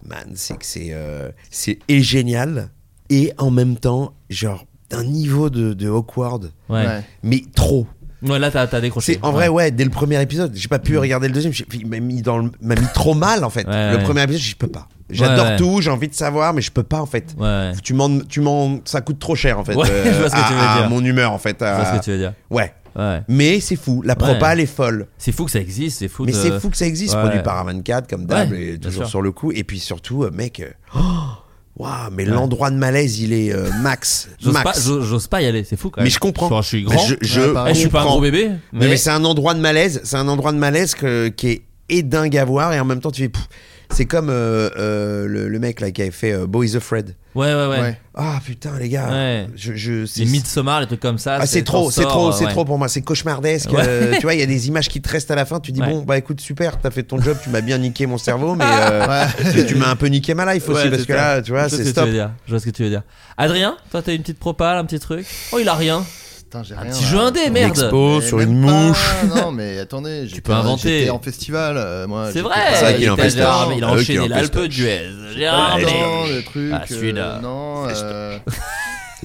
Man, c'est que c'est euh, c'est et génial et en même temps genre d'un niveau de de awkward. Ouais. Ouais. Mais trop. Ouais, là, t'as t'as décroché. C'est en vrai ouais, dès le premier épisode, j'ai pas pu regarder le deuxième, j'ai- il m'a mis dans le- m'a mis trop mal en fait. Mm. Ouais, le ouais. premier épisode, je peux pas. Ouais, J'adore ouais. tout, j'ai envie de savoir, mais je peux pas en fait. Ouais. Tu m'en, tu m'en, ça coûte trop cher en fait. Ouais, je vois ce que à- tu veux à dire. Mon humeur en fait. Je vois à- ce que tu veux dire. Ouais. Ouais. Mais c'est fou, la propale est folle. C'est fou que ça existe, c'est fou. Mais de- c'est fou que ça existe, Ouais. produit par A24 comme d'hab, Ouais, et bien toujours sûr. sur le coup. Et puis surtout, euh, mec, euh, oh, waouh, mais Ouais. l'endroit de malaise, il est euh, max, J'ose max. pas, j'ose- j'ose pas y aller, c'est fou quand même. Mais je comprends. Enfin, je suis grand. Je, je, Ouais, pareil. Et je suis pas un comprends. gros bébé, Non, mais- Mais, c'est un endroit de malaise. C'est un endroit de malaise que- qui est édingue à voir. Et en même temps, tu fais. pff, C'est comme euh, euh, le, le mec là qui avait fait euh, Boys of Fred. Ouais, ouais, ouais. Ah putain, les gars. Ouais. Je, je, c'est- Les Midsommar, les trucs comme ça. Ah, c'est trop, t'en c'est sors, trop, euh, c'est ouais. trop pour moi. C'est cauchemardesque. Ouais. euh, tu vois, il y a des images qui te restent à la fin. Tu dis Ouais. bon, bah écoute, super, t'as fait ton job, tu m'as bien niqué mon cerveau, mais euh, mais tu m'as un peu niqué ma life aussi Ouais, parce c'est que ça. là, tu vois, Je vois c'est ce que tu stop. veux dire, Je vois ce que tu veux dire. Adrien, toi, t'as une petite propale, un petit truc. Oh, il a rien. euh, Putain, j'ai Un rien, petit là. jeu indé, merde. Une expo Oh, Mais sur même une pas, mouche. Non, mais attendez, Tu j'étais- peux inventer. j'étais en festival. euh, moi, C'est j'étais- vrai, C'est vrai qu'il il en était festival. là, mais il a Ah, ok, enchaîné en l'Alpe festival. d'Huez. Ah, Gérard Pardon, Desch. le truc. Ah, celui-là. euh, non, euh,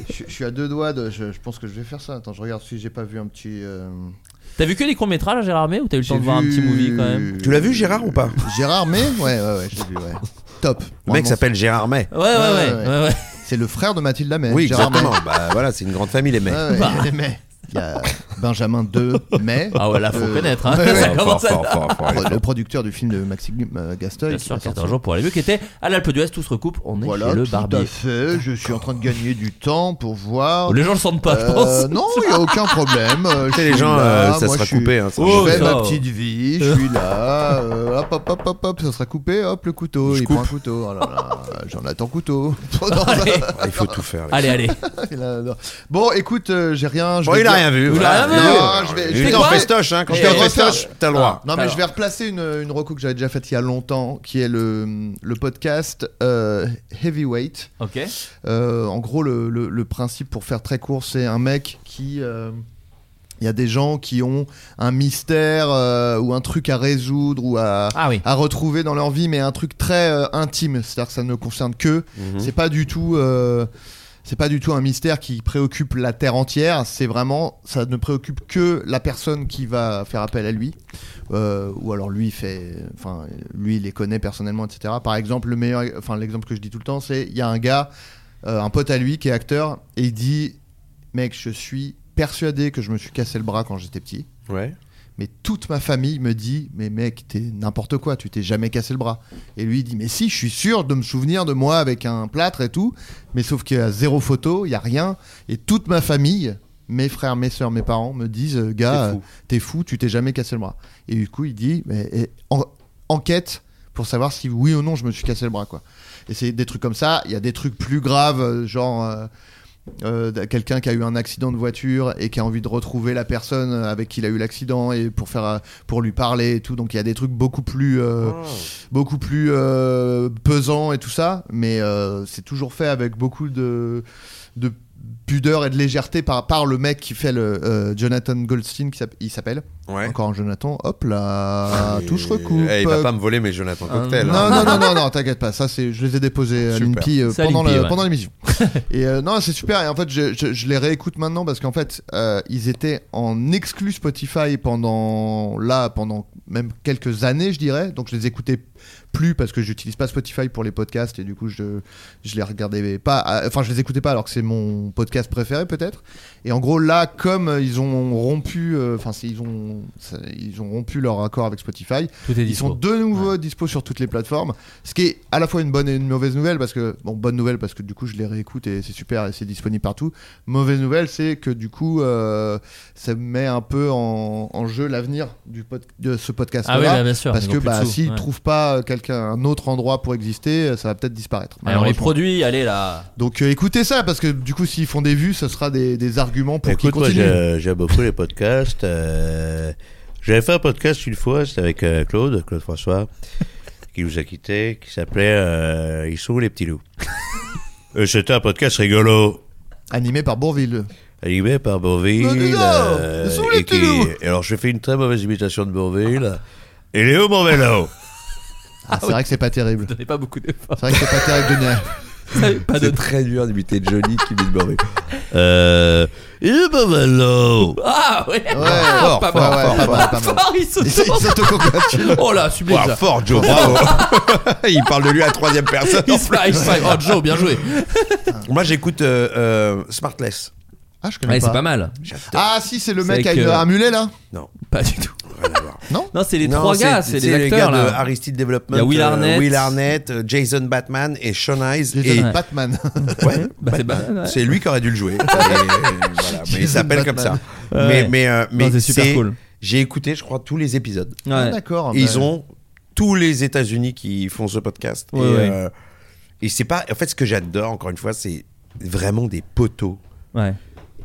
je je suis à deux doigts de. Je je pense que je vais faire ça. Attends, je regarde si j'ai pas vu un petit. euh, T'as vu que les courts-métrages, Gérard May, ou t'as eu le temps J'ai de voir un petit vu- movie quand même Tu l'as vu, Gérard, ou pas Gérard May Ouais, ouais, ouais, je l'ai vu, ouais. Top. Le mec s'appelle Gérard May. Ouais, ouais, ouais, ouais, ouais. C'est le frère de Mathilde Lamay. Oui, Gérard May. exactement. bah voilà, c'est une grande famille, les mecs. Ouais, ouais, il y a les May. Il y a Benjamin de May. Euh, Bah. Ah ouais, là, faut connaître, hein. Ça commence à- Fort, fort, fort, fort, Le producteur du film de Maxime euh, Gasteuil. Bien qui sûr va qu'il y a un sortir. jour pour aller mieux, qui était à l'Alpe d'Huez, tout se recoupe, on est Voilà, chez le tout barbier. Oh, à fait. Je suis en train de gagner du temps pour Oh, voir. Les gens le sentent pas, je Euh, pense. Non, il n'y a aucun problème. Euh, je Tu sais, les suis gens, là, euh, ça moi, sera je suis- coupé, hein, je ça va. fais Oh, ça ma va. petite vie, je suis là. euh, hop, hop, hop, hop, hop, ça sera coupé. Hop, le couteau. il prend un couteau. Oh là là, J'en attends couteau. Allez. Il faut tout faire. Allez, allez. Il a- non. Bon, écoute, euh, j'ai rien. je Bon, vais il a dire- rien vu. Non, voilà. non, je vais- je Il vais est en dire- festoche, hein. Quand Je t'es en vais refaire- festoche, t'as le droit. Non, mais je vais replacer une, une reco que j'avais déjà faite il y a longtemps, qui est le, le podcast euh, Heavyweight. Ok. Euh, en gros, le, le- le principe, pour faire très court, c'est un mec qui. euh, il y a des gens qui ont un mystère euh, ou un truc à résoudre ou à, Ah à retrouver dans leur vie, mais un truc très euh, intime. C'est-à-dire que ça ne concerne que. Mhm. C'est pas du tout. euh, c'est pas du tout un mystère qui préoccupe la terre entière. C'est vraiment, ça ne préoccupe que la personne qui va faire appel à lui, Euh, ou alors lui il fait, enfin lui il les connaît personnellement, etc. Par exemple, le meilleur, enfin l'exemple que je dis tout le temps, c'est il y a un gars, euh, un pote à lui qui est acteur, et il dit, mec, je suis persuadé que je me suis cassé le bras quand j'étais petit. Ouais. Mais toute ma famille me dit Mais mec, t'es n'importe quoi, tu t'es jamais cassé le bras. Et lui, il dit Mais si, je suis sûr de me souvenir de moi avec un plâtre et tout. Mais sauf qu'il y a zéro photo, il y a rien. Et toute ma famille, mes frères, mes soeurs, mes parents me disent euh, Ah, Gars, euh, t'es fou. tu t'es jamais cassé le bras. Et du coup, il dit Mais et, en- enquête pour savoir si oui ou non je me suis cassé le bras. quoi. Et c'est des trucs comme ça. Il y a des trucs plus graves, euh, genre. euh, euh, d- quelqu'un qui a eu un accident de voiture et qui a envie de retrouver la personne euh, avec qui il a eu l'accident et pour faire euh, pour lui parler et tout donc il y a des trucs beaucoup plus euh, beaucoup plus euh, pesants et tout ça mais euh, c'est toujours fait avec beaucoup de de pudeur et de légèreté par, par le mec qui fait le euh, Jonathan Goldstein qui s'appelle- il s'appelle encore un Jonathan hop là Ah, tout se recoupe euh. Eh, il va pas me voler mes Jonathan Cocktail. non, hein. non, non, non, non, t'inquiète pas. Ça, c'est, je les ai déposés à Super. l'INPI euh, C'est à pendant, l'INPI, la- ouais. pendant l'émission. et euh, non, c'est super. Et en fait, je, je- je les réécoute maintenant parce qu'en fait, euh, ils étaient en exclu Spotify pendant là, pendant même quelques années, je dirais. Donc, je les écoutais plus parce que j'utilise pas Spotify pour les podcasts et du coup, je, je les regardais pas. à- Enfin, je les écoutais pas alors que c'est mon podcast préféré, peut-être. Et en gros, là, comme euh, ils ont rompu, euh, enfin, c'est- ils ont, ça- ils ont rompu leur accord avec Spotify, Tout est ils dispo. sont de nouveau dispo sur toutes les plateformes. Ce qui est à la fois une bonne et une mauvaise nouvelle parce que bon bonne nouvelle parce que du coup je les réécoute et c'est super et c'est disponible partout. Mauvaise nouvelle c'est que du coup euh, ça met un peu en, en jeu l'avenir du pod- de ce podcast Ah oui, bah, bien sûr, parce ils que ont plus de bah sous, s'ils ouais. trouvent pas euh, quelqu'un un autre endroit pour exister euh, ça va peut-être disparaître. Allez, on les malheureusement. produit, allez là. Donc euh, écoutez ça parce que du coup s'ils font des vues ça sera des, des arguments pour qu'ils Écoute, moi, continuent. Euh, j'ai- j'aime beaucoup les podcasts. euh, J'avais fait un podcast une fois, c'était avec euh, Claude, Claude François, qui nous a quittés, qui s'appelait euh, Ils sont où les petits loups Euh, C'était un podcast rigolo, Animé par Bourville. animé par Bourville. euh, Mais dis donc, ils Euh, sont où les et qui- petits loups et alors, je fais une très mauvaise imitation de Bourville. Et Léo Bourvelo Ah, c'est vrai que c'est pas terrible. Donnez pas beaucoup d'efforts. C'est vrai que c'est pas terrible de Pas Ah, de C'est très dur d'imiter Johnny qui imite Bourville. Euh. Il Bourvelo Ah ouais, fort, pas fort, mal, fort, pas mal, pas mal. fort, il s'auto- Oh là, sublime Ouah, ça. Fort Joe, bravo. il parle de lui à troisième personne. Il se fly, il se fly. Oh Joe, bien joué. Moi j'écoute euh, euh, Smartless. Ah, je connais Ouais, pas. c'est pas mal. Ah si c'est le C'est mec avec, avec le- euh, un mulet là. Non. Pas du tout. Non Non, c'est les trois gars, c'est les les acteurs gars de là. Aristide Development. Il y a Will euh, Arnett. Will Arnett, euh, Jason Batman et Sean Eyes. Jason et Batman. Ouais, Bah, c'est Batman. Batman, ouais. C'est lui qui aurait dû le jouer. Et, euh, voilà, mais il Jason s'appelle comme ça. Batman. Ouais. Mais, mais, euh, Non, mais c'est super cool. J'ai écouté, je crois, tous les épisodes. Ouais. Ah, Oh, d'accord, Et Ils bah. ont tous les États-Unis qui font ce podcast. Ouais, et ouais. euh, et c'est pas. En fait, ce que j'adore, encore une fois, c'est vraiment des poteaux. Ouais.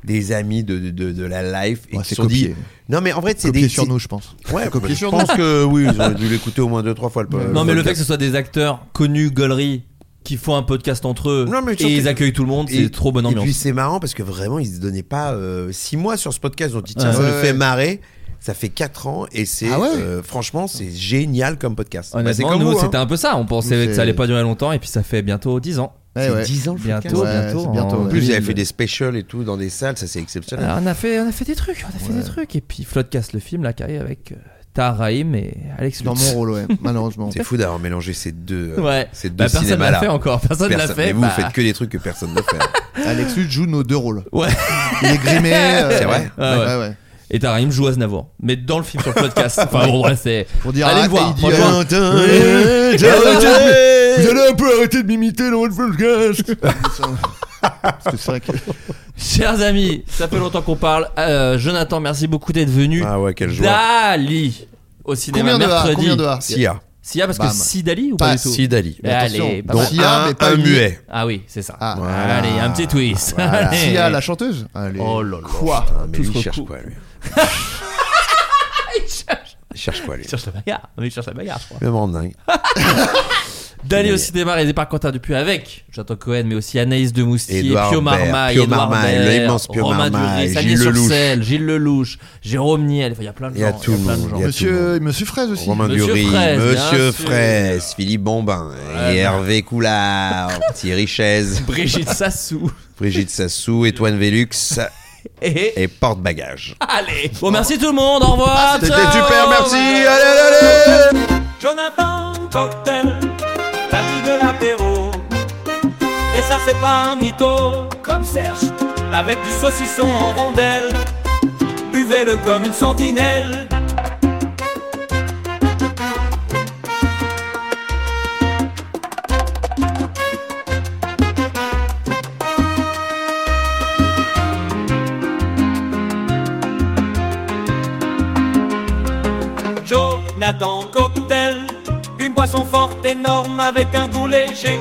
Des amis de, de, de- de la life et Ouais, qui c'est se sont dit. copié. Non, mais en vrai, c'est Copié des. sur c'est- nous, je pense. Ouais, C'est copié je sur pense nous. que oui, ils auraient dû l'écouter au moins deux, trois fois le Non mais le fait que ce soit des acteurs connus, gauleries, qui font un podcast entre eux Non, mais et ils accueillent tout le monde, c'est Et- trop bonne Et ambiance. puis c'est marrant parce que vraiment, ils se donnaient pas 6 mois sur ce podcast. On dit, tiens, Ouais. ça Ah Ouais, me ouais. Ah fait marrer. Ça fait 4 ans et c'est euh, franchement, c'est génial comme podcast. Bah, c'est Honnêtement, comme nous, vous, hein. c'était un peu ça. On pensait que C'est- Eh ça allait pas durer longtemps et puis ça fait bientôt 10 ans. C'est 10 ans le podcast. bientôt, bientôt, c'est En plus, ils il avaient fait des specials et tout dans des salles, ça c'est exceptionnel. Alors, on a fait, on a fait des trucs, on a fait des trucs. Et puis Floodcast, le film, là, qui arrive avec euh, Tahar Rahim et Alex Dans Lutz. mon rôle, ouais, malheureusement. C'est fou d'avoir mélangé ces deux, euh, Ouais. ces deux Bah, personne cinémas l'a fait encore, personne l'a fait, Mais vous, bah. faites que des trucs que personne ne fait. hein. Alex Lutz joue nos deux rôles. Ouais. Il est grimé. euh, C'est vrai Ouais, ouais. ouais, ouais. Et Tahar Rahim joue Aznavour. Mais dans le film sur Floodcast. enfin, bon, ouais, c'est. Pour dire, ah, Allez le arrête, voir. il dit, franchement. Tintin, Oui. eh, Ah Tintin, Vous allez un peu arrêter de m'imiter dans votre podcast. Parce que c'est vrai que. Chers amis, ça fait longtemps qu'on parle. Euh, Jonathan, merci beaucoup d'être venu. Ah ouais, quelle joie. Dali au cinéma Combien de A mercredi. Combien de A Sia. Sia parce Bam. que si Dali ou pas, Pas du tout Ah, si Dali. Mais Attention, Allez, pas dont mal. Sia, un, mais pas un une- muet. Ah oui, c'est ça. Ah. Voilà. Allez, un petit twist. Voilà. Allez. Sia, la chanteuse Allez. Oh là là. Quoi Ah, mais Tout lui, se il cherche recoupe. quoi, lui Il cherche- Il cherche quoi, lui il cherche la bagarre. Il cherche la bagarre, je crois. Le monde dingue. D'aller au cinéma réalisé par Quentin Dupuis avec Jonathan Cohen, mais aussi Anaïs de Moustier, Édouard Pio Baird, Marmaille, Pio Édouard Marmaille, Baird, l'immense Pio Romain Marmaille, Duris, Gilles Agnès Lelouch. Sorcel, Gilles Lelouch, Jérôme Niel, enfin, il y a plein de gens. Il y a tout le plein de monde, gens. il y a Monsieur, monsieur Fraise aussi. Romain Monsieur Duris, Fraisse, bien Monsieur sûr. Fraisse, Philippe Bombin, Ouais, et bah. Hervé Coulard, Thierry Chaise, Brigitte Sassou. Brigitte Sassou, Étoine Vélux Et... et porte-bagages. Allez. Bon, merci tout le monde. Au revoir. C'était ciao. super, merci. Allez, allez, allez. Jonathan, cocktail, t'as pris de l'apéro. Et ça fait pas un mytho, comme Serge, avec du saucisson en rondelle. Buvez-le comme une sentinelle. Jonathan Cocktail, une boisson forte énorme avec un goût léger.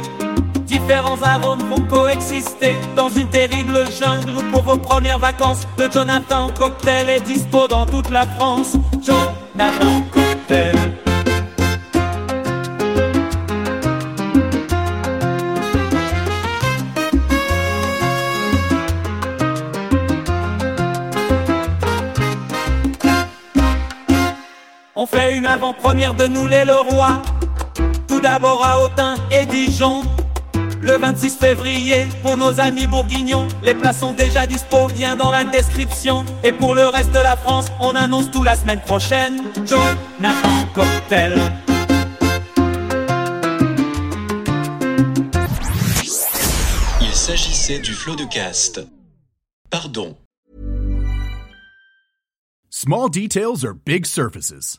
Différents arômes vont coexister dans une terrible jungle pour vos premières vacances. Le Jonathan Cocktail est dispo dans toute la France. Jonathan Cocktail. On fait une avant-première de nous les Leroy. Tout d'abord à Autun et Dijon. Le 26 février, pour nos amis bourguignons, les plats sont déjà dispo, bien dans la description. Et pour le reste de la France, on annonce tout la semaine prochaine. Jonathan Cocktail. Il s'agissait du flot de cast. Pardon. Small details are big surfaces.